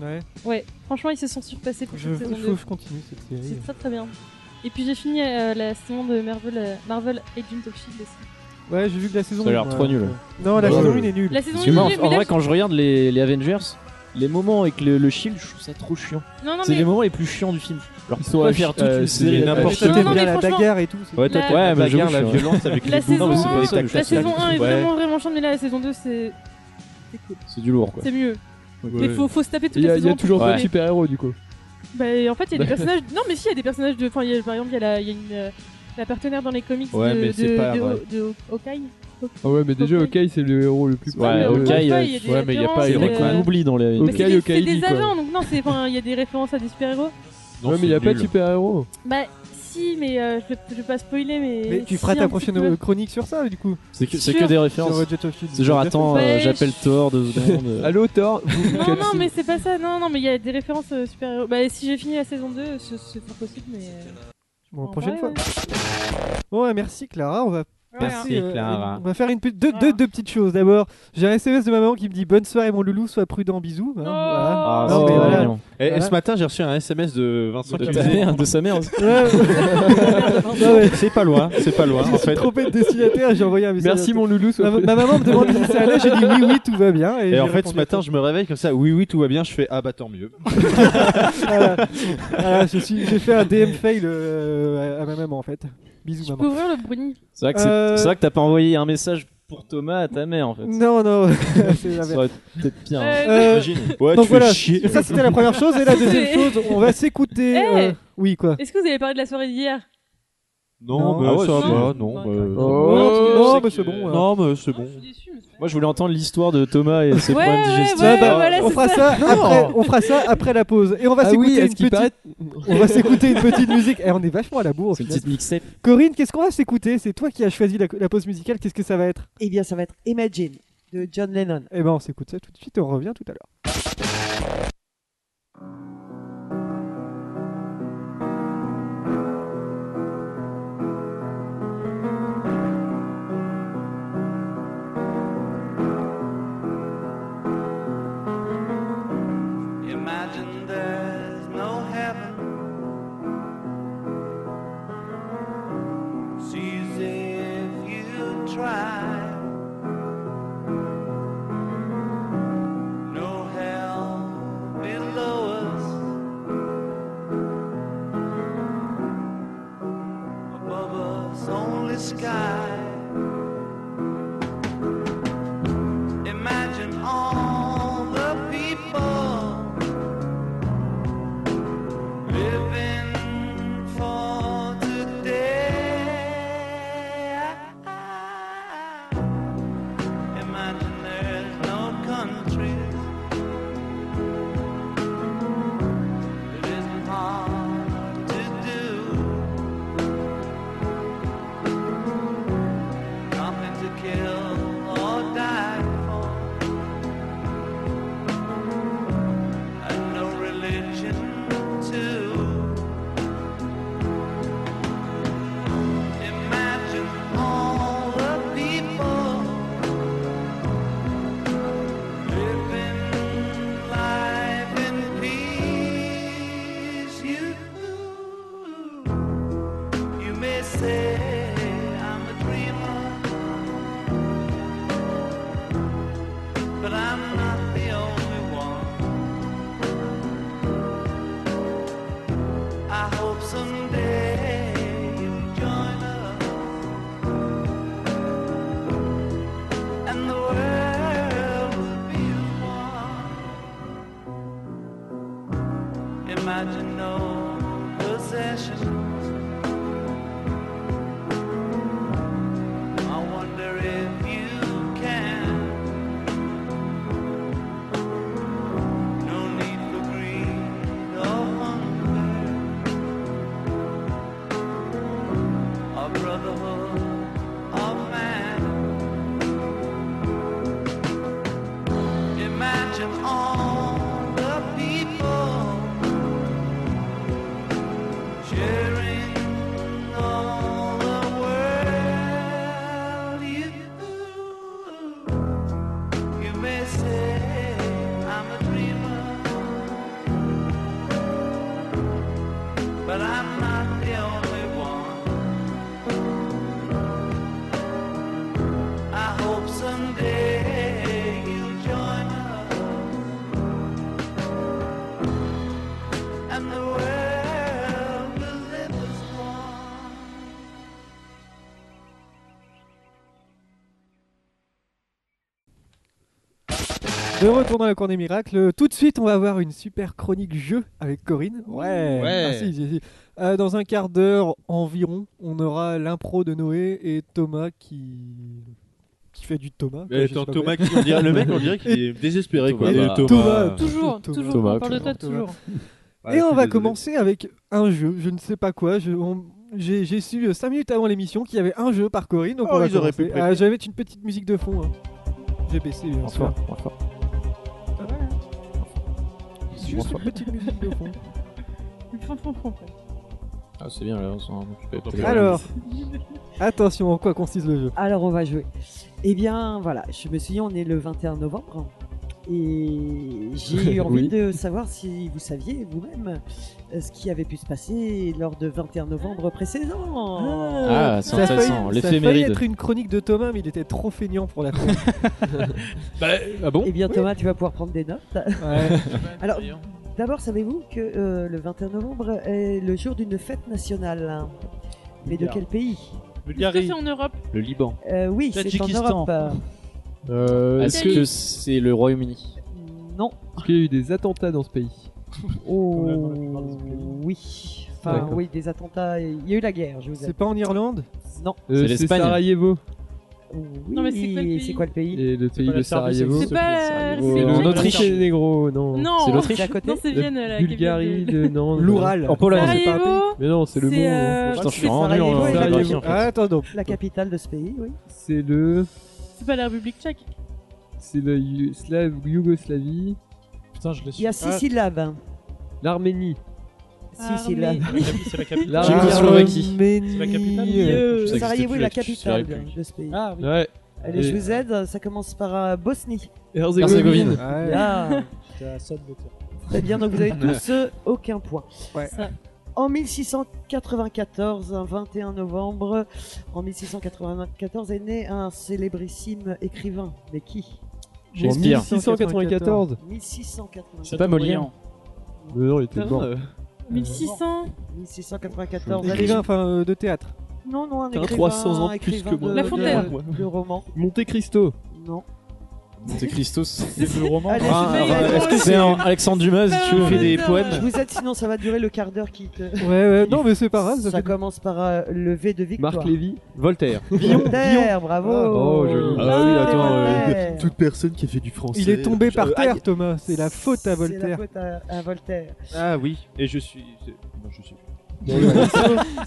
Speaker 4: Ouais.
Speaker 5: Ouais, franchement, ils se sont surpassés pour
Speaker 4: Je,
Speaker 5: cette saison
Speaker 4: il faut
Speaker 5: 2.
Speaker 4: que je continue cette série.
Speaker 5: C'est très très bien. Et puis j'ai fini euh, la saison de Marvel, euh, Marvel Agent of Shield E aussi.
Speaker 4: Ouais, j'ai vu que la saison
Speaker 3: Ça a l'air
Speaker 4: une,
Speaker 3: trop
Speaker 4: ouais,
Speaker 3: nul.
Speaker 4: ouais. Non, la
Speaker 3: Ouais.
Speaker 4: saison 1 est nulle.
Speaker 5: La saison
Speaker 3: Parce que moi,
Speaker 5: une est nulle,
Speaker 3: en-
Speaker 5: mais
Speaker 3: En
Speaker 5: là,
Speaker 3: vrai,
Speaker 5: je-
Speaker 3: quand je regarde les, les Avengers, les moments avec le, le shield, je trouve ça trop chiant.
Speaker 5: Non, non,
Speaker 3: c'est
Speaker 5: mais-
Speaker 3: les moments les plus chiants du film. Alors,
Speaker 7: Ils sont à faire
Speaker 3: euh,
Speaker 7: toute une série n'importe
Speaker 4: quoi. Non, non, mais franchement,
Speaker 3: Ouais,
Speaker 5: Ouais,
Speaker 3: t'as
Speaker 5: t'as-
Speaker 3: ouais,
Speaker 5: la
Speaker 3: mais j'avoue,
Speaker 11: bagarre, la
Speaker 3: je suis-
Speaker 11: violence avec
Speaker 5: La saison,
Speaker 3: Non, mais c'est pas
Speaker 5: 1,
Speaker 3: ça,
Speaker 5: la
Speaker 3: le
Speaker 5: saison
Speaker 3: tac,
Speaker 5: 1 est
Speaker 3: ouais.
Speaker 5: vraiment vraiment chante, mais là la saison 2 c'est c'est cool.
Speaker 3: C'est du lourd quoi.
Speaker 5: C'est mieux.
Speaker 3: Ouais.
Speaker 5: Mais faut, faut se taper toute
Speaker 7: bah Il y
Speaker 5: la
Speaker 7: a, il
Speaker 5: saison.
Speaker 7: y a toujours
Speaker 5: pour
Speaker 7: pas de
Speaker 5: trouver.
Speaker 7: super-héros du coup.
Speaker 5: Bah, en fait, il y a des personnages. Non, mais si, il y a des personnages de. Enfin, il y a- par exemple, il y a la, il y a une, euh, la partenaire dans les comics
Speaker 7: Ouais,
Speaker 5: de,
Speaker 7: mais c'est
Speaker 5: de,
Speaker 7: pas
Speaker 5: de,
Speaker 7: vrai.
Speaker 5: de Hawkeye.
Speaker 7: Ah ouais, mais déjà, Hawkeye c'est le héros le plus euh,
Speaker 3: Ouais,
Speaker 7: populaire.
Speaker 3: Hawkeye,
Speaker 5: il y a
Speaker 3: ouais,
Speaker 5: des
Speaker 3: mais il y a pas
Speaker 5: références,
Speaker 3: Hawkeye
Speaker 5: euh,
Speaker 3: qu'on oublie dans les.
Speaker 5: Mais c'est
Speaker 7: Hawkeye,
Speaker 5: des- c'est
Speaker 7: Hawkeye,
Speaker 5: des
Speaker 7: quoi.
Speaker 5: agents, donc non, c'est. Enfin, il y a des références à des super-héros.
Speaker 7: Ouais, mais il y a pas de super-héros.
Speaker 5: Bah, si, mais euh, je, vais, je vais pas spoiler, mais.
Speaker 4: Mais tu
Speaker 5: si,
Speaker 4: feras
Speaker 5: un
Speaker 4: ta
Speaker 5: petit
Speaker 4: prochaine
Speaker 5: peu.
Speaker 4: euh, chronique sur ça du coup.
Speaker 3: C'est que, c'est que des références.
Speaker 4: Sur Jet of Shield.
Speaker 3: C'est genre, attends, euh,
Speaker 5: Ouais,
Speaker 3: j'appelle Thor deux secondes. euh.
Speaker 7: Allô Thor
Speaker 5: Non, non, mais c'est pas ça. Non, non, mais il y a des références euh, super-héros. Bah, si j'ai fini la saison 2, ce- c'est pas possible, mais. euh,
Speaker 4: Bon,
Speaker 5: en
Speaker 4: prochaine
Speaker 5: vrai,
Speaker 4: Bon, ouais, merci Clara. On va
Speaker 11: Merci,
Speaker 4: passer, euh,
Speaker 11: Clara.
Speaker 4: à une- on va faire une petite- deux, deux, deux petites choses. D'abord, j'ai un SMS de maman qui me dit Bonne soirée, mon loulou, sois prudent, bisous.
Speaker 5: Oh.
Speaker 4: Hein, voilà.
Speaker 11: Ah,
Speaker 4: Non,
Speaker 11: c'est
Speaker 4: mais
Speaker 11: trop
Speaker 4: voilà.
Speaker 11: mignon. Et, et
Speaker 4: Voilà.
Speaker 11: ce matin, j'ai reçu un SMS de Vincent
Speaker 3: De
Speaker 11: qui
Speaker 3: ta
Speaker 11: me disait-
Speaker 3: mère, de sa mère aussi.
Speaker 4: Non, mais-
Speaker 11: C'est pas loin, c'est pas loin
Speaker 4: Je me
Speaker 11: Bah, en
Speaker 4: suis
Speaker 11: fait.
Speaker 4: trompé de destinataire, j'ai envoyé un message.
Speaker 7: Merci, mon loulou, sois
Speaker 4: Ma,
Speaker 7: prudent.
Speaker 4: ma maman me demande si ça allait, j'ai dit oui, oui, tout va bien. Et,
Speaker 11: Et
Speaker 4: j'ai
Speaker 11: en fait, ce
Speaker 4: répondu,
Speaker 11: matin, je me réveille comme ça, oui, oui, tout va bien, je fais, ah bah tant mieux.
Speaker 4: Voilà. Voilà, je suis- j'ai fait un DM fail euh, à à ma maman en fait. Bisous,
Speaker 5: Oh, Faut
Speaker 4: maman.
Speaker 5: ouvrir le bruni.
Speaker 3: C'est vrai que c'est-
Speaker 4: Euh,
Speaker 3: c'est vrai que t'as pas envoyé un message pour Thomas à ta mère en fait.
Speaker 4: Non, non, c'est la
Speaker 3: Ça
Speaker 4: merde.
Speaker 3: aurait peut-être pire. hein.
Speaker 4: Euh,
Speaker 11: Ouais,
Speaker 4: donc
Speaker 11: tu fais
Speaker 4: voilà,
Speaker 11: chier.
Speaker 4: ça c'était la première chose. Et la deuxième
Speaker 5: C'est-
Speaker 4: chose, on va s'écouter.
Speaker 5: Eh
Speaker 4: euh, oui, quoi.
Speaker 5: Est-ce que vous avez parlé de la soirée d'hier
Speaker 6: bah,
Speaker 11: Non, mais
Speaker 3: Ah
Speaker 11: ça
Speaker 3: ouais, si.
Speaker 11: va, non. mais-
Speaker 4: non,
Speaker 11: Non,
Speaker 4: mais c'est bon. hein. alors.
Speaker 11: Non, mais c'est bon.
Speaker 3: Euh, Moi je voulais entendre l'histoire de Thomas et ses
Speaker 5: Ouais,
Speaker 3: problèmes
Speaker 5: ouais,
Speaker 3: digestifs.
Speaker 5: ouais,
Speaker 4: Ah bah,
Speaker 5: voilà,
Speaker 4: on
Speaker 5: c'est
Speaker 4: fera
Speaker 5: ça.
Speaker 4: ça, après, on fera ça après la pause et on va
Speaker 7: Ah oui,
Speaker 4: s'écouter
Speaker 7: est-ce
Speaker 4: une
Speaker 7: qu'il
Speaker 4: petite
Speaker 7: paraît
Speaker 4: on va s'écouter une petite musique et on est vachement à la bourre au
Speaker 3: C'est une
Speaker 4: final.
Speaker 3: petite mixtape.
Speaker 4: Corinne, qu'est-ce qu'on va s'écouter C'est toi qui as choisi la, la pause musicale, qu'est-ce que ça va être
Speaker 8: Eh bien, ça va être Imagine de John Lennon.
Speaker 4: Eh ben on s'écoute ça tout de suite et on revient tout à l'heure.
Speaker 14: Imagine there's no heaven. Sees if you try. No hell below us. imagine no possessions. I wonder if you can. No need for greed or hunger or brotherhood of man. Imagine all the people sharing all the world. You, you may say I'm a dreamer, but I'm not the only one. I hope someday you'll join us. and the world will live as one.
Speaker 4: De retour dans la cour des miracles, tout de suite on va avoir une super chronique jeu avec Corinne. Ouais,
Speaker 7: Ouais.
Speaker 4: merci, Zizi. Euh, dans un quart d'heure environ, on aura l'impro de Noé et Thomas qui qui fait du Thomas. quoi,
Speaker 11: Mais
Speaker 4: je sais
Speaker 11: attends,
Speaker 4: pas
Speaker 11: Thomas,
Speaker 4: quoi.
Speaker 11: qui- on dirait- le mec, on dirait qu'il est désespéré, quoi.
Speaker 4: Et-
Speaker 3: bah,
Speaker 11: Euh, Thomas.
Speaker 5: Toujours, toujours, Thomas, on parle de toi toujours.
Speaker 11: Ouais,
Speaker 4: et
Speaker 11: Ah, je
Speaker 4: on
Speaker 11: suis
Speaker 4: va
Speaker 11: désolé.
Speaker 4: commencer avec un jeu, je ne sais pas quoi. je- on- J'ai j'ai su 5 minutes avant l'émission qu'il y avait un jeu par Corinne, donc
Speaker 11: Oh,
Speaker 4: on va
Speaker 11: ils auraient pu
Speaker 4: commencer.
Speaker 11: prévenir.
Speaker 4: Ah, je vais mettre une petite musique de fond. hein. J'ai baissé, euh, bien sûr. Juste une petite musique de fond.
Speaker 5: Fon, fon, fon.
Speaker 3: Ah, c'est bien, là, on s'en occupe.
Speaker 4: Alors, attention, en quoi consiste le jeu
Speaker 8: Alors, on va jouer. Eh bien, voilà, je me suis dit, on est le 21 novembre. Et j'ai eu envie
Speaker 3: Oui.
Speaker 8: de savoir si vous saviez vous-même euh, ce qui avait pu se passer lors de 21 novembre précédent.
Speaker 3: Ah, c'est
Speaker 4: Ça a
Speaker 3: intéressant,
Speaker 4: failli- Ça a failli
Speaker 3: l'éphéméride.
Speaker 4: être une chronique de Thomas, mais il était trop feignant pour la faire.
Speaker 3: ah bon
Speaker 8: Eh bien, Thomas, tu vas pouvoir prendre des notes.
Speaker 4: Ouais.
Speaker 8: Alors, d'abord, savez-vous que euh, le 21 novembre est le jour d'une fête nationale Mais de
Speaker 6: Bulgarie.
Speaker 8: quel pays
Speaker 6: Bulgarie.
Speaker 5: C'est en Europe.
Speaker 3: Le Liban.
Speaker 8: Euh, Oui, c'est en
Speaker 6: Tadjikistan.
Speaker 8: Europe. euh,
Speaker 5: Ah,
Speaker 7: Euh,
Speaker 3: Est-ce que c'est le Royaume-Uni
Speaker 8: Non.
Speaker 7: Est-ce qu'il y a eu des attentats dans ce pays
Speaker 8: Oh, oui. Enfin,
Speaker 7: D'accord.
Speaker 8: oui, des attentats. Il y a eu la guerre, je vous ai
Speaker 4: C'est pas en Irlande
Speaker 8: Non.
Speaker 7: Euh,
Speaker 3: C'est
Speaker 7: C'est
Speaker 3: l'Espagne.
Speaker 7: Sarajevo.
Speaker 8: Non, mais c'est quoi le pays
Speaker 7: Et le pays
Speaker 6: pas
Speaker 7: de
Speaker 6: la Serbie, c'est
Speaker 7: Sarajevo.
Speaker 5: C'est pas- c'est
Speaker 7: Oh,
Speaker 5: le
Speaker 7: non,
Speaker 5: truc-
Speaker 7: Monténégro, non.
Speaker 5: Non,
Speaker 7: C'est l'Autriche.
Speaker 5: c'est à côté. Non, c'est
Speaker 7: La
Speaker 5: Vienne, la
Speaker 7: Bulgarie,
Speaker 5: capitale.
Speaker 7: de- non.
Speaker 4: L'Oural.
Speaker 7: En Pologne.
Speaker 5: Sarajevo,
Speaker 7: c'est pas un pays. Mais non, c'est le
Speaker 5: c'est,
Speaker 7: mot. hein.
Speaker 5: euh,
Speaker 7: Putain, je suis
Speaker 8: c'est
Speaker 7: vraiment nul en
Speaker 8: Sarajevo,
Speaker 7: géographie, en fait.
Speaker 4: hein. Ah, attends donc.
Speaker 8: La capitale de ce pays, oui.
Speaker 7: C'est le.
Speaker 5: C'est pas la République tchèque.
Speaker 7: C'est le Yu- Slav- Yougoslavie.
Speaker 6: Putain, je l'ai
Speaker 8: Il y a six
Speaker 7: Ah.
Speaker 8: syllabes.
Speaker 7: L'Arménie.
Speaker 8: Six syllabes.
Speaker 6: C'est la capitale.
Speaker 7: La
Speaker 6: Tchécoslovaquie.
Speaker 4: Arménie.
Speaker 6: C'est la capitale
Speaker 8: Euh,
Speaker 3: Je sais que
Speaker 8: Sarajevo est la
Speaker 3: c'était plus la- c'est la
Speaker 8: capitale
Speaker 3: République.
Speaker 8: de ce pays.
Speaker 6: Ah oui.
Speaker 7: Ouais.
Speaker 8: Allez, je
Speaker 7: Et-
Speaker 8: vous aide. Ça commence par euh, Bosnie.
Speaker 7: Herzégovine.
Speaker 4: Ouais.
Speaker 8: Ah,
Speaker 6: J'étais à ça de voter.
Speaker 8: très bien. Donc vous avez tous euh, aucun point.
Speaker 4: Ouais.
Speaker 5: Ça.
Speaker 8: En 1694, un 21 novembre, en 1694 est né un célébrissime écrivain. Mais qui
Speaker 3: Shakespeare.
Speaker 7: 694.
Speaker 8: 1694.
Speaker 3: C'est pas Molière.
Speaker 6: Chateaubriand.
Speaker 7: Mais non, il était
Speaker 3: Putain,
Speaker 7: mort.
Speaker 3: euh,
Speaker 5: 1600
Speaker 8: 1694. Allez,
Speaker 4: Écrivain enfin, euh, de théâtre.
Speaker 8: Non, non, un
Speaker 7: T'as
Speaker 8: écrivain.
Speaker 7: 300 ans de plus
Speaker 8: écrivain
Speaker 7: que moi.
Speaker 8: de-
Speaker 5: La Fontaine.
Speaker 8: de- De, roman.
Speaker 7: Monte Cristo.
Speaker 8: Non.
Speaker 3: Monte Cristo. c'est-
Speaker 6: C'est le roman.
Speaker 8: Allez,
Speaker 3: Ah,
Speaker 8: je vais y
Speaker 3: bah,
Speaker 8: aller.
Speaker 3: Est-ce que c'est un Alexandre Dumas si tu veux
Speaker 11: fais des poèmes.
Speaker 8: Je vous aide, sinon ça va durer le quart d'heure qui te.
Speaker 4: Ouais, ouais, non, mais c'est pas grave.
Speaker 8: Ça,
Speaker 4: Ça fait...
Speaker 8: commence par euh, le V de Victoire.
Speaker 7: Marc Lévy.
Speaker 3: Voltaire.
Speaker 8: Voltaire, bravo.
Speaker 7: Oh, joli.
Speaker 11: Ah oui, attends,
Speaker 8: Voltaire.
Speaker 11: euh, toute personne qui a fait du français.
Speaker 4: Il est tombé par
Speaker 11: Euh,
Speaker 4: terre,
Speaker 11: aïe.
Speaker 4: Thomas. C'est la faute à
Speaker 8: C'est la
Speaker 4: Voltaire.
Speaker 8: faute à, à Voltaire.
Speaker 11: Ah oui, et je suis. c'est- Non, je sais plus.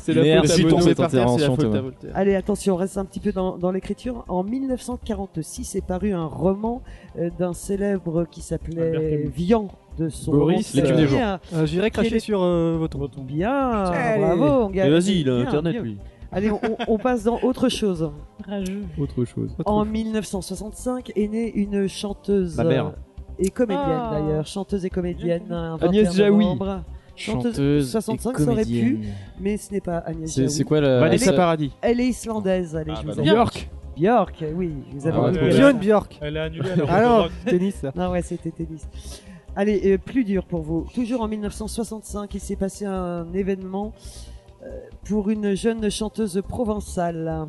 Speaker 7: C'est la faute
Speaker 3: Merci
Speaker 7: à
Speaker 3: pour
Speaker 7: Bono.
Speaker 3: cette
Speaker 11: par terre, c'est la
Speaker 3: intervention,
Speaker 11: faute à
Speaker 3: Thomas.
Speaker 11: Voltaire.
Speaker 8: Allez, attention, on reste un petit peu dans, dans l'écriture. En 1946 est paru un roman euh, d'un célèbre qui
Speaker 6: Albert
Speaker 8: s'appelait
Speaker 6: Camus.
Speaker 8: Vian de son
Speaker 7: Boris,
Speaker 8: roman
Speaker 7: L'étude
Speaker 3: des
Speaker 8: Sévère.
Speaker 4: Euh, J'irai
Speaker 8: Quel est-
Speaker 4: cracher sur euh, votre.
Speaker 8: Bien,
Speaker 4: Allez.
Speaker 8: bravo, on
Speaker 11: Mais
Speaker 8: gagne.
Speaker 11: vas-y, il a
Speaker 8: Bien,
Speaker 11: internet
Speaker 8: bien.
Speaker 11: lui.
Speaker 8: Allez, on, on passe dans autre chose.
Speaker 5: Rageux.
Speaker 7: Autre chose.
Speaker 8: En 1965 est née une chanteuse euh,
Speaker 3: Ma mère.
Speaker 8: et comédienne
Speaker 5: Ah.
Speaker 8: d'ailleurs, chanteuse et comédienne. un
Speaker 7: Agnès
Speaker 8: 21
Speaker 7: Jaoui.
Speaker 8: novembre. Chanteuse
Speaker 3: Chanteuse.
Speaker 8: 65,
Speaker 3: et
Speaker 8: ça aurait pu.
Speaker 3: comédienne.
Speaker 8: Mais ce n'est pas Agnès
Speaker 3: C'est
Speaker 8: Jaoui.
Speaker 3: c'est quoi la.
Speaker 11: Vanessa
Speaker 4: Euh,
Speaker 3: ça-
Speaker 11: Paradis.
Speaker 8: Elle est islandaise, allez, je
Speaker 11: bah
Speaker 8: vous
Speaker 11: non.
Speaker 8: aide.
Speaker 7: York.
Speaker 8: Björk, oui, je vous avez
Speaker 3: Ah ouais,
Speaker 8: retrouvé.
Speaker 6: ouais.
Speaker 4: Björn Euh, Björk.
Speaker 6: Elle a annulé. alors,
Speaker 4: Ah
Speaker 6: on
Speaker 4: non,
Speaker 6: aura-
Speaker 4: tennis, ça.
Speaker 8: Non, ouais, c'était tennis. Allez, euh, plus dur pour vous. Toujours en 1965, il s'est passé un événement euh, pour une jeune chanteuse provençale.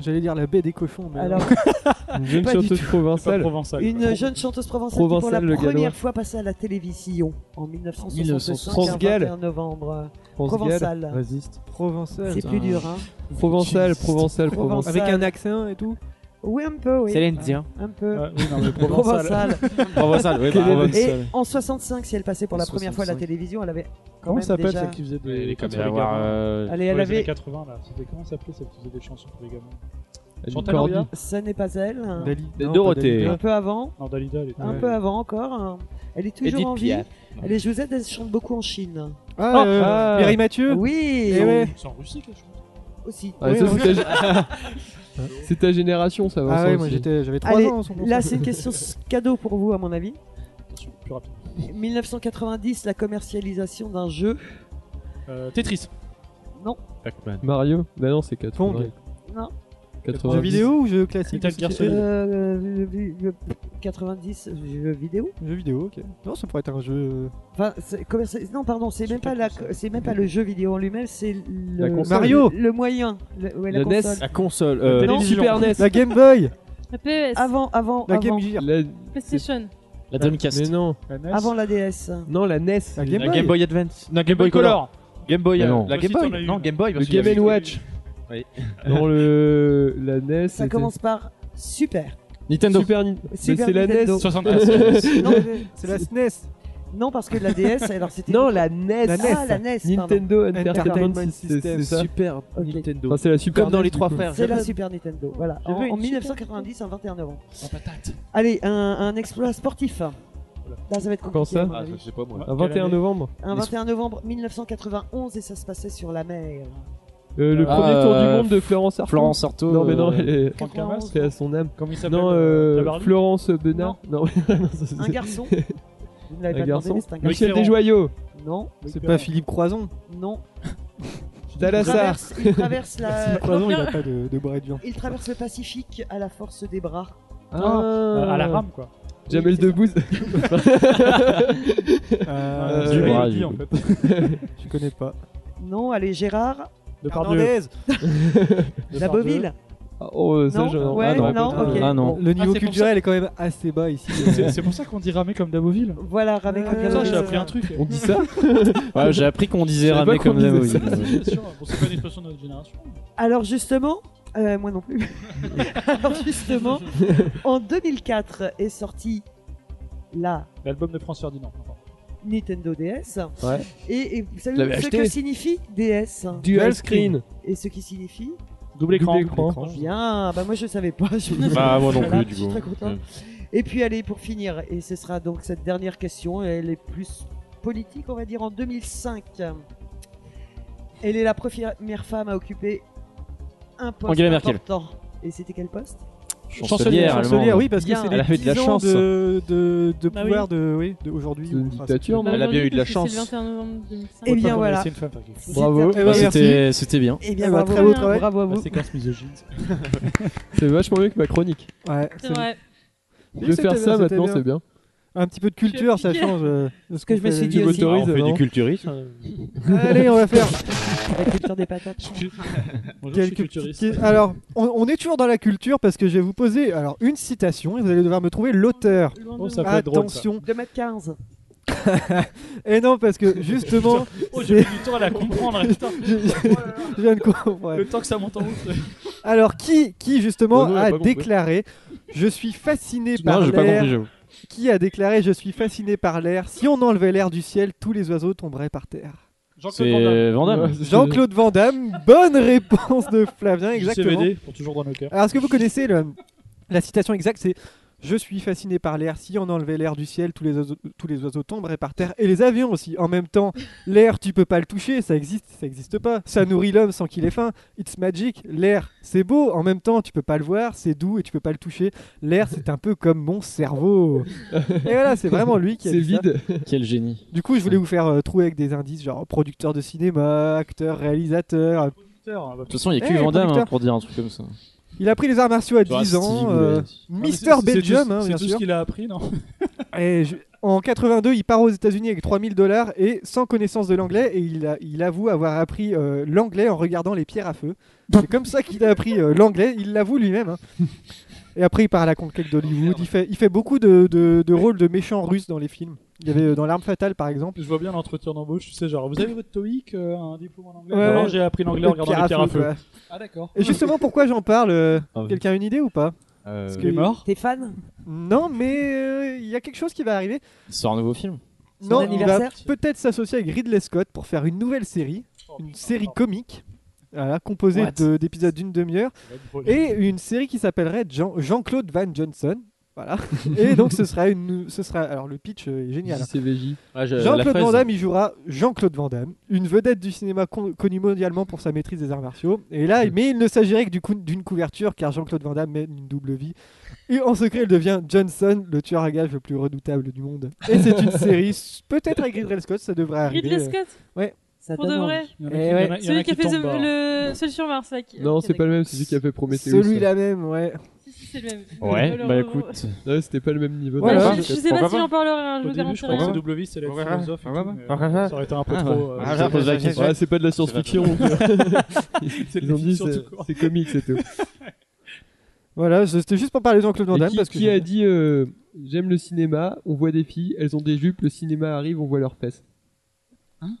Speaker 4: J'allais dire la baie des cochons. Mais
Speaker 8: Alors,
Speaker 7: Une jeune
Speaker 8: pas du
Speaker 7: chanteuse
Speaker 8: tout.
Speaker 7: provençale.
Speaker 8: Une jeune chanteuse provençale,
Speaker 7: Provençale,
Speaker 8: qui
Speaker 7: le
Speaker 8: pour la
Speaker 7: gallois.
Speaker 8: première fois passée à la télévision en 1965,
Speaker 7: Transgal.
Speaker 8: le 21 novembre. euh,
Speaker 7: Transgal,
Speaker 8: Provençale.
Speaker 7: résiste.
Speaker 4: Provençale.
Speaker 8: C'est plus dur, hein.
Speaker 7: Provençal, provençal,
Speaker 8: Provençal.
Speaker 7: provençal.
Speaker 4: Avec un accent et tout
Speaker 8: Oui, un peu, oui.
Speaker 7: C'est l'Indien.
Speaker 8: Un peu.
Speaker 7: Ah, oui, non, mais
Speaker 8: Provençal.
Speaker 7: Provençal. Provençal, oui,
Speaker 4: Ah
Speaker 7: bah,
Speaker 8: Et
Speaker 7: Provençal.
Speaker 8: en 65, si elle passait pour la première fois à la
Speaker 6: 65.
Speaker 8: télévision, elle avait quand
Speaker 6: Comment
Speaker 8: même
Speaker 6: s'appelle
Speaker 8: déjà...
Speaker 6: celle qui faisait des.
Speaker 7: Elle est
Speaker 6: comme
Speaker 7: capable
Speaker 6: les
Speaker 7: d'avoir,
Speaker 6: gamins.
Speaker 7: euh,
Speaker 8: Allez,
Speaker 6: Pour
Speaker 8: elle
Speaker 6: les
Speaker 8: avait-
Speaker 6: années 80 là. C'était comment s'appelait celle qui faisait des chansons pour les gamins
Speaker 7: Elle
Speaker 6: Chantal
Speaker 7: dit Cordy.
Speaker 6: Lauria
Speaker 8: Ce n'est pas elle.
Speaker 7: Dali- De- non, pas Dorothée. Dalida.
Speaker 8: Un peu avant.
Speaker 6: Non, Dalida, elle était-
Speaker 8: Un
Speaker 6: Ouais.
Speaker 8: peu avant encore. hein. Elle est toujours
Speaker 6: Edith
Speaker 8: en vie.
Speaker 6: Piaf.
Speaker 8: Elle est Josette, elle chante beaucoup en Chine.
Speaker 4: Ah, euh, Mireille Mathieu
Speaker 8: Oui
Speaker 4: Eh ouais.
Speaker 6: C'est en Russie qu'elle chante
Speaker 8: Aussi.
Speaker 7: Ah,
Speaker 4: Oui,
Speaker 7: ça,
Speaker 4: en
Speaker 7: c'est
Speaker 4: vrai.
Speaker 7: ta- c'est ta génération, ça va.
Speaker 4: Ah ouais, moi, j'étais- j'avais
Speaker 8: Allez, là c'est une question s- cadeau pour vous à mon avis.
Speaker 6: Attention, plus rapide.
Speaker 8: 1990, la commercialisation d'un jeu.
Speaker 6: Euh, Tetris.
Speaker 8: Non.
Speaker 7: Mario Bah non, c'est 4.
Speaker 4: Pong.
Speaker 8: Non.
Speaker 7: 90.
Speaker 4: Jeux vidéo ou jeux classiques
Speaker 6: Metal Gear
Speaker 4: société
Speaker 6: Solid.
Speaker 8: Euh, le- le- 90, jeu vidéo.
Speaker 4: euh, Jeux vidéo, ok. Non, ça pourrait être un jeu. euh,
Speaker 8: Enfin, c'est commerci- non, pardon, c'est même pas la, c'est même pas le jeu vidéo en lui-même, c'est le
Speaker 4: La console. Mario.
Speaker 8: le, le moyen, le, ouais, la
Speaker 7: La NES.
Speaker 8: console.
Speaker 3: E
Speaker 7: La console, euh,
Speaker 8: Non.
Speaker 7: télévision. Super NES.
Speaker 4: La Game Boy
Speaker 5: La PS.
Speaker 8: Avant, avant,
Speaker 4: La
Speaker 8: avant,
Speaker 4: Game E Gear
Speaker 7: La,
Speaker 5: PlayStation.
Speaker 3: La Dreamcast.
Speaker 7: Mais non.
Speaker 6: La NES.
Speaker 8: avant la DS.
Speaker 7: Non, la E NES.
Speaker 4: La
Speaker 11: La Game Boy Advance. Non, Game Boy Color. Game Boy.
Speaker 7: Mais
Speaker 11: euh,
Speaker 7: non.
Speaker 11: La Game
Speaker 6: Aussi,
Speaker 11: Boy.
Speaker 6: t'en as eu
Speaker 11: Non,
Speaker 6: une.
Speaker 11: Game Boy.
Speaker 7: Le Game Watch.
Speaker 11: Oui.
Speaker 7: Dans le. La NES.
Speaker 8: Ça
Speaker 7: c'était-
Speaker 8: commence par super.
Speaker 3: Nintendo.
Speaker 7: Super Ni- Mais
Speaker 8: Super
Speaker 7: c'est la
Speaker 8: Nintendo.
Speaker 7: NES.
Speaker 6: 64.
Speaker 8: Non, mais-
Speaker 4: C'est la SNES
Speaker 8: Non, parce que la DS, alors c'était.
Speaker 7: Non, la NES.
Speaker 8: La NES. Ah, la NES, pardon.
Speaker 7: Nintendo
Speaker 4: Entertainment
Speaker 7: Entertainment System.
Speaker 4: System.
Speaker 7: C'est ça.
Speaker 11: Super Nintendo.
Speaker 7: Enfin, c'est la Super
Speaker 11: Comme dans
Speaker 4: E
Speaker 7: NES,
Speaker 11: les
Speaker 7: du
Speaker 11: trois
Speaker 7: coup.
Speaker 11: frères.
Speaker 8: C'est la Super Nintendo. Voilà.
Speaker 11: Je
Speaker 8: En,
Speaker 11: veux une
Speaker 8: en
Speaker 11: Super
Speaker 8: 1990, un 21 novembre. Allez, un, un exploit sportif. Là, ça va être compliqué.
Speaker 7: Quand ça
Speaker 3: Ah,
Speaker 8: à mon avis.
Speaker 11: sais pas moi.
Speaker 7: Un 21 novembre.
Speaker 8: Un 21 novembre 1991 et ça se passait sur la mer.
Speaker 7: Euh, le
Speaker 3: Ah,
Speaker 7: premier tour du
Speaker 3: euh,
Speaker 7: monde de Florence Artaud.
Speaker 3: Florence Artaud,
Speaker 7: Non, mais non,
Speaker 3: euh,
Speaker 7: elle est-
Speaker 8: Franck Lamas.
Speaker 7: c'est à son âme.
Speaker 6: Comment il s'appelle
Speaker 7: Non,
Speaker 6: euh,
Speaker 7: euh,
Speaker 6: Tabarly
Speaker 7: Florence Benard. Non, non, ça, c'est-
Speaker 8: Un garçon. Vous ne l'avez
Speaker 7: Un
Speaker 8: pas demandé, mais
Speaker 7: garçon.
Speaker 8: c'est un garçon.
Speaker 7: Michel Desjoyaux.
Speaker 8: Non,
Speaker 4: C'est pas Philippe Croison
Speaker 8: non. Il
Speaker 7: Dalassar.
Speaker 8: traverse, il traverse la.
Speaker 4: Philippe Croison, il a pas de, de bras et de viande.
Speaker 8: Il traverse le Pacifique à la force des bras.
Speaker 6: Euh, à la rame quoi.
Speaker 7: Jamel Debbouze.
Speaker 4: Euh,
Speaker 6: Du bras,
Speaker 4: je-
Speaker 6: du coup.
Speaker 4: Je connais pas.
Speaker 8: Non, allez Gérard.
Speaker 6: De
Speaker 4: Hernandez
Speaker 8: La Beauville.
Speaker 7: Ah, Oh, euh, ça,
Speaker 8: Non,
Speaker 7: je.
Speaker 8: ouais,
Speaker 7: ah, non.
Speaker 8: non, ok.
Speaker 3: Ah non.
Speaker 4: Le niveau
Speaker 6: c'est pour
Speaker 4: culturel est quand même assez bas ici.
Speaker 6: C'est c'est pour ça qu'on dit ramer comme Daboville.
Speaker 8: Voilà, ramé comme la
Speaker 6: Putain,
Speaker 8: Beauville.
Speaker 6: Euh, j'ai appris un truc.
Speaker 7: On dit ça
Speaker 3: Ouais, j'ai appris qu'on disait
Speaker 7: savais
Speaker 3: ramer
Speaker 7: pas qu'on
Speaker 3: comme la
Speaker 7: disait
Speaker 3: bouille.
Speaker 6: hein, Bon, c'est pas une expression de notre génération.
Speaker 8: Alors justement, euh, moi non plus. Alors justement, en 2004 est sortie la
Speaker 6: L'album de France Ferdinand. enfin.
Speaker 8: Nintendo DS.
Speaker 7: Ouais.
Speaker 8: Et, et vous savez
Speaker 7: Je l'avais
Speaker 8: ce
Speaker 7: acheté.
Speaker 8: que signifie DS
Speaker 7: Dual screen.
Speaker 8: Et ce qui signifie
Speaker 6: Double écran.
Speaker 7: Double écran.
Speaker 8: Bien, bah moi je savais pas. Je...
Speaker 11: Bah, moi non plus,
Speaker 8: Voilà,
Speaker 11: du
Speaker 8: je suis
Speaker 11: coup.
Speaker 8: très contente.
Speaker 11: Ouais.
Speaker 8: Et puis allez, pour finir, et ce sera donc cette dernière question, elle est plus politique, on va dire, en 2005. Elle est la première femme à occuper un poste
Speaker 3: Angela Merkel.
Speaker 8: important. Et c'était quel poste
Speaker 3: Chancelière,
Speaker 4: Chancelière,
Speaker 3: allemande.
Speaker 4: oui, parce que
Speaker 8: Bien.
Speaker 4: c'est
Speaker 3: Elle
Speaker 4: les
Speaker 3: a eu de la
Speaker 4: 10 ans
Speaker 3: chance.
Speaker 4: de, de, de
Speaker 5: Bah
Speaker 4: pouvoir
Speaker 5: oui.
Speaker 4: de, oui, de aujourd'hui.
Speaker 7: C'est une
Speaker 4: Enfin,
Speaker 7: dictature,
Speaker 5: Bah,
Speaker 11: Elle a bien
Speaker 5: aujourd'hui,
Speaker 11: eu de la
Speaker 5: parce que
Speaker 11: chance.
Speaker 5: C'est le 21 novembre 2005.
Speaker 8: Eh
Speaker 6: Faut pas
Speaker 8: bien
Speaker 6: qu'on
Speaker 8: voilà.
Speaker 6: laisse une femme faire quelque chose.
Speaker 7: Bravo.
Speaker 8: C'était-
Speaker 4: Eh ben,
Speaker 3: Ah, C'était c'était bien.
Speaker 8: Eh bien,
Speaker 4: Eh ben,
Speaker 8: bravo,
Speaker 4: très beau travail.
Speaker 8: bravo à
Speaker 6: La
Speaker 8: vous.
Speaker 6: séquence misogyne.
Speaker 7: C'est vachement mieux que ma chronique.
Speaker 4: Ouais,
Speaker 5: C'est vrai.
Speaker 7: Je vais faire
Speaker 4: C'était
Speaker 7: ça
Speaker 4: bien, c'était
Speaker 7: maintenant,
Speaker 4: bien.
Speaker 7: c'est bien.
Speaker 4: Un petit peu de culture, ça
Speaker 5: piqué.
Speaker 4: change. euh, de ce
Speaker 8: que
Speaker 4: qu'on
Speaker 8: je me
Speaker 4: fait
Speaker 8: suis dit
Speaker 4: d'habitude.
Speaker 8: aussi.
Speaker 11: Ah, on
Speaker 7: Autorise,
Speaker 11: fait
Speaker 7: non
Speaker 11: du culturisme.
Speaker 4: Allez, on va faire
Speaker 8: La culture des patates.
Speaker 6: Bonjour, je suis
Speaker 4: quelques
Speaker 6: culturiste.
Speaker 4: petits- Alors, on, on est toujours dans la culture parce que je vais vous poser alors une citation et vous allez devoir me trouver l'auteur.
Speaker 5: Loin
Speaker 6: Oh,
Speaker 5: de
Speaker 6: ça
Speaker 5: nous.
Speaker 6: peut être drôle. ça.
Speaker 8: 2m15.
Speaker 4: Et non, parce que justement,
Speaker 6: Oh, j'ai
Speaker 4: c'est-
Speaker 6: mis du temps à la comprendre. hein, putain.
Speaker 4: je, je viens de comprendre.
Speaker 6: Le temps que ça monte en route.
Speaker 4: Alors, qui, qui justement
Speaker 11: Bono, elle a
Speaker 4: a
Speaker 11: pas compris.
Speaker 4: déclaré Je suis fasciné par
Speaker 3: Non, j'ai pas
Speaker 4: l'air.
Speaker 3: compris, j'avoue.
Speaker 4: Qui a déclaré Je suis fasciné par l'air. Si on enlevait l'air du ciel, tous les oiseaux tomberaient par terre.
Speaker 6: Jean-Claude Van Damme.
Speaker 3: C'est Vandame.
Speaker 4: Jean-Claude Van Damme, bonne réponse de Flavien, exactement.
Speaker 6: JCVD, pour toujours dans nos cœurs.
Speaker 4: Alors, est-ce que vous connaissez le- la citation exacte C'est Je suis fasciné par l'air. Si on enlevait l'air du ciel, tous les, oiseaux, tous les oiseaux tomberaient par terre et les avions aussi. En même temps, l'air, tu peux pas le toucher, ça existe, ça existe pas. Ça nourrit l'homme sans qu'il ait faim. It's magic. L'air, c'est beau. En même temps, tu peux pas le voir, c'est doux et tu peux pas le toucher. L'air, c'est un peu comme mon cerveau. et voilà, c'est vraiment lui qui a
Speaker 7: C'est
Speaker 4: dit ça.
Speaker 7: vide.
Speaker 3: Quel génie.
Speaker 4: Du coup, je voulais vous faire euh, trouver avec des indices, genre producteur de cinéma, acteur, réalisateur.
Speaker 3: De toute façon, il n'y a que
Speaker 4: Eh,
Speaker 3: Vandame hein,
Speaker 4: producteur.
Speaker 3: pour dire un truc comme ça.
Speaker 4: Il a pris les arts
Speaker 6: Bah,
Speaker 4: martiaux à 10
Speaker 3: Steve
Speaker 4: ans.
Speaker 3: Boulez.
Speaker 4: euh,
Speaker 3: Ah,
Speaker 4: Mister Belgium, hein,
Speaker 6: C'est
Speaker 4: bien
Speaker 6: tout
Speaker 4: sûr.
Speaker 6: ce qu'il a appris, non
Speaker 4: Et je- En 82, il part aux États-Unis avec 3000 dollars et sans connaissance de l'anglais, et il, a- il avoue avoir appris euh, l'anglais en regardant les pierres à feu. C'est comme ça qu'il a appris euh, l'anglais, il l'avoue lui-même. hein. Et après, il part à la conquête d'Hollywood. Il fait, il fait beaucoup de, de- de rôles de méchants russes dans les films. Il y avait euh, dans L'arme fatale, par exemple.
Speaker 6: Je vois bien l'entretien d'embauche, tu sais, genre, vous avez votre TOEIC, euh, un diplôme en anglais
Speaker 4: Ouais.
Speaker 6: Non, j'ai appris l'anglais en
Speaker 4: Le
Speaker 6: regardant les pierres à feu.
Speaker 4: quoi.
Speaker 6: Ah, d'accord.
Speaker 4: Et justement, pourquoi j'en parle euh,
Speaker 6: Ah oui.
Speaker 4: Quelqu'un a une idée ou pas
Speaker 6: Euh,
Speaker 4: Parce
Speaker 6: Il est mort
Speaker 8: T'es fan
Speaker 4: Non, mais euh, il y a quelque chose qui va arriver.
Speaker 3: Il sort un nouveau film.
Speaker 4: Non,
Speaker 8: Son
Speaker 4: il va
Speaker 8: anniversaire
Speaker 4: peut-être s'associer avec Ridley Scott pour faire une nouvelle série, une série comique, voilà, composée
Speaker 3: What
Speaker 4: de- d'épisodes d'une demi-heure,
Speaker 6: Ça va être drôle.
Speaker 4: et une série qui s'appellerait Jean- Jean-Claude Van Johnson. Voilà. et donc ce sera une, ce sera alors le pitch euh, est génial. hein.
Speaker 7: JCVJ. Ah, j'ai- la
Speaker 4: Jean-Claude
Speaker 7: fraise.
Speaker 4: Van Damme, il jouera Jean-Claude Van Damme, une vedette du cinéma con- connue mondialement pour sa maîtrise des arts martiaux. Et
Speaker 7: Mm.
Speaker 4: là, mais il ne s'agirait que du coup- d'une couverture, car Jean-Claude Van Damme mène une double vie. Et en secret, il devient Johnson, le tueur à gages le plus redoutable du monde. Et c'est une série, s- peut-être avec Ridley Scott, ça devrait arriver.
Speaker 5: Ridley
Speaker 4: euh,
Speaker 5: Scott
Speaker 4: Ouais.
Speaker 5: Pour de vrai
Speaker 4: Eh ouais.
Speaker 5: Celui qui a fait
Speaker 6: hein.
Speaker 5: le, le- celui sur Mars. Là, qui-
Speaker 7: Non,
Speaker 5: ok,
Speaker 7: c'est pas le
Speaker 5: d'accord.
Speaker 7: même, c'est celui qui a fait Prometheus.
Speaker 4: Celui-là même, ouais.
Speaker 5: Si, si, c'est le même. Je
Speaker 7: Ouais,
Speaker 5: le
Speaker 7: bah
Speaker 5: revois.
Speaker 7: écoute. Ouais, c'était pas le même niveau.
Speaker 5: Ouais, je-
Speaker 7: de-
Speaker 5: je sais pas si j'en parlerai un jour, garantis rien.
Speaker 6: W, c'est la
Speaker 7: Ouais, ouais,
Speaker 6: philosophe et
Speaker 7: ouais,
Speaker 6: tout,
Speaker 7: ouais.
Speaker 6: mais euh, ça aurait été un peu
Speaker 7: Ah,
Speaker 6: trop,
Speaker 7: ouais.
Speaker 6: euh,
Speaker 7: Ah,
Speaker 6: ça
Speaker 7: ouais,
Speaker 6: pose la
Speaker 7: ouais,
Speaker 6: question.
Speaker 7: ouais, c'est pas de la
Speaker 6: C'est pas
Speaker 7: science-fiction.
Speaker 6: de la-
Speaker 7: on peut-
Speaker 6: C'est de
Speaker 7: Ils
Speaker 6: la
Speaker 7: ont dit
Speaker 6: fiction,
Speaker 7: c'est
Speaker 6: tout court.
Speaker 7: c'est comique, c'est tout.
Speaker 4: Voilà, je- c'était juste pour parler de Jean-Claude Van
Speaker 7: Et
Speaker 4: Damme.
Speaker 7: qui,
Speaker 4: parce que
Speaker 7: qui a dit euh, j'aime le cinéma, on voit des filles, elles ont des jupes, le cinéma arrive, on voit leurs fesses.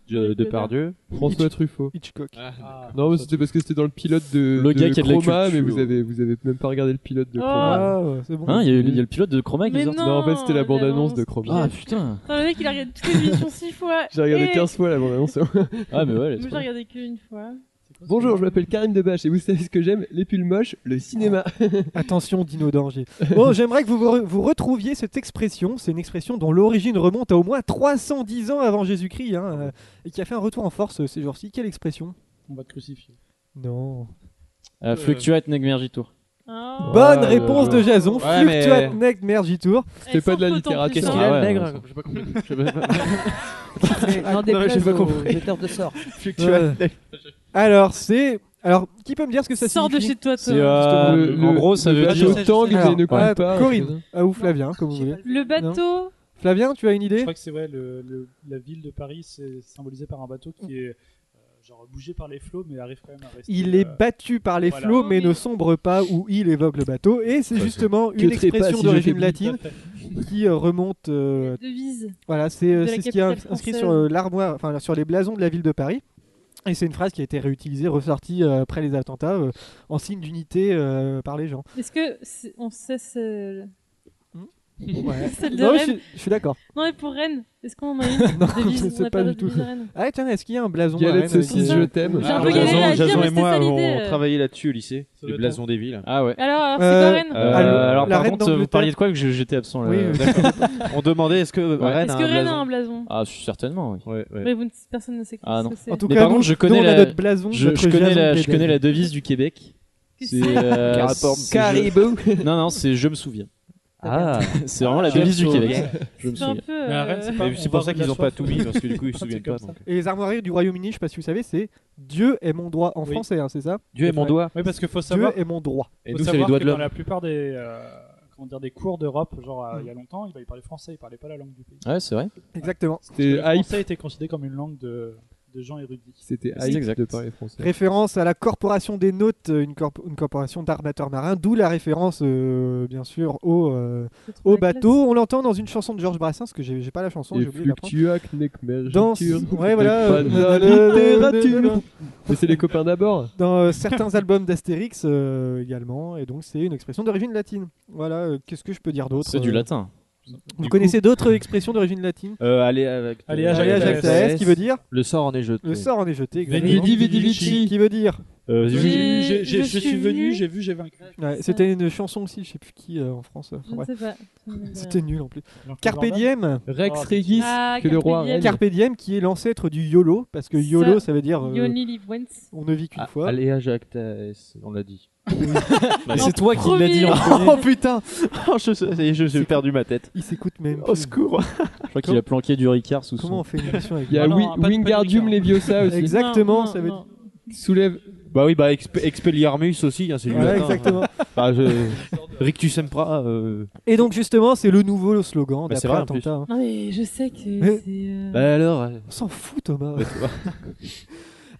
Speaker 11: De, Depardieu.
Speaker 7: François Truffaut.
Speaker 4: Hitchcock.
Speaker 7: Ah. Non, mais c'était parce que c'était dans le pilote de,
Speaker 3: Le gars
Speaker 7: de
Speaker 3: qui a de la
Speaker 7: Chroma, mais
Speaker 3: culture.
Speaker 7: vous avez, vous avez même pas regardé le pilote de
Speaker 5: Oh.
Speaker 7: Chroma.
Speaker 5: Ah,
Speaker 4: ouais, c'est bon.
Speaker 3: Hein, il y, a eu- il y a le pilote de Chroma qui
Speaker 5: Mais
Speaker 3: est sorti.
Speaker 5: non, Non, en fait, c'était la la bande-annonce
Speaker 7: de Chroma.
Speaker 3: Ah putain.
Speaker 5: Attends, le mec, il a regardé toutes les émissions 6 fois.
Speaker 7: J'ai regardé
Speaker 5: et-
Speaker 7: 15 fois la bande-annonce.
Speaker 3: Ah, mais ouais,
Speaker 5: Moi, j'ai regardé qu'une fois.
Speaker 7: Bonjour, je m'appelle Karim Debache et vous savez ce que j'aime Les pulls moches, le cinéma.
Speaker 4: Attention, dino danger. Bon, j'aimerais que vous, vous re- vous retrouviez cette expression. C'est une expression dont l'origine remonte à au moins 310 ans avant Jésus-Christ hein, euh, et qui a fait un retour en force euh, ces jours-ci. Quelle expression
Speaker 6: On va te crucifier.
Speaker 4: Non.
Speaker 3: Euh, Fluctuate Negmergitur.
Speaker 5: Oh,
Speaker 4: Bonne
Speaker 3: Ouais,
Speaker 4: réponse
Speaker 3: ouais.
Speaker 4: de Jason.
Speaker 3: Ouais, mais-
Speaker 4: Fluctuate nec mergitour.
Speaker 3: C'était pas de la Elles sont littérature.
Speaker 7: Qu'est-ce
Speaker 3: Ah
Speaker 7: qu'il a
Speaker 3: ouais,
Speaker 7: le
Speaker 3: ouais,
Speaker 7: nègre
Speaker 3: ouais.
Speaker 7: J'ai pas compris. J'ai pas-
Speaker 8: Non,
Speaker 7: Non, mais
Speaker 8: déplaise
Speaker 7: j'ai pas
Speaker 8: aux
Speaker 7: compris.
Speaker 8: jeteurs de sorts.
Speaker 7: Fluctuate
Speaker 4: Ouais.
Speaker 7: nec.
Speaker 4: Euh, Alors, c'est. Alors, qui peut me dire ce que ça
Speaker 5: Sors de
Speaker 4: signifie
Speaker 5: chez toi, toi.
Speaker 3: C'est, euh,
Speaker 7: Le-
Speaker 3: en
Speaker 7: le-
Speaker 3: gros, ça
Speaker 7: le
Speaker 3: veut
Speaker 7: bateau
Speaker 3: dire.
Speaker 7: tangue, mais
Speaker 4: Alors,
Speaker 7: ne coule
Speaker 4: ah,
Speaker 7: pas.
Speaker 4: Corinne, ah, ou Flavien, comme vous voulez.
Speaker 5: Le bateau.
Speaker 4: Flavien, tu as une
Speaker 6: Je
Speaker 4: idée
Speaker 6: crois que c'est vrai, le- le- la ville de Paris, c'est symbolisé par un bateau qui est euh, genre bougé par les flots, mais arrive quand même à rester.
Speaker 4: Il est
Speaker 6: euh,
Speaker 4: battu par les
Speaker 6: voilà.
Speaker 4: flots, mais ne sombre pas où il évoque le bateau. Et c'est justement
Speaker 7: Que
Speaker 4: une
Speaker 7: trépas,
Speaker 4: expression
Speaker 7: si je
Speaker 4: d'origine
Speaker 7: t'ai
Speaker 4: latine qui euh, remonte. euh,
Speaker 5: Devise.
Speaker 4: Voilà, c'est euh,
Speaker 5: De la
Speaker 4: c'est ce qui est
Speaker 5: capitale
Speaker 4: inscrit
Speaker 5: française.
Speaker 4: sur euh, l'armoire, enfin sur les blasons de la ville de Paris. Et c'est une phrase qui a été réutilisée, ressortie euh, après les attentats, euh, en signe d'unité euh, par les gens.
Speaker 5: Est-ce que c'est- on sait ce.
Speaker 4: Ouais.
Speaker 5: Celle de
Speaker 4: Non, je
Speaker 5: Rennes.
Speaker 4: suis- je suis d'accord.
Speaker 5: Non, mais pour Rennes, est-ce qu'on en a une
Speaker 4: Non,
Speaker 5: devise
Speaker 4: je
Speaker 5: On
Speaker 4: sais
Speaker 5: a
Speaker 4: pas
Speaker 5: de
Speaker 4: du tout.
Speaker 5: devise à Rennes.
Speaker 4: Ah, tiens, est-ce qu'il y a un blason à
Speaker 7: Galette
Speaker 4: Rennes
Speaker 7: saucisse,
Speaker 4: avec,
Speaker 7: je
Speaker 4: euh,
Speaker 7: t'aime.
Speaker 5: Ah, J'ai un peu galéré à la dire,
Speaker 11: Jason
Speaker 5: mais
Speaker 11: et
Speaker 5: c'était
Speaker 11: moi
Speaker 5: ça l'idée.
Speaker 11: avons
Speaker 5: euh.
Speaker 11: travaillé là-dessus au lycée, les blasons des villes.
Speaker 3: Ah ouais.
Speaker 5: Alors, alors,
Speaker 4: Euh,
Speaker 5: c'est pas Rennes
Speaker 11: Euh,
Speaker 3: Euh, alors,
Speaker 4: la
Speaker 3: par
Speaker 4: reine
Speaker 3: contre, vous
Speaker 4: d'Angleterre.
Speaker 3: parliez de quoi que je- j'étais absent là
Speaker 4: Oui, oui.
Speaker 3: D'accord.
Speaker 11: On demandait est-ce que
Speaker 3: Ouais.
Speaker 11: Rennes
Speaker 5: Est-ce
Speaker 11: a
Speaker 5: que
Speaker 11: un
Speaker 5: Rennes a
Speaker 11: blason
Speaker 5: un blason
Speaker 3: Ah, certainement, oui.
Speaker 11: Ouais, ouais.
Speaker 5: Mais vous, ne- personne ne sait
Speaker 3: Ah, non.
Speaker 5: ce que c'est.
Speaker 4: En tout
Speaker 3: Mais
Speaker 4: cas,
Speaker 3: par
Speaker 4: nous-
Speaker 3: contre, je
Speaker 4: nous,
Speaker 3: connais
Speaker 4: on a
Speaker 3: la-
Speaker 4: notre blason.
Speaker 3: Je,
Speaker 4: notre
Speaker 3: je connais
Speaker 4: Jason
Speaker 3: la, je
Speaker 4: Bledel.
Speaker 3: connais la devise du Québec. C'est. euh,
Speaker 7: Carapor-
Speaker 3: c'est-
Speaker 7: Caribou.
Speaker 3: Non, non, c'est je me souviens.
Speaker 11: Ah,
Speaker 3: C'est vraiment la devise du Québec. Je me
Speaker 5: C'est un
Speaker 3: souviens.
Speaker 5: peu.
Speaker 6: Mais à Rennes,
Speaker 5: euh,
Speaker 6: c'est pas-
Speaker 11: Mais c'est
Speaker 6: on
Speaker 11: pour
Speaker 6: va
Speaker 11: ça
Speaker 6: de la
Speaker 11: qu'ils ont pas
Speaker 6: soif.
Speaker 11: tout mis, parce que du coup ils se souviennent
Speaker 6: C'est comme
Speaker 11: pas.
Speaker 6: ça.
Speaker 11: donc.
Speaker 4: Et les armoiries du Royaume-Uni, je sais pas si vous savez, c'est Dieu est mon droit en
Speaker 6: Oui.
Speaker 4: français, hein, c'est ça
Speaker 11: Dieu est mon doigt.
Speaker 6: Oui, parce qu'il faut
Speaker 4: Dieu
Speaker 6: savoir.
Speaker 4: est mon droit.
Speaker 11: Et
Speaker 6: faut
Speaker 11: nous, c'est les
Speaker 6: savoir
Speaker 11: doigts
Speaker 6: que
Speaker 11: de
Speaker 6: Dans
Speaker 11: l'homme.
Speaker 6: la plupart des, euh, comment dire, des cours d'Europe, genre euh, il y
Speaker 7: Mm.
Speaker 6: a longtemps, ils parlaient français, ils parlaient pas la langue du pays.
Speaker 3: Ouais, c'est vrai.
Speaker 4: Exactement.
Speaker 7: C'était
Speaker 6: Le
Speaker 7: hype.
Speaker 6: français était considéré comme une langue de, de gens érudits.
Speaker 7: C'était
Speaker 3: C'est
Speaker 7: hype
Speaker 3: exact.
Speaker 7: de parler français.
Speaker 4: Référence à la Corporation des Nautes, une, corp- une corporation d'armateurs marins, d'où la référence, euh, bien sûr, au, euh,
Speaker 5: faut trouver
Speaker 4: au
Speaker 5: la classe.
Speaker 4: bateau. On l'entend dans une chanson de Georges Brassens, que j'ai j'ai pas la chanson,
Speaker 7: Et
Speaker 4: j'ai oublié de la prendre.
Speaker 7: fluctuac nec
Speaker 4: Dans, ouais, voilà,
Speaker 7: Pas
Speaker 4: euh,
Speaker 7: de
Speaker 4: dans-
Speaker 7: littérature. Mais c'est les copains d'abord.
Speaker 4: dans euh, certains albums d'Astérix euh, également, et donc c'est une expression d'origine latine. Voilà, euh, qu'est-ce que je peux dire d'autre
Speaker 3: C'est du
Speaker 4: euh,
Speaker 3: latin.
Speaker 4: Vous
Speaker 11: Du
Speaker 4: connaissez d'autres expressions d'origine latine
Speaker 11: Euh, allez, avec.
Speaker 6: Allez,
Speaker 3: Ah,
Speaker 6: à Jacques
Speaker 4: Alléage
Speaker 6: Alléage
Speaker 4: Actaes, qui veut dire
Speaker 11: Le sort en est jeté.
Speaker 4: Le sort en est jeté. exactement.
Speaker 7: Vidi, vidi, vici.
Speaker 4: Qui veut dire
Speaker 11: Euh,
Speaker 6: J'ai-
Speaker 11: j'ai-
Speaker 5: Oui.
Speaker 6: j'ai- j'ai-
Speaker 5: Je
Speaker 6: je
Speaker 5: suis
Speaker 6: suis venu,
Speaker 5: venu.
Speaker 6: j'ai vu, j'ai vaincu.
Speaker 4: Ouais, C'était une chanson aussi, je sais plus qui euh, en France. euh,
Speaker 5: Je ne
Speaker 4: ouais.
Speaker 5: sais pas. Ça me dit
Speaker 4: C'était nul en plus.
Speaker 6: Alors que
Speaker 4: Carpe
Speaker 6: Jordan-
Speaker 4: diem.
Speaker 7: Rex
Speaker 6: Oh,
Speaker 7: Regis,
Speaker 5: Ah,
Speaker 7: que le roi
Speaker 5: Carpe diem.
Speaker 7: règne.
Speaker 4: Carpe diem qui est l'ancêtre du YOLO parce que YOLO ça, veut dire
Speaker 5: rien.
Speaker 4: euh,
Speaker 5: You only live once.
Speaker 4: on ne vit qu'une
Speaker 11: Ah,
Speaker 4: fois.
Speaker 11: Allez, à Jacques Taès, on l'a dit.
Speaker 3: Mais Bah, c'est toi qui l'as
Speaker 5: premier.
Speaker 3: dit en
Speaker 11: Oh putain Oh, je- ça y est, je- J'ai perdu ma tête.
Speaker 4: Il s'écoute même.
Speaker 11: Au
Speaker 4: plus.
Speaker 11: secours
Speaker 3: Je crois qu'il a planqué du Ricard sous
Speaker 4: Comment
Speaker 3: son.
Speaker 4: on fait une émission avec
Speaker 7: Il y a
Speaker 6: Ah non,
Speaker 7: Wi-
Speaker 6: pas de- pas de
Speaker 7: Wingardium
Speaker 6: Ricard.
Speaker 7: Leviosa aussi.
Speaker 4: Exactement,
Speaker 5: Non,
Speaker 4: ça
Speaker 5: non,
Speaker 4: veut
Speaker 5: non.
Speaker 7: Soulève.
Speaker 11: Bah oui, bah Expe- Expelliarmus aussi, hein, c'est lui.
Speaker 4: Voilà,
Speaker 11: latin, hein.
Speaker 4: exactement.
Speaker 11: Bah, je... Rictus Sempra. euh,
Speaker 4: Et donc justement, c'est le nouveau slogan
Speaker 11: Bah, c'est
Speaker 4: d'après
Speaker 11: vrai, en plus.
Speaker 4: Attentat. hein.
Speaker 5: Non, mais je sais que
Speaker 4: Mais-
Speaker 5: c'est. euh,
Speaker 11: Bah alors euh,
Speaker 4: On s'en fout, Thomas.
Speaker 11: bah, tu vois.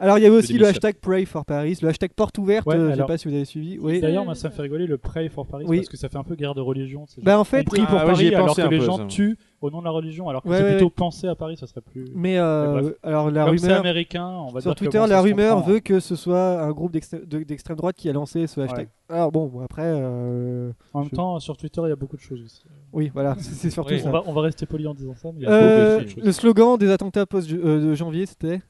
Speaker 4: Alors il y avait
Speaker 11: C'est
Speaker 4: aussi le
Speaker 11: délicieux.
Speaker 4: hashtag Pray for Paris, le hashtag porte ouverte,
Speaker 6: Ouais,
Speaker 4: euh, je sais
Speaker 6: alors-
Speaker 4: pas si vous avez suivi. Oui.
Speaker 6: D'ailleurs, moi, ça me fait rigoler le Pray for Paris parce que ça fait un peu guerre de religion. c'est
Speaker 4: Bah,
Speaker 6: genre,
Speaker 4: en fait,
Speaker 6: on prie
Speaker 4: Ah,
Speaker 6: pour
Speaker 4: ouais,
Speaker 6: Paris
Speaker 4: j'y ai
Speaker 6: alors
Speaker 4: pensé
Speaker 6: que
Speaker 4: un
Speaker 6: les
Speaker 4: peu,
Speaker 6: gens
Speaker 4: ça.
Speaker 6: tuent au nom de la religion, alors que
Speaker 4: Ouais,
Speaker 6: c'est
Speaker 4: ouais,
Speaker 6: plutôt
Speaker 4: ouais.
Speaker 6: penser à Paris, ça serait plus.
Speaker 4: Mais, euh,
Speaker 6: bref.
Speaker 4: alors la
Speaker 6: Comme c'est
Speaker 4: rumeur
Speaker 6: américain, on va
Speaker 4: sur
Speaker 6: dire que
Speaker 4: Twitter,
Speaker 6: bon,
Speaker 4: la
Speaker 6: ça se
Speaker 4: rumeur
Speaker 6: comprend.
Speaker 4: veut que ce soit un groupe d'extré- de- d'extrême droite qui a lancé ce hashtag. Alors bon, bon, après. euh,
Speaker 6: En même
Speaker 4: je-
Speaker 6: temps, sur Twitter, il y a beaucoup de choses aussi.
Speaker 4: Oui, voilà, c'est c'est surtout
Speaker 6: Oui,
Speaker 4: ça.
Speaker 6: on, va, on va rester poli en disant ça, mais il y a
Speaker 4: Euh,
Speaker 6: beaucoup de choses.
Speaker 4: le slogan des attentats post euh, de janvier, c'était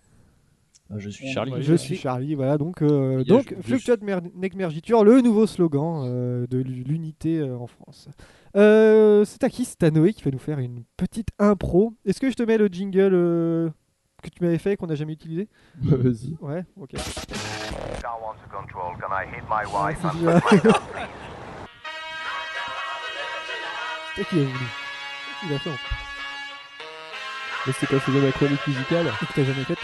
Speaker 3: Ah, je suis Charlie.
Speaker 4: Je suis Charlie, voilà. Donc, euh,
Speaker 3: Il y a
Speaker 4: donc
Speaker 3: ju-
Speaker 4: Fluctuate Mer- Necmergiture, le nouveau slogan euh, de l'u- l'unité euh, en France. Euh, c'est à qui C'est à Noé qui va nous faire une petite impro. Est-ce que je te mets le jingle euh, que tu m'avais fait et qu'on n'a jamais utilisé
Speaker 7: Bah, vas-y.
Speaker 4: Ouais, ok.
Speaker 14: Star One to control. Can I hit my wife
Speaker 4: Ah,
Speaker 14: and
Speaker 4: c'est
Speaker 14: put my
Speaker 4: bien.
Speaker 14: gun, please?
Speaker 4: C'est qui a voulu Il a fait en fait.
Speaker 7: Mais c'est quand je faisais ma chronique musicale.
Speaker 4: Et que t'as jamais fait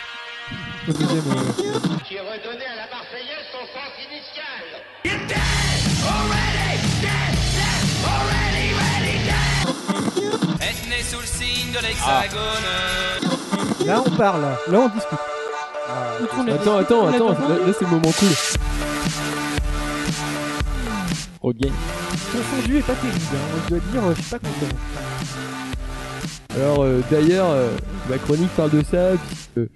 Speaker 4: Au deuxième, euh,
Speaker 14: Qui redonnait à la Marseillaise son sens initial.
Speaker 15: Est né sous le signe de l'hexagone.
Speaker 4: Là, on parle. Là, on discute.
Speaker 7: Attends, attends, attends, là, là, c'est le moment cool.
Speaker 3: Road game.
Speaker 4: Ton fondu est pas terrible. hein. Moi, je dois te dire, euh, je suis pas content.
Speaker 7: Alors euh, d'ailleurs, euh, ma chronique parle de ça. puisque, euh,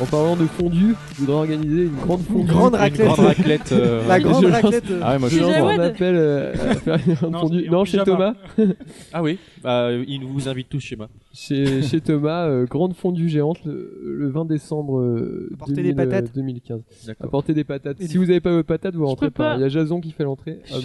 Speaker 7: en parlant de fondue, je voudrais organiser une grande fondue.
Speaker 4: grande raclette.
Speaker 11: grande raclette, euh,
Speaker 4: La grande
Speaker 7: Je lance-
Speaker 4: raclette. euh.
Speaker 11: Ah ouais, moi, je
Speaker 7: je
Speaker 11: suis
Speaker 7: lance
Speaker 11: chaud.
Speaker 7: un appel euh, à faire une grande
Speaker 11: Non,
Speaker 7: fondue.
Speaker 11: c'est-
Speaker 7: Non, chez
Speaker 11: pyjama.
Speaker 7: Thomas.
Speaker 11: Ah oui, bah, euh, il vous invite tous chez moi.
Speaker 7: chez, chez Thomas, euh, grande fondue géante le, le 20 décembre euh,
Speaker 4: Apportez des
Speaker 7: 2000, euh,
Speaker 4: patates.
Speaker 7: 2015.
Speaker 11: D'accord.
Speaker 7: Apportez des patates.
Speaker 4: Et
Speaker 7: Si
Speaker 4: du-
Speaker 7: vous n'avez pas vos patates, vous rentrez
Speaker 5: peux
Speaker 7: pas.
Speaker 5: pas.
Speaker 7: Il y a Jason qui fait l'entrée. Ah,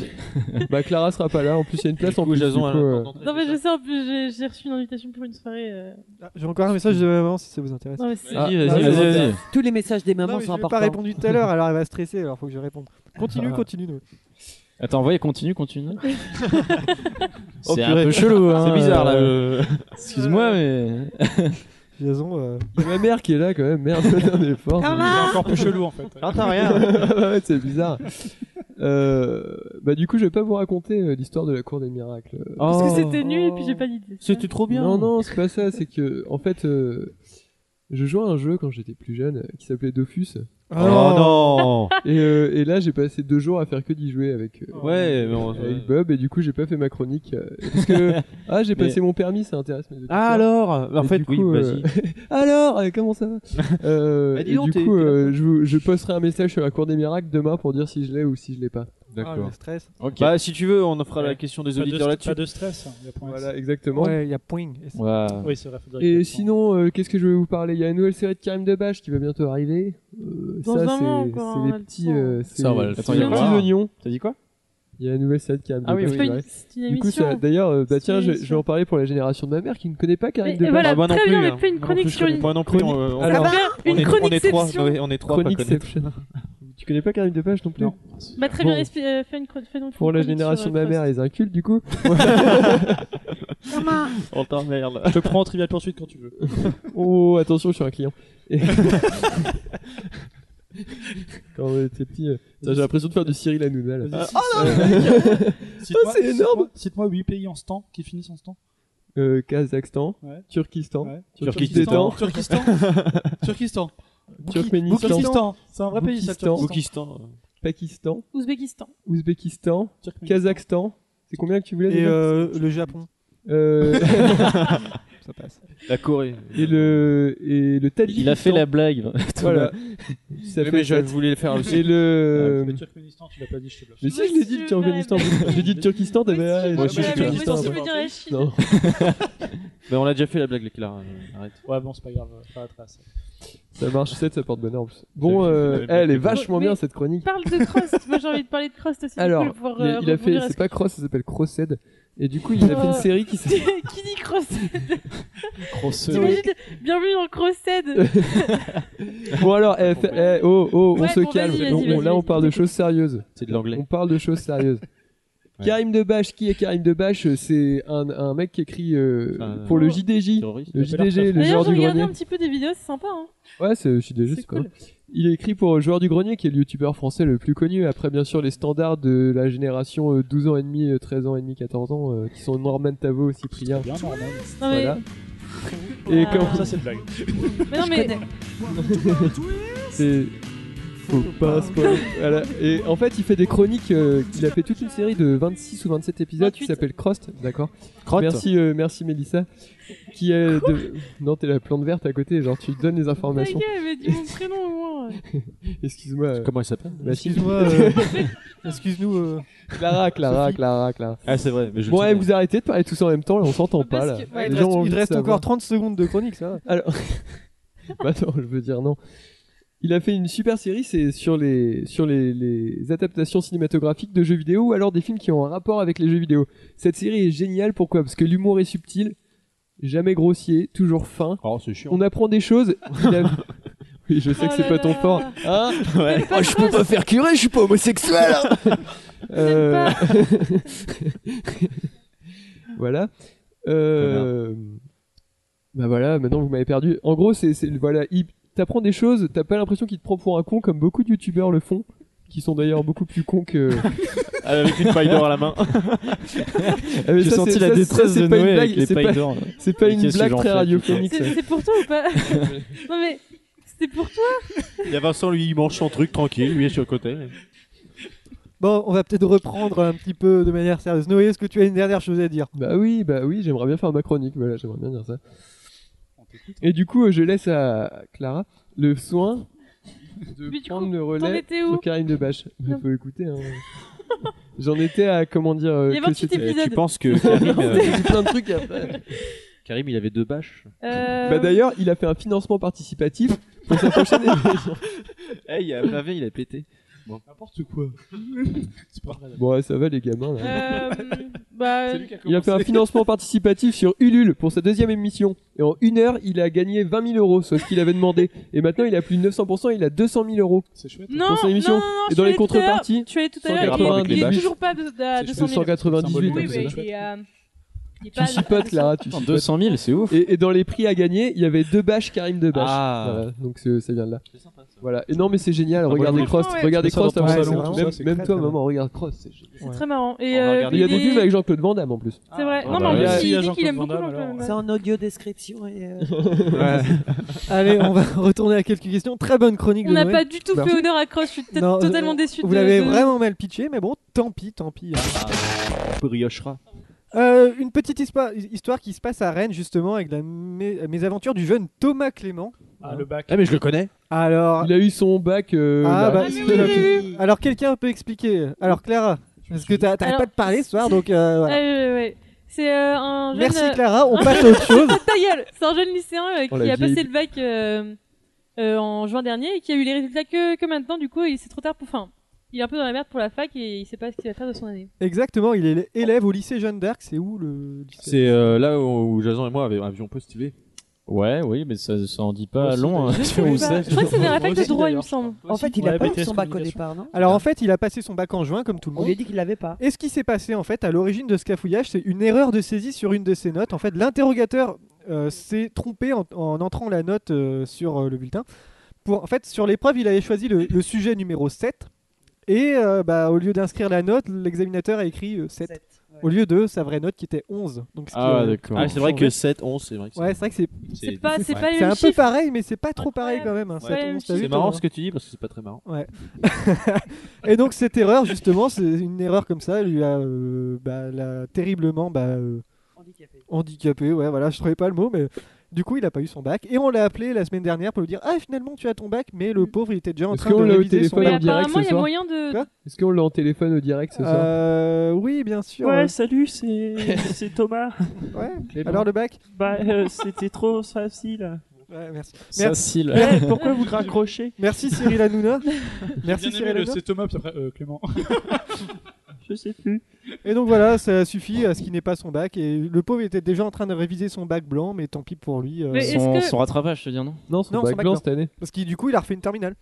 Speaker 7: bah. bah Clara sera pas là. En plus, il y a une place en
Speaker 11: coup,
Speaker 7: plus.
Speaker 11: Jason
Speaker 7: du
Speaker 11: a
Speaker 7: coup,
Speaker 11: un
Speaker 7: euh,
Speaker 11: temps d'entrée.
Speaker 5: Non, mais je sais, en plus, j'ai- j'ai reçu une invitation pour une soirée. euh,
Speaker 4: Ah. J'ai encore un message de ma maman si ça vous intéresse.
Speaker 5: Non, mais c'est-
Speaker 7: Ah,
Speaker 11: Vas-y,
Speaker 7: ah,
Speaker 11: vas-y,
Speaker 7: bah,
Speaker 11: vas-y,
Speaker 7: bah,
Speaker 11: vas-y.
Speaker 8: Tous les messages des mamans
Speaker 4: Non, mais je
Speaker 8: sont
Speaker 4: n'ai
Speaker 8: importants.
Speaker 4: pas répondu tout à l'heure, alors elle va stresser, alors faut que je réponde. Continue, continue. Noé.
Speaker 3: Attends, voyez, continue, continue.
Speaker 11: Oh,
Speaker 3: c'est un
Speaker 11: purée.
Speaker 3: peu chelou, hein.
Speaker 11: C'est bizarre là.
Speaker 3: euh,
Speaker 11: euh.
Speaker 3: Excuse-moi, mais.
Speaker 4: Jason, euh,
Speaker 7: Il y a ma mère qui est là quand même. Merde, faites un effort.
Speaker 6: C'est encore plus chelou en fait.
Speaker 11: J'entends rien.
Speaker 7: Ah bah Ouais, c'est bizarre. Euh, bah du coup, je vais pas vous raconter euh, l'histoire de la cour des miracles.
Speaker 5: Parce que c'était nul et puis j'ai pas d'idée.
Speaker 11: C'était trop bien.
Speaker 7: Non, non, c'est pas ça. C'est que en fait, euh, je jouais à un jeu quand j'étais plus jeune euh, qui s'appelait Dofus.
Speaker 11: Oh
Speaker 4: Ah,
Speaker 11: non.
Speaker 7: Et, euh, et là, j'ai passé deux jours à faire que d'y jouer avec, euh,
Speaker 11: Oh, Ouais, mais on-
Speaker 7: avec Bob. Et du coup, j'ai pas fait ma chronique euh, parce que ah, j'ai
Speaker 11: Mais-
Speaker 7: passé mon permis, ça intéresse mes auditeurs.
Speaker 11: Ah alors En
Speaker 7: Et
Speaker 11: fait,
Speaker 7: du
Speaker 11: oui,
Speaker 7: coup, euh,
Speaker 11: vas-y.
Speaker 7: Alors, euh, comment ça va Euh,
Speaker 11: Bah, dis
Speaker 7: et
Speaker 11: donc,
Speaker 7: Du
Speaker 11: t'es-
Speaker 7: coup,
Speaker 11: t'es là.
Speaker 7: euh, je, vous- je posterai un message sur la Cour des Miracles demain pour dire si je l'ai ou si je l'ai pas.
Speaker 4: ah, le stress.
Speaker 3: Ok.
Speaker 11: Bah, si tu veux, on en fera la
Speaker 6: Ouais.
Speaker 11: question
Speaker 6: Pas
Speaker 11: des
Speaker 6: de
Speaker 11: auditeurs
Speaker 6: st-
Speaker 11: là-dessus.
Speaker 6: Pas de stress. hein, il y a pas un
Speaker 7: Voilà,
Speaker 6: stress.
Speaker 7: exactement.
Speaker 4: Ouais, il y a poing. Et ça-
Speaker 3: Ouais.
Speaker 6: Oui, c'est vrai, faudrait
Speaker 7: Et
Speaker 6: que-
Speaker 7: sinon, euh, qu'est-ce que je vais vous parler Il y a une nouvelle série de Karim Debache qui va bientôt arriver. Euh,
Speaker 5: Dans
Speaker 7: ça,
Speaker 5: un
Speaker 7: c'est
Speaker 5: mois encore,
Speaker 7: c'est
Speaker 5: on
Speaker 7: les
Speaker 5: a le
Speaker 7: petits,
Speaker 5: temps.
Speaker 7: euh, c'est
Speaker 3: Ça, on va le
Speaker 7: c'est
Speaker 3: temps
Speaker 5: d'y
Speaker 7: les
Speaker 5: voir.
Speaker 7: petits oignons.
Speaker 3: T'as dit quoi
Speaker 7: Il y a une nouvelle série de Karim
Speaker 3: Ah oui,
Speaker 7: Debache.
Speaker 5: C'est
Speaker 3: oui,
Speaker 5: pas une-
Speaker 7: ouais.
Speaker 5: c'est une
Speaker 7: Du coup, ça-
Speaker 5: émission.
Speaker 7: d'ailleurs, euh, bah
Speaker 5: C'est
Speaker 7: tiens,
Speaker 5: une
Speaker 7: je, je
Speaker 5: émission.
Speaker 7: vais en parler pour la génération de ma mère qui ne connaît pas Karim
Speaker 5: Mais-
Speaker 7: Debache.
Speaker 5: voilà,
Speaker 11: Ah, moi non
Speaker 5: très
Speaker 11: plus,
Speaker 5: bien, on
Speaker 11: hein.
Speaker 5: a fait une
Speaker 11: Non,
Speaker 5: chronique
Speaker 11: plus, je
Speaker 5: sur
Speaker 11: connais
Speaker 5: une-
Speaker 11: pas non plus, on- on-
Speaker 5: Ah
Speaker 7: Alors,
Speaker 5: bah,
Speaker 11: on est-
Speaker 5: une
Speaker 11: on est trois,
Speaker 5: chroniqueception.
Speaker 11: Noé, on est trois à pas connaître.
Speaker 7: Chronicception. tu connais pas Karim Debache non plus
Speaker 6: Non.
Speaker 5: Bah très
Speaker 7: Bon.
Speaker 5: bien, expi- euh, fais une chron- fais donc une chronique.
Speaker 7: Pour la génération
Speaker 5: sur,
Speaker 7: de
Speaker 5: euh,
Speaker 7: ma mère et les incultes, du coup.
Speaker 11: On t'emmerde.
Speaker 6: Je te prends en trivial poursuite quand tu veux.
Speaker 7: Oh, attention, je suis un client. Et- Quand on était petit, euh, putain, j'ai l'impression de faire du Cyril Hanouna là.
Speaker 6: Vas-y,
Speaker 7: Oh,
Speaker 6: Cite-moi-
Speaker 7: c'est
Speaker 6: cite-moi-
Speaker 7: énorme.
Speaker 6: Cite-moi 8 pays en stand qui finissent en stand.
Speaker 7: Euh, Kazakhstan,
Speaker 6: Ouais.
Speaker 7: Turkistan,
Speaker 6: Ouais.
Speaker 7: Turkistan,
Speaker 6: Turkistan. Turkistan.
Speaker 7: Turkménistan,
Speaker 6: Turkistan. C'est un vrai pays ça,
Speaker 7: Boukistan.
Speaker 6: Turkistan.
Speaker 11: Pakistan.
Speaker 7: Pakistan,
Speaker 5: Ouzbékistan.
Speaker 7: Ouzbékistan,
Speaker 6: Turkménistan.
Speaker 7: Kazakhstan. C'est combien que tu voulais
Speaker 4: Et
Speaker 7: déjà
Speaker 4: euh, le Japon.
Speaker 7: Euh,
Speaker 4: Ça passe.
Speaker 11: La Corée.
Speaker 7: et le et le Tadjikistan.
Speaker 3: Il a fait la blague.
Speaker 7: voilà. Ça
Speaker 11: Oui,
Speaker 7: fait
Speaker 11: mais je
Speaker 7: sept.
Speaker 11: voulais le faire
Speaker 7: Et
Speaker 11: aussi. Ah,
Speaker 7: le
Speaker 6: Le Turkménistan, tu l'as pas dit, je te blague.
Speaker 7: mais si je l'ai dit le Turkménistan, j'ai dit le Turkistan, t'avais
Speaker 5: Monsieur,
Speaker 7: ah,
Speaker 5: monsieur,
Speaker 7: j'ai dit
Speaker 11: aussi,
Speaker 5: monsieur,
Speaker 11: j'ai Pakistan,
Speaker 5: monsieur, monsieur,
Speaker 11: ouais.
Speaker 5: monsieur, monsieur,
Speaker 7: Non.
Speaker 11: Mais on a déjà fait la blague, les Clara. euh, Arrête.
Speaker 6: Ouais, bon, c'est pas grave, euh, pas la trace.
Speaker 7: Ça marche 7, ça porte bonheur en plus.
Speaker 11: Bon,
Speaker 7: Bon, euh,
Speaker 11: euh,
Speaker 7: elle est vachement
Speaker 5: mais-
Speaker 7: bien cette chronique.
Speaker 5: Parle de Crost. Moi j'ai envie de parler de Crost aussi. du coup,
Speaker 7: Alors,
Speaker 5: pour,
Speaker 7: il,
Speaker 5: euh,
Speaker 7: a- il a fait,
Speaker 5: rebondir à ce
Speaker 7: c'est pas Cross, ça s'appelle Crossed. Et du coup, il a fait une
Speaker 5: Oh.
Speaker 7: série qui s'appelle.
Speaker 5: que- Qui dit Crost
Speaker 3: Grosse.
Speaker 5: T'imagines Bienvenue dans Crosted.
Speaker 7: Bon, alors, eh, fa- eh, oh, oh, on
Speaker 5: Ouais,
Speaker 7: se
Speaker 5: bon,
Speaker 7: calme.
Speaker 5: vas-y, vas-y,
Speaker 7: On- on-
Speaker 5: vas-y,
Speaker 7: là, on
Speaker 5: vas-y,
Speaker 7: parle de
Speaker 5: t'écoute.
Speaker 7: choses sérieuses.
Speaker 11: C'est de l'anglais.
Speaker 7: On parle de choses sérieuses.
Speaker 11: Ouais.
Speaker 7: Karim Debache, qui est Karim Debache euh, C'est un, un mec qui écrit euh,
Speaker 11: Enfin,
Speaker 7: pour le
Speaker 11: euh,
Speaker 7: JDJ.
Speaker 11: terroriste.
Speaker 7: Le
Speaker 11: Il a pas l'air
Speaker 7: JDJ, le
Speaker 5: Oh. D'ailleurs,
Speaker 7: joueur
Speaker 5: j'ai
Speaker 7: du
Speaker 5: regardé
Speaker 7: grenier.
Speaker 5: un petit peu des vidéos, c'est sympa. Hein.
Speaker 7: Ouais, c'est le JDJ, c'est quoi Il est écrit pour Joueur du Grenier, qui est le youtubeur français le plus connu. Après, bien sûr, les standards de la génération euh, 12 ans et demi, euh, 13 ans et demi, 14 ans, euh, qui sont Norman Tavo, Cyprien.
Speaker 6: Bien, Norman.
Speaker 5: Non, mais-
Speaker 7: Voilà. Et
Speaker 5: Ah.
Speaker 7: comme
Speaker 6: Ça, c'est une blague.
Speaker 5: Mais non, mais.
Speaker 7: C'est. Faut pas spoiler. Voilà. Et en fait, il fait des chroniques. euh, il a fait toute une série de 26 ou 27 épisodes qui s'appelle Crost. D'accord.
Speaker 3: Crotte.
Speaker 7: Merci, euh, merci Mélissa. Qui est de... Non, t'es la plante verte à côté. Genre, tu donnes les
Speaker 5: Ta
Speaker 7: informations.
Speaker 5: gueule, mais dis mon prénom au moins.
Speaker 7: Excuse-moi. euh,
Speaker 11: Comment elle s'appelle
Speaker 7: ma fille.
Speaker 4: Excuse-moi. euh, Excuse-nous. euh,
Speaker 7: Clara, Clara,
Speaker 4: Sophie.
Speaker 7: Clara, Clara.
Speaker 11: Ah, c'est vrai, mais je
Speaker 7: bon,
Speaker 11: le
Speaker 7: eh,
Speaker 11: sais
Speaker 7: vous arrêtez de parler tous en même temps. là, On s'entend pas là.
Speaker 5: Parce que- ouais,
Speaker 7: Les
Speaker 4: il
Speaker 7: gens
Speaker 4: reste,
Speaker 7: ont
Speaker 4: il
Speaker 7: envie de
Speaker 4: reste
Speaker 7: savoir.
Speaker 4: encore 30 secondes de chronique, ça. va.
Speaker 7: Ah. Alors, bah non, je veux dire non. Il a fait une super série, c'est sur les sur les, les adaptations cinématographiques de jeux vidéo ou alors des films qui ont un rapport avec les jeux vidéo. Cette série est géniale, pourquoi Parce que l'humour est subtil, jamais grossier, toujours fin.
Speaker 11: Oh, c'est chiant.
Speaker 7: On apprend des choses. il a- Oui, je sais
Speaker 5: Oh
Speaker 7: que c'est
Speaker 5: là
Speaker 7: pas
Speaker 5: là
Speaker 7: ton
Speaker 5: là
Speaker 7: fort.
Speaker 5: là.
Speaker 7: Hein
Speaker 11: Ouais.
Speaker 5: Oh, je peux
Speaker 7: pas faire curer, je suis pas homosexuel. Euh, voilà. Euh, Bah voilà, maintenant vous m'avez perdu. En gros, c'est c'est- voilà, il t'apprend des choses, t'as pas l'impression qu'il te prend pour un con comme beaucoup de youtubeurs le font, qui sont d'ailleurs beaucoup plus cons que.
Speaker 3: Avec une paille d'or à la main.
Speaker 7: Ah, mais
Speaker 3: J'ai
Speaker 7: ça,
Speaker 3: senti
Speaker 7: c'est-
Speaker 3: la
Speaker 7: ça,
Speaker 3: détresse
Speaker 7: c'est
Speaker 3: de
Speaker 7: pas une
Speaker 3: Noé
Speaker 7: blague,
Speaker 3: avec les
Speaker 7: c'est
Speaker 3: pailles
Speaker 7: pas-
Speaker 3: d'or. là.
Speaker 7: C'est pas
Speaker 3: Mais
Speaker 7: une
Speaker 3: qu'est-ce que
Speaker 7: blague
Speaker 3: j'en
Speaker 7: très
Speaker 3: fais,
Speaker 7: radiophonique. ça.
Speaker 5: C'est c'est pour toi ou pas Non, mais. C'était pour toi
Speaker 11: Il y a Vincent, lui, il mange son truc tranquille, lui, est sur le côté. Euh,
Speaker 4: Bon, on va peut-être reprendre un petit peu de manière sérieuse. Noé, est-ce que tu as une dernière chose à dire
Speaker 7: Bah oui, bah oui, j'aimerais bien faire ma chronique, voilà, j'aimerais bien dire ça. Et du coup, euh, je laisse à Clara le soin de
Speaker 5: Mais du
Speaker 7: prendre
Speaker 5: coup,
Speaker 7: le
Speaker 5: t'en
Speaker 7: relais
Speaker 5: étais où
Speaker 7: sur Karim Debache. Il
Speaker 5: Non.
Speaker 7: faut écouter. hein. J'en étais à comment dire. euh,
Speaker 5: Il y a
Speaker 7: que
Speaker 5: 28
Speaker 7: c'était-
Speaker 5: épisodes.
Speaker 11: Tu penses que Karim, euh,
Speaker 7: J'ai dit plein de trucs après.
Speaker 11: Karim, il avait deux bâches
Speaker 5: Euh,
Speaker 7: Bah d'ailleurs, il a fait un financement participatif pour sa prochaine émission.
Speaker 11: Eh, il y a la veille, il a pété. Bon.
Speaker 6: N'importe quoi. c'est pas vrai.
Speaker 7: Bon, ouais, ça va les gamins là.
Speaker 5: euh, bah,
Speaker 6: qui
Speaker 7: Il a fait un financement participatif sur Ulule pour sa deuxième émission. Et en une heure, il a gagné 20 000 euros, soit ce qu'il avait demandé. Et maintenant, il a plus de 900%, il a 200 000 euros.
Speaker 6: C'est chouette.
Speaker 5: non,
Speaker 7: pour son émission.
Speaker 5: non, non, non,
Speaker 7: Et dans
Speaker 5: je
Speaker 7: les
Speaker 5: suis allé tout à l'heure-
Speaker 7: contreparties,
Speaker 5: Je suis allé tout à l'heure,
Speaker 7: 190
Speaker 5: il est- il est
Speaker 7: bâches.
Speaker 5: toujours pas de- à
Speaker 6: C'est
Speaker 5: 200 000.
Speaker 7: 298.
Speaker 5: Oui, mais
Speaker 3: hein,
Speaker 7: comme ça.
Speaker 5: il est, euh, il est pas
Speaker 7: Tu chipotes, Clara, tu
Speaker 3: Attends,
Speaker 7: chipotes.
Speaker 3: 200 000, c'est ouf.
Speaker 7: Et, et dans les prix à gagner, il y avait deux bâches Karim de bâches.
Speaker 3: Ah. bah,
Speaker 7: Voilà, donc c'est- ça vient de là. Voilà. Et non, mais c'est génial.
Speaker 11: Ah,
Speaker 7: regardez
Speaker 11: ouais,
Speaker 7: Crost.
Speaker 5: ouais.
Speaker 7: Regardez
Speaker 6: Tu mets ça
Speaker 7: Crost
Speaker 6: dans ton
Speaker 7: avant
Speaker 6: salon,
Speaker 7: même-
Speaker 6: tout ça,
Speaker 7: Même,
Speaker 6: c'est
Speaker 7: même
Speaker 6: crête,
Speaker 7: toi,
Speaker 6: quand même.
Speaker 7: maman, regarde Crost. c'est génial.
Speaker 5: C'est
Speaker 4: Ouais.
Speaker 5: très marrant.
Speaker 11: On
Speaker 5: Et,
Speaker 11: va
Speaker 5: euh,
Speaker 11: regarder.
Speaker 7: Il y a des
Speaker 5: est-
Speaker 7: films avec Jean-Claude Van Damme en plus.
Speaker 5: C'est vrai.
Speaker 11: Ah,
Speaker 5: non, mais
Speaker 11: bah,
Speaker 5: en
Speaker 11: ouais.
Speaker 5: plus,
Speaker 6: Il y
Speaker 5: il
Speaker 6: a
Speaker 5: dit qu'il
Speaker 6: Jean-Claude
Speaker 5: aime
Speaker 6: Van
Speaker 5: beaucoup
Speaker 6: Damme,
Speaker 5: Jean-Claude Van
Speaker 8: C'est
Speaker 5: Damme.
Speaker 8: en audio description. Et euh,
Speaker 4: Allez, on va retourner à quelques questions. Très bonne chronique
Speaker 5: On
Speaker 4: de
Speaker 5: n'a
Speaker 4: Noé.
Speaker 5: pas du tout
Speaker 4: Bah,
Speaker 5: fait honneur à Cross, je suis peut-être
Speaker 4: Non,
Speaker 5: totalement
Speaker 4: euh,
Speaker 5: déçu.
Speaker 4: Vous
Speaker 5: de-
Speaker 4: l'avez
Speaker 5: de-
Speaker 4: vraiment mal pitché, mais bon, tant pis, tant pis. hein.
Speaker 11: Ah. Briochera.
Speaker 4: Euh, une petite histoire, histoire qui se passe à Rennes, justement, avec la mé- mésaventure du jeune Thomas Clément.
Speaker 6: Ah, le bac.
Speaker 11: Ah, mais je le connais.
Speaker 3: Ah.
Speaker 4: Alors,
Speaker 7: Il a eu son bac. euh,
Speaker 4: ah,
Speaker 7: là.
Speaker 4: bah, c'était la petite- alors quelqu'un peut expliquer. Alors, Clara, parce que t'as t'arrêtes
Speaker 5: Alors-
Speaker 4: pas de parler ce soir, donc euh,
Speaker 5: Ah,
Speaker 4: voilà.
Speaker 5: ouais, ouais, ouais. C'est euh, un jeune.
Speaker 4: Merci,
Speaker 5: euh,
Speaker 4: Clara, on passe à autre chose.
Speaker 5: Ta gueule C'est un jeune lycéen euh,
Speaker 7: Oh,
Speaker 5: qui
Speaker 7: la
Speaker 5: a
Speaker 7: vieille.
Speaker 5: passé le bac euh, euh, en juin dernier et qui a eu les résultats que, que maintenant. Du coup, il c'est trop tard pour. Enfin, il est un peu dans la merde pour la fac et il sait pas ce qu'il va faire de son année.
Speaker 4: Exactement, il est élève au lycée Jeanne d'Arc, c'est où le lycée
Speaker 11: C'est euh, là où Jason et moi avions un avion postulé.
Speaker 3: Ouais, oui, mais ça, ça en dit
Speaker 11: Moi
Speaker 3: pas
Speaker 11: aussi,
Speaker 3: long. hein, sur où
Speaker 8: pas-
Speaker 3: c'est.
Speaker 5: Je crois que c'est vers la fac
Speaker 6: Moi
Speaker 5: de
Speaker 6: aussi,
Speaker 5: droit, il me
Speaker 6: d'ailleurs,
Speaker 5: semble.
Speaker 8: En fait, il
Speaker 6: Ouais,
Speaker 8: a pas eu
Speaker 6: BTS
Speaker 8: son bac au
Speaker 6: communication.
Speaker 8: départ, non
Speaker 4: Alors en fait, il a passé son bac en juin comme tout le
Speaker 8: On
Speaker 4: monde.
Speaker 8: lui a dit qu'il l'avait pas.
Speaker 4: Et ce qui s'est passé en fait à l'origine de ce cafouillage, c'est une erreur de saisie sur une de ses notes. En fait, l'interrogateur euh, s'est trompé en, en entrant la note euh, sur euh, le bulletin. Pour, en fait, sur l'épreuve, il avait choisi le, le sujet numéro 7. Et euh, bah, au lieu d'inscrire la note, l'examinateur a écrit euh, 7,
Speaker 8: Sept, ouais.
Speaker 4: au lieu de sa vraie note qui était 11. Donc, ce qui,
Speaker 3: Ah,
Speaker 4: euh,
Speaker 3: d'accord.
Speaker 11: Ah, c'est vrai que 7, 11, c'est vrai que c'est-
Speaker 4: Ouais, c'est vrai que c'est
Speaker 5: C'est pas, c'est pas les
Speaker 4: c'est un
Speaker 5: mêmes
Speaker 4: peu
Speaker 5: chiffres.
Speaker 4: pareil, mais c'est pas trop pareil quand même. hein.
Speaker 11: Ouais.
Speaker 4: Sept,
Speaker 5: Ouais,
Speaker 4: onze,
Speaker 5: c'est
Speaker 4: t'as vu,
Speaker 11: C'est
Speaker 4: toi,
Speaker 11: marrant
Speaker 4: hein.
Speaker 11: ce que tu dis parce que c'est pas très marrant.
Speaker 4: Et donc cette erreur justement, c'est une erreur comme ça, lui a euh, bah, l'a terriblement bah, euh,
Speaker 8: Handicapé.
Speaker 4: handicapé. Ouais, voilà, je trouvais pas le mot, mais du coup il a pas eu son bac. Et on l'a appelé la semaine dernière pour lui dire ah finalement tu as ton bac, mais
Speaker 16: Mm.
Speaker 4: le pauvre il était déjà en
Speaker 7: Est-ce
Speaker 4: train de
Speaker 7: qu'on l'a au
Speaker 4: réviser son
Speaker 7: téléphone
Speaker 5: Mais
Speaker 7: en
Speaker 4: bac.
Speaker 7: direct
Speaker 5: apparemment,
Speaker 7: ce
Speaker 5: il y a
Speaker 7: soir
Speaker 5: moyen de.
Speaker 4: Quoi
Speaker 7: Est-ce qu'on l'a en téléphone au direct ce soir
Speaker 4: Euh, oui, bien sûr.
Speaker 16: Ouais,
Speaker 4: ouais.
Speaker 16: salut, c'est c'est Thomas.
Speaker 4: Ouais. Alors le bac
Speaker 16: Bah, euh, c'était trop facile.
Speaker 4: Ouais, merci.
Speaker 3: Ça,
Speaker 4: Merci.
Speaker 3: si, là.
Speaker 16: Eh, pourquoi vous raccrochez
Speaker 4: Merci Cyril Hanouna. Merci
Speaker 6: Bien
Speaker 4: Cyril
Speaker 6: aimé, le
Speaker 4: Hanouna.
Speaker 6: c'est Thomas, puis après euh, Clément.
Speaker 16: Je sais plus.
Speaker 4: Et donc voilà, ça suffit à ce qu'il n'ait pas son bac. Et le pauvre était déjà en train de réviser son bac blanc, mais tant pis pour lui. euh,
Speaker 5: Mais- Est-ce
Speaker 3: Son,
Speaker 5: que-
Speaker 3: son rattrapage, je veux dire, non
Speaker 7: Non, son
Speaker 4: non, son
Speaker 7: bac
Speaker 4: bac
Speaker 7: blanc
Speaker 4: blanc.
Speaker 7: cette année.
Speaker 4: Parce qu'il du coup il a refait une terminale.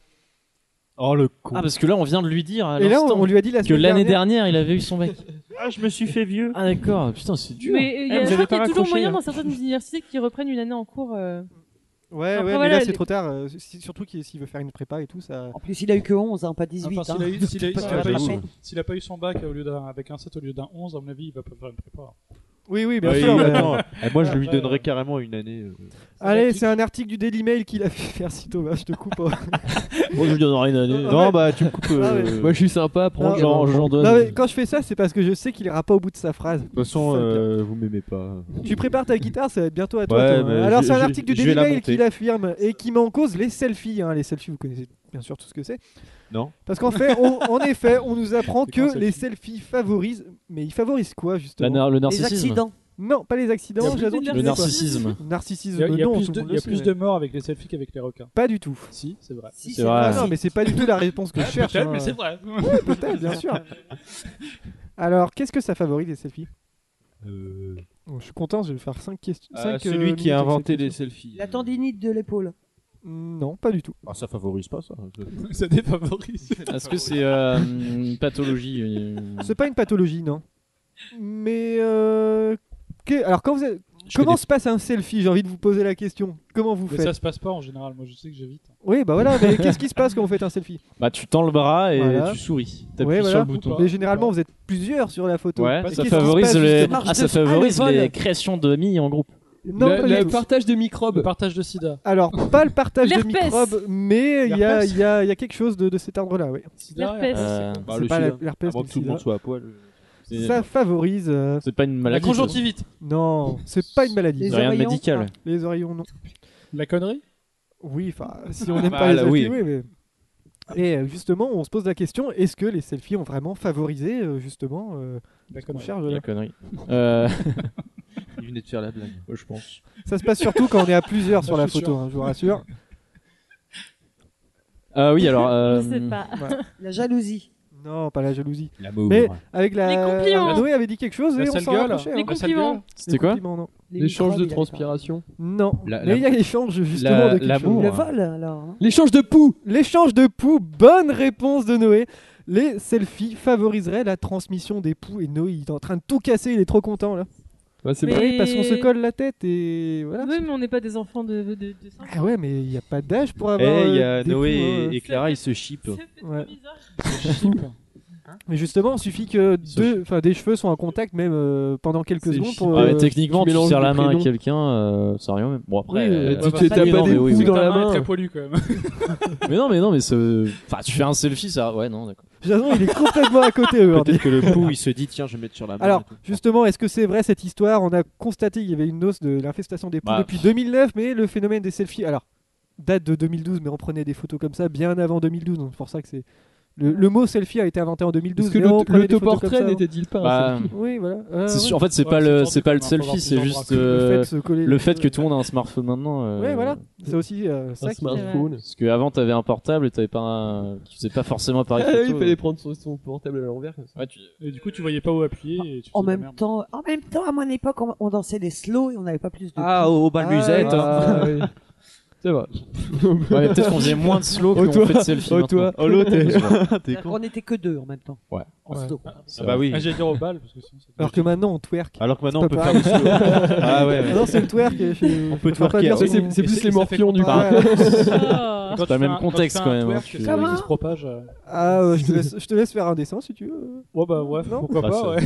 Speaker 3: Oh le con. Ah parce que là on vient de lui dire à
Speaker 4: Et là, on-
Speaker 3: l'instant
Speaker 4: on lui a dit la
Speaker 3: que
Speaker 4: semaine
Speaker 3: l'année
Speaker 4: dernière-
Speaker 3: dernière. il avait eu son bac.
Speaker 16: Ah je me suis fait vieux.
Speaker 3: Ah d'accord, putain c'est dur.
Speaker 5: Mais euh, il y a, je crois qu'il y a toujours moyen dans certaines universités qui reprennent une année en cours. euh.
Speaker 4: Ouais,
Speaker 5: Après,
Speaker 4: ouais, mais
Speaker 5: voilà,
Speaker 4: là
Speaker 5: les-
Speaker 4: c'est trop tard. euh, si- Surtout qu'il- s'il veut faire une prépa et tout, ça.
Speaker 8: En plus, il a eu que 11, hein, pas 18.
Speaker 6: Enfin,
Speaker 8: hein.
Speaker 6: s'il a eu- s'il a eu-
Speaker 8: Parce
Speaker 6: s'il
Speaker 8: que
Speaker 6: a pas eu
Speaker 8: la
Speaker 6: son-
Speaker 8: peine.
Speaker 6: S'il a pas eu son bac au lieu d'un- avec un 7 au lieu d'un 11, à mon avis, il va pas faire une prépa.
Speaker 4: Oui, oui,
Speaker 11: Ah
Speaker 4: bien
Speaker 11: oui,
Speaker 4: sûr. mais-
Speaker 11: attends. Eh, moi, je lui
Speaker 6: Après,
Speaker 11: donnerais carrément une année. euh.
Speaker 4: Allez, c'est un article du Daily Mail qu'il a fait faire si Thomas, je te coupe. hein.
Speaker 3: Moi je lui donnerai une année.
Speaker 4: Non, Ouais. bah, tu me
Speaker 11: coupes,
Speaker 4: euh,
Speaker 11: ouais.
Speaker 7: Moi je suis sympa, prends
Speaker 4: Non,
Speaker 7: j'en-
Speaker 4: non,
Speaker 7: j'en donne.
Speaker 4: non, mais quand je fais ça, c'est parce que je sais qu'il ira pas au bout de sa phrase.
Speaker 11: De toute façon, euh, vous m'aimez pas.
Speaker 4: Tu prépares ta guitare, ça va être bientôt à toi.
Speaker 11: Ouais,
Speaker 4: Thomas.
Speaker 11: mais
Speaker 4: Alors,
Speaker 11: je-
Speaker 4: c'est un
Speaker 11: je-
Speaker 4: article du
Speaker 11: je vais
Speaker 4: Daily
Speaker 11: la
Speaker 4: Mail
Speaker 11: monter.
Speaker 4: qui l'affirme et qui met en cause les selfies. hein. Les selfies, vous connaissez bien sûr tout ce que c'est.
Speaker 11: Non.
Speaker 4: Parce qu'en fait, on- en effet, on nous apprend
Speaker 11: C'est quoi,
Speaker 4: que les selfis favorisent. Mais ils favorisent quoi, justement
Speaker 3: La nar- le Les narcissisme. accidents.
Speaker 4: Non, pas les accidents.
Speaker 3: Il y a plus
Speaker 4: Jason,
Speaker 3: de
Speaker 4: tu
Speaker 3: Le
Speaker 4: sais quoi.
Speaker 3: narcissisme.
Speaker 4: Narcissisme,
Speaker 6: Il y a, il y a
Speaker 4: non,
Speaker 6: plus,
Speaker 4: tout le
Speaker 6: de, il y
Speaker 4: monde
Speaker 6: a
Speaker 4: le sait,
Speaker 6: plus
Speaker 4: mais-
Speaker 6: de morts avec les selfies qu'avec les requins.
Speaker 4: Pas du tout.
Speaker 6: Si, c'est vrai.
Speaker 4: Si, c'est
Speaker 3: Ah,
Speaker 4: vrai. Non, mais c'est pas du tout la réponse que
Speaker 6: Ouais,
Speaker 4: je cherche.
Speaker 6: Ah, peut-être,
Speaker 4: hein.
Speaker 6: mais c'est vrai.
Speaker 4: Ouais, peut-être, bien sûr. Alors, qu'est-ce que ça favorise les selfies Bon, Oh, Je suis content, je vais faire 5 questions.
Speaker 11: Euh,
Speaker 4: cinq,
Speaker 11: celui
Speaker 4: euh,
Speaker 11: qui a
Speaker 4: minutes avec
Speaker 11: inventé
Speaker 4: cette
Speaker 11: les
Speaker 4: question. Mm,
Speaker 11: selfies.
Speaker 8: La tendinite de l'épaule.
Speaker 4: Non, pas du tout.
Speaker 11: Ah, ça favorise pas ça.
Speaker 6: Ça défavorise.
Speaker 3: Est-ce que c'est euh, une pathologie euh,
Speaker 4: C'est pas une pathologie, non. Mais euh, que- alors quand vous êtes-
Speaker 6: fais
Speaker 4: comment
Speaker 6: des-
Speaker 4: se passe un selfie J'ai envie de vous poser la question. Comment vous
Speaker 6: Mais
Speaker 4: faites
Speaker 6: ça se passe pas en général. Moi, je sais que j'évite.
Speaker 4: Oui, bah voilà. Mais qu'est-ce qui se passe quand vous faites un selfie
Speaker 3: Bah tu tends le bras et
Speaker 4: Voilà.
Speaker 3: tu souris. T'appuies
Speaker 4: Ouais,
Speaker 3: sur
Speaker 4: voilà.
Speaker 3: le bouton.
Speaker 4: Mais généralement, vous êtes plusieurs sur la photo.
Speaker 3: Ouais,
Speaker 4: Et
Speaker 3: ça
Speaker 4: qu'est-ce qui se
Speaker 3: favorise,
Speaker 4: passe,
Speaker 3: les...
Speaker 4: justement
Speaker 3: ah, ça favorise les créations de mi en groupe.
Speaker 4: Non, Le- pas du le tout.
Speaker 7: partage de microbes.
Speaker 6: Le partage de sida.
Speaker 4: Alors, pas le partage de
Speaker 6: L'herpès.
Speaker 4: microbes, mais il y a,
Speaker 6: L'herpès.
Speaker 4: il y a- il y a quelque chose de, de cet ordre-là, oui.
Speaker 6: L'herpès.
Speaker 3: Euh,
Speaker 4: C'est
Speaker 3: bah,
Speaker 11: le
Speaker 4: pas
Speaker 11: sida.
Speaker 4: la- l'herpès,
Speaker 11: Avant
Speaker 4: mais
Speaker 11: que tout le
Speaker 4: sida.
Speaker 11: monde soit à poil.
Speaker 3: C'est-
Speaker 4: Ça favorise. euh,
Speaker 3: C'est pas une maladie.
Speaker 6: La conjonctivite.
Speaker 4: Non, c'est pas une maladie.
Speaker 6: Les Rien de oreillons médical.
Speaker 4: Ah, Les oreillons, non.
Speaker 6: La connerie
Speaker 4: Oui, enfin, si
Speaker 6: Ah,
Speaker 4: on n'aime
Speaker 6: bah,
Speaker 4: pas les
Speaker 6: là, oui.
Speaker 4: selfies, oui, mais- Et euh, justement, on se pose la question est-ce que les selfies ont vraiment favorisé euh, justement euh,
Speaker 6: La
Speaker 4: ce qu'on
Speaker 6: connerie.
Speaker 4: cherche là
Speaker 3: La connerie. Euh,
Speaker 11: Il venait de faire la blague, je pense.
Speaker 4: Ça se passe surtout quand on est à plusieurs sur
Speaker 6: Je
Speaker 4: la
Speaker 6: suis
Speaker 4: photo,
Speaker 6: sûr.
Speaker 4: hein, je vous rassure.
Speaker 3: euh, oui, alors. euh,
Speaker 4: Ouais.
Speaker 8: La jalousie.
Speaker 4: Non, pas la jalousie.
Speaker 11: L'amour.
Speaker 4: Mais avec la.
Speaker 8: Les compliments.
Speaker 4: Noé avait dit quelque chose
Speaker 6: La
Speaker 4: et on
Speaker 6: sale
Speaker 4: s'en
Speaker 6: gueule.
Speaker 4: rapprochait.
Speaker 6: Les
Speaker 4: hein.
Speaker 6: compliments.
Speaker 4: Les
Speaker 7: C'était quoi
Speaker 4: compliments, non.
Speaker 8: Les
Speaker 7: L'échange de
Speaker 8: microbes, il avait pas.
Speaker 7: transpiration.
Speaker 4: Non.
Speaker 7: La-
Speaker 4: mais il y a
Speaker 7: la-
Speaker 4: l'échange justement
Speaker 7: la-
Speaker 4: de quelque
Speaker 7: l'amour.
Speaker 8: Le
Speaker 4: chose.
Speaker 8: vol, alors. hein.
Speaker 7: L'échange de poux.
Speaker 4: L'échange de poux, bonne réponse de Noé. Les selfies favoriseraient la transmission des poux et Noé il est en train de tout casser, il est trop content là.
Speaker 7: Ouais, c'est
Speaker 5: Mais-
Speaker 7: bon.
Speaker 4: Oui, parce qu'on se colle la tête et voilà.
Speaker 5: Oui, mais on n'est pas des enfants de, de, de, de cinq.
Speaker 4: Ah ouais, mais il n'y a pas d'âge pour
Speaker 11: Eh,
Speaker 4: avoir.
Speaker 11: il y
Speaker 4: euh,
Speaker 11: a
Speaker 4: des
Speaker 11: Noé
Speaker 4: poux,
Speaker 11: et-
Speaker 4: hein.
Speaker 11: et Clara, ils se chipent.
Speaker 4: Ouais.
Speaker 6: Chip.
Speaker 4: Mais justement, il suffit que deux, enfin, des cheveux soient en contact même euh, pendant quelques secondes pour.
Speaker 3: Ah, mais
Speaker 4: euh,
Speaker 3: techniquement,
Speaker 7: tu
Speaker 3: tu
Speaker 7: mélanges
Speaker 3: serres
Speaker 7: les
Speaker 3: la main à
Speaker 7: prénoms.
Speaker 3: quelqu'un, euh, ça rien même. Bon après,
Speaker 7: Oui,
Speaker 3: euh,
Speaker 7: tu
Speaker 6: bah,
Speaker 7: te tapes
Speaker 3: oui,
Speaker 7: pas
Speaker 3: non,
Speaker 7: des
Speaker 3: mais oui,
Speaker 7: coups
Speaker 3: oui.
Speaker 7: dans
Speaker 6: Ta
Speaker 7: la
Speaker 6: main est
Speaker 7: main.
Speaker 6: très poilue quand même.
Speaker 3: Mais non, mais non, mais ce- enfin, tu fais un selfie, ça, ouais, non, d'accord.
Speaker 4: Jason, il est complètement à côté aujourd'hui.
Speaker 11: Peut-être que le pou, il se dit tiens, je vais mettre sur la main.
Speaker 4: Alors, justement, est-ce que c'est vrai cette histoire On a constaté qu'il y avait une hausse de l'infestation des poux
Speaker 3: Bah,
Speaker 4: depuis 2009, mais le phénomène des selfies, alors, date de 2012, mais on prenait des photos comme ça bien avant 2012, donc c'est pour ça que c'est. Le, le mot selfie a été inventé en 2012.
Speaker 7: Parce que
Speaker 4: mais
Speaker 7: le-
Speaker 4: on prenait des photos comme
Speaker 7: l'autoportrait
Speaker 4: ça avant.
Speaker 7: n'était-il pas un
Speaker 3: Bah,
Speaker 7: selfie
Speaker 4: Oui, voilà. Euh,
Speaker 3: C'est
Speaker 4: ouais.
Speaker 3: sûr, en fait, c'est
Speaker 6: Ouais,
Speaker 3: pas
Speaker 6: c'est
Speaker 3: le,
Speaker 6: tendu
Speaker 3: c'est pas le
Speaker 6: qu'on va pouvoir
Speaker 3: selfie,
Speaker 6: plus
Speaker 3: c'est
Speaker 6: en
Speaker 3: juste
Speaker 6: braquer.
Speaker 4: Le fait de se
Speaker 3: euh,
Speaker 4: coller-
Speaker 3: le fait que tout le monde a un smartphone maintenant. euh,
Speaker 4: Ouais, voilà. C'est aussi euh, ça qui-
Speaker 3: Parce qu'avant, t'avais un portable et t'avais pas un, qui faisait pas forcément
Speaker 7: Ah
Speaker 3: pareil.
Speaker 7: oui,
Speaker 3: photo. euh.
Speaker 7: il fallait prendre son, son portable à l'envers comme ça.
Speaker 3: Ouais, tu-
Speaker 6: Et du coup, tu voyais pas où appuyer. Et tu
Speaker 8: En
Speaker 6: faisais la
Speaker 8: même,
Speaker 6: merde.
Speaker 8: temps, en même temps, à mon époque, on, on dansait les slow et on n'avait pas plus de.
Speaker 7: Ah, au bal musette.
Speaker 8: Ah,
Speaker 7: oui. C'est vrai.
Speaker 3: Ouais, mais peut-être qu'on faisait moins de slow
Speaker 7: Oh,
Speaker 3: qu'on
Speaker 7: toi.
Speaker 3: fait de selfie.
Speaker 7: Oh,
Speaker 3: maintenant.
Speaker 7: toi. Oh, l'autre, t'es-
Speaker 8: C'est-à-dire qu'on était que deux en même temps.
Speaker 3: Ouais.
Speaker 8: En
Speaker 4: Ouais.
Speaker 8: slow.
Speaker 11: Ah bah oui.
Speaker 6: Ah, j'allais dire au bal parce que sinon, ça
Speaker 4: Alors que maintenant on twerk.
Speaker 3: Ah
Speaker 11: Alors que maintenant,
Speaker 4: C'est
Speaker 11: on peut
Speaker 4: pas
Speaker 11: faire des
Speaker 4: pareil.
Speaker 11: slow. Ah ouais, ouais.
Speaker 4: Non, c'est le twerk. et je-
Speaker 11: On peut
Speaker 4: je préfère pas
Speaker 11: twerker.
Speaker 4: dire
Speaker 7: C'est-
Speaker 4: son-
Speaker 7: c'est
Speaker 6: Et
Speaker 7: plus
Speaker 6: c'est-
Speaker 7: les
Speaker 6: et ça fait
Speaker 7: morpions du coup.
Speaker 4: Ah,
Speaker 6: Quand
Speaker 3: C'est
Speaker 6: tu
Speaker 3: pas le
Speaker 6: fais
Speaker 3: même
Speaker 6: un-
Speaker 3: contexte,
Speaker 6: tu fais
Speaker 3: quand
Speaker 6: un
Speaker 3: même, hein,
Speaker 6: twerk
Speaker 3: tu-
Speaker 6: qui
Speaker 8: Comment
Speaker 6: se propage. euh,
Speaker 4: Ah, euh, je, te laisse, je te laisse faire un dessin si tu veux.
Speaker 6: Ouais, bah ouais,
Speaker 4: Non.
Speaker 6: pourquoi
Speaker 11: Ah,
Speaker 6: pas, ouais.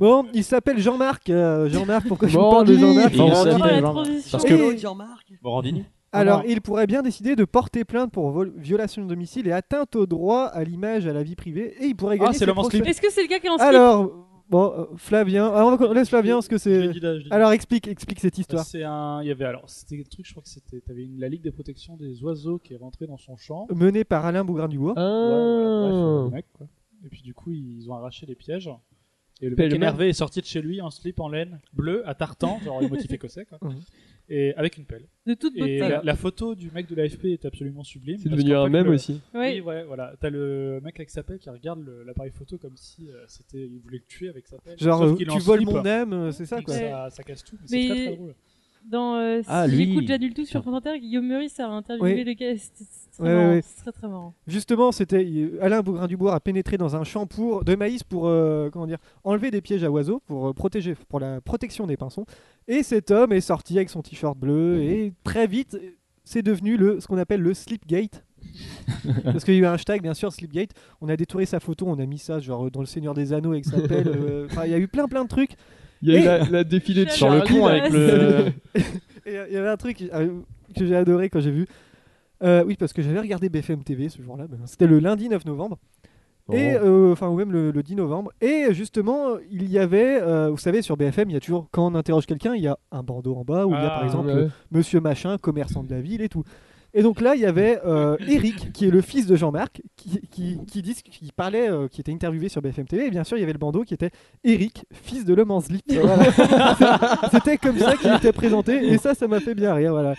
Speaker 4: Bon, il s'appelle Jean-Marc. euh, Jean-Marc, pourquoi je vous
Speaker 7: Bon,
Speaker 4: parle de
Speaker 7: dis-
Speaker 4: Jean-Marc
Speaker 11: Et on
Speaker 5: Ah,
Speaker 11: s'en
Speaker 5: la
Speaker 11: dit-
Speaker 5: transition.
Speaker 11: Parce
Speaker 4: que-
Speaker 8: Et Jean-Marc.
Speaker 11: Morandini
Speaker 4: Alors,
Speaker 6: Jean-Marc.
Speaker 4: il pourrait bien décider de porter plainte pour vol- violation de domicile et atteinte au droit à l'image, à la vie privée. Et il pourrait
Speaker 6: Ah,
Speaker 4: gagner.
Speaker 6: c'est
Speaker 4: ses
Speaker 6: l'homme en
Speaker 4: procès.
Speaker 6: slip.
Speaker 5: Est-ce que c'est le gars qui est en slip
Speaker 4: Alors, bon, euh, Flavien. ah, on va- laisse Flavien parce que
Speaker 6: Je
Speaker 4: c'est.
Speaker 6: l'ai dit là, je l'ai dit.
Speaker 4: Alors, explique, explique cette
Speaker 6: Bah,
Speaker 4: histoire.
Speaker 6: C'est un. Il y avait alors, c'était le truc, je crois que c'était. T'avais une- la Ligue des protections des oiseaux qui est rentrée dans son champ.
Speaker 4: Menée par Alain Bougrain-Dubois.
Speaker 6: Ouais, voilà, bref,
Speaker 7: Ah.
Speaker 6: le mec, quoi. Et puis du coup, ils ont arraché les pièges. Et le
Speaker 7: Pêle-mêle.
Speaker 6: mec énervé est sorti de chez lui en slip en laine bleu à tartan, genre le motif écossais, quoi.
Speaker 4: Mhm.
Speaker 6: Et avec une pelle.
Speaker 5: De toute
Speaker 6: Et
Speaker 5: beauté.
Speaker 6: la, la photo du mec de l'AFP est absolument sublime.
Speaker 7: C'est
Speaker 6: parce
Speaker 7: devenu
Speaker 6: qu'en
Speaker 7: un
Speaker 6: fait,
Speaker 7: mème
Speaker 6: le-
Speaker 7: aussi.
Speaker 5: Oui.
Speaker 6: Oui, ouais, voilà. T'as le mec avec sa pelle qui regarde le- l'appareil photo comme si euh, c'était, il voulait le tuer avec sa pelle.
Speaker 4: Genre,
Speaker 6: Sauf
Speaker 4: euh,
Speaker 6: qu'il est
Speaker 4: tu
Speaker 6: en
Speaker 4: voles
Speaker 6: slip.
Speaker 4: mon âme, euh, c'est ça
Speaker 6: Donc
Speaker 4: quoi.
Speaker 6: Ça, ça casse tout, mais,
Speaker 5: Mais-
Speaker 6: c'est très très drôle.
Speaker 5: Dans euh,
Speaker 17: Ah,
Speaker 5: Si
Speaker 17: lui.
Speaker 5: j'écoute Janul tout sur France Inter, Guillaume Meurice a interviewé
Speaker 4: Oui.
Speaker 5: le gars. C'était c'était très
Speaker 4: Ouais,
Speaker 5: marrant,
Speaker 4: ouais, ouais.
Speaker 5: c'est très très marrant.
Speaker 4: Justement, c'était il- Alain Bougrain-Dubois a pénétré dans un champ pour, de maïs pour euh, comment dire enlever des pièges à oiseaux pour euh, protéger pour la protection des pinsons. Et cet homme est sorti avec son t-shirt bleu et très vite c'est devenu le ce qu'on appelle le slipgate. Parce qu'il y a eu un hashtag, bien sûr, Slipgate. On a détouré sa photo, on a mis ça genre dans le Seigneur des Anneaux avec sa pelle. euh, Enfin, il y a eu plein plein de trucs.
Speaker 7: Il y a eu
Speaker 4: Et-
Speaker 7: la- la défilée de Sur le Charlie, pont là. avec le-
Speaker 4: Et Il y avait un truc euh, que j'ai adoré quand j'ai vu. Euh, oui, parce que j'avais regardé BFM TV ce jour-là. ben, C'était le lundi 9 novembre. Et
Speaker 7: Oh.
Speaker 4: euh, enfin, ou même le, le 10 novembre. Et justement, il y avait, euh, vous savez, sur BFM, il y a toujours, quand on interroge quelqu'un, il y a un bandeau en bas où il y a par
Speaker 7: Ah,
Speaker 4: exemple
Speaker 7: ouais.
Speaker 4: Monsieur Machin, commerçant de la ville et tout. Et donc là, il y avait euh, Eric, qui est le fils de Jean-Marc, qui, qui, qui dis- qui parlait, euh, qui était interviewé sur BFM TV. Et bien sûr, il y avait le bandeau qui était Eric, fils de l'homme en slip. Voilà. C'était comme ça qu'il était présenté. Et ça, ça m'a fait bien rire. Voilà.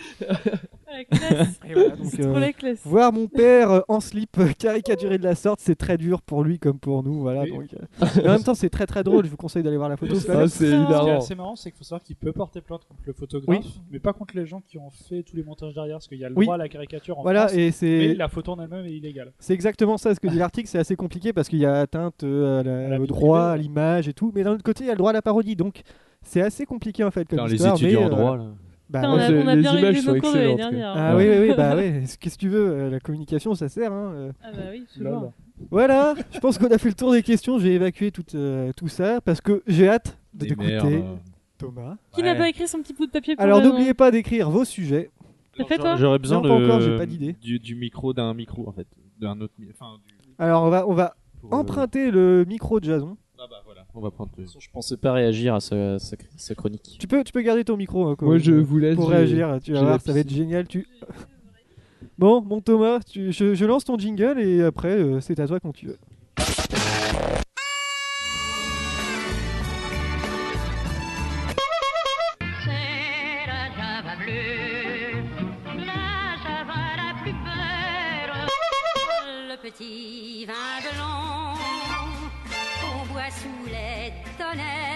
Speaker 4: Et voilà, donc,
Speaker 5: Ah,
Speaker 4: euh,
Speaker 5: C'est trop la classe.
Speaker 4: voir mon père euh, en slip euh, caricaturé de la sorte, c'est très dur pour lui comme pour nous. Voilà, donc, euh, mais en même temps, c'est très très drôle. Je vous conseille d'aller voir la photo.
Speaker 7: Ah,
Speaker 6: Ce qui est- Ce qui est assez marrant, c'est qu'il faut savoir qu'il peut porter plainte contre le photographe,
Speaker 4: Oui.
Speaker 6: mais pas contre les gens qui ont fait tous les montages derrière, parce qu'il y a le
Speaker 4: Oui.
Speaker 6: droit à la caricature en
Speaker 4: Voilà,
Speaker 6: France,
Speaker 4: et c'est-
Speaker 6: mais la photo en elle-même est illégale.
Speaker 4: C'est exactement ça ce que dit l'article, c'est assez compliqué parce qu'il y a atteinte euh, à la- au droit, à l'image et tout, mais d'un autre côté il y a le droit à la parodie, donc c'est assez compliqué en fait comme
Speaker 3: Putain, les
Speaker 4: histoire.
Speaker 3: étudiants
Speaker 4: mais,
Speaker 3: en droit, là.
Speaker 4: Bah,
Speaker 5: Putain, on
Speaker 4: ouais,
Speaker 5: a-
Speaker 4: c'est-
Speaker 5: on a
Speaker 4: les
Speaker 5: bien
Speaker 4: images
Speaker 5: réglé
Speaker 4: sont
Speaker 5: nos cours l'année
Speaker 4: excellentes,
Speaker 5: dernière,
Speaker 4: quoi.
Speaker 5: hein.
Speaker 4: Ah oui, oui, oui,
Speaker 5: Ouais.
Speaker 4: bah ouais, ce- qu'est-ce que tu veux, euh, la communication ça sert. hein, euh.
Speaker 5: Ah bah oui, toujours.
Speaker 4: Voilà, je pense qu'on a fait le tour des questions, j'ai évacué tout, euh, tout ça parce que j'ai hâte de
Speaker 3: Des euh.
Speaker 4: t'écouter.
Speaker 3: merdes.
Speaker 4: Thomas.
Speaker 5: Qui n'a pas écrit son petit bout de papier pour
Speaker 4: Alors
Speaker 5: le-
Speaker 4: n'oubliez pas d'écrire vos sujets.
Speaker 5: T'as fait toi
Speaker 3: J'aurais besoin
Speaker 4: Non, pas
Speaker 3: de-
Speaker 4: encore, j'ai pas d'idée.
Speaker 3: Du, du micro d'un micro en fait, d'un autre. mi- Enfin, du-
Speaker 4: Alors on va, on va
Speaker 3: euh,
Speaker 4: emprunter le micro de Jason.
Speaker 3: on va prendre.
Speaker 17: Je pensais pas réagir à sa, sa- sa chronique.
Speaker 4: Tu peux, tu peux garder ton micro. hein,
Speaker 17: Moi,
Speaker 4: Corinne,
Speaker 17: je vous laisse,
Speaker 4: Pour
Speaker 17: j'ai-
Speaker 4: réagir, tu vas
Speaker 17: j'ai la
Speaker 4: voir, ça va être génial. Tu... Bon, bon Thomas, tu- je, je lance ton jingle et après, euh, c'est à toi quand tu veux.
Speaker 14: C'est la java bleue, la java la plus peur. Le petit vin de l'an qu'on boit sous les tonnelles.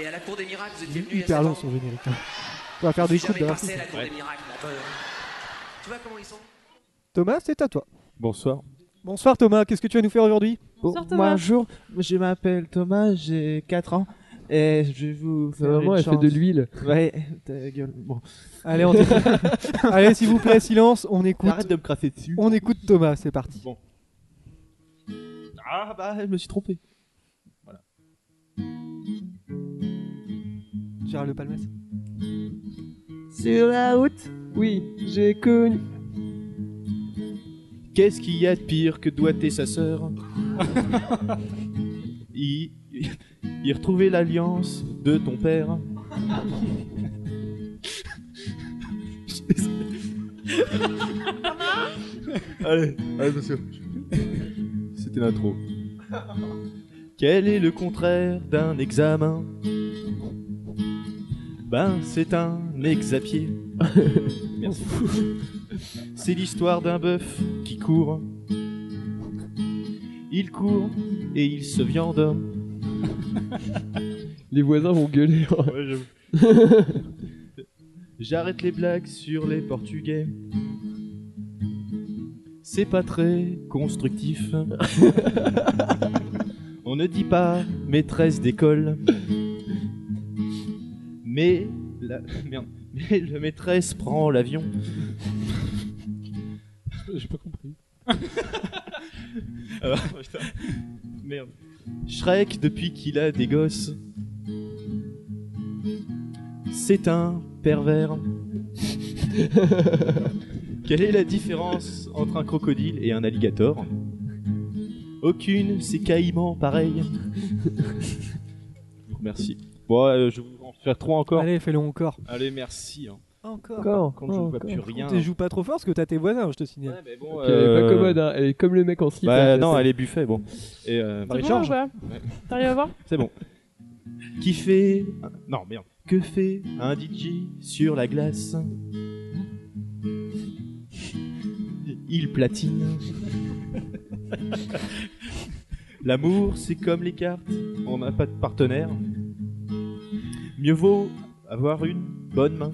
Speaker 18: Et à la cour des miracles, vous
Speaker 4: Il
Speaker 18: étiez
Speaker 4: est
Speaker 18: venu
Speaker 4: Hyper long son générique. hein. On va faire des coupes d'avoir
Speaker 18: à la cour des miracles, bordel. Tu vois comment ils sont
Speaker 4: Thomas, c'est à toi.
Speaker 3: Bonsoir.
Speaker 4: Bonsoir Thomas, qu'est-ce que tu vas nous faire aujourd'hui
Speaker 1: Bon, moi, Bonjour, je m'appelle Thomas, j'ai 4 ans et Eh, je vais vous faire.
Speaker 7: Maman,
Speaker 1: une
Speaker 7: elle fait de
Speaker 1: chance.
Speaker 7: l'huile.
Speaker 1: Ouais, ta gueule. Bon.
Speaker 4: Allez, on t'écoute. Allez, s'il vous plaît, silence, on écoute.
Speaker 1: Arrête de me crasser dessus.
Speaker 4: On écoute Thomas, c'est parti.
Speaker 1: Ah bah, je me suis trompé.
Speaker 4: Gérald Le Palmas.
Speaker 1: Sur la route, oui, j'ai connu.
Speaker 3: Qu'est-ce qu'il y a de pire que doiter sa sœur y, y retrouver l'alliance de ton père. allez, allez, monsieur. C'était l'intro. Quel est le contraire d'un examen Ben, c'est un exapier. Merci. C'est l'histoire d'un bœuf qui court. Il court et il se viande.
Speaker 7: Les voisins vont gueuler.
Speaker 3: J'arrête les blagues sur les Portugais. C'est pas très constructif. On ne dit pas maîtresse d'école. Mais la merde, mais la maîtresse prend l'avion.
Speaker 6: J'ai pas compris.
Speaker 3: Ah bah, putain. Merde. Shrek, depuis qu'il a des gosses, c'est un pervers. Quelle est la différence entre un crocodile et un alligator Aucune, c'est caïman pareil. Merci. Bon, euh, je vais vous en faire trois encore.
Speaker 4: Allez, fais-le encore.
Speaker 3: Allez, merci. hein.
Speaker 4: Encore.
Speaker 7: Encore,
Speaker 3: Quand je ne vois
Speaker 7: Oh, encore.
Speaker 3: plus rien.
Speaker 4: Tu joues pas trop fort parce que t'as tes voisins, je te signale. Ouais,
Speaker 3: mais bon,
Speaker 7: Puis Elle est pas commode, hein. elle est comme le mec en slip.
Speaker 3: Euh, Bah
Speaker 7: hein,
Speaker 3: non,
Speaker 7: ça.
Speaker 3: elle est buffet, bon. Et euh,
Speaker 5: C'est bon ou
Speaker 4: bah.
Speaker 5: pas T'arrives à voir
Speaker 3: C'est bon. Qui fait. Non, merde. Que fait un DJ sur la glace Il platine.
Speaker 11: L'amour, c'est comme les cartes, on n'a pas de partenaire. Mieux vaut avoir une bonne main.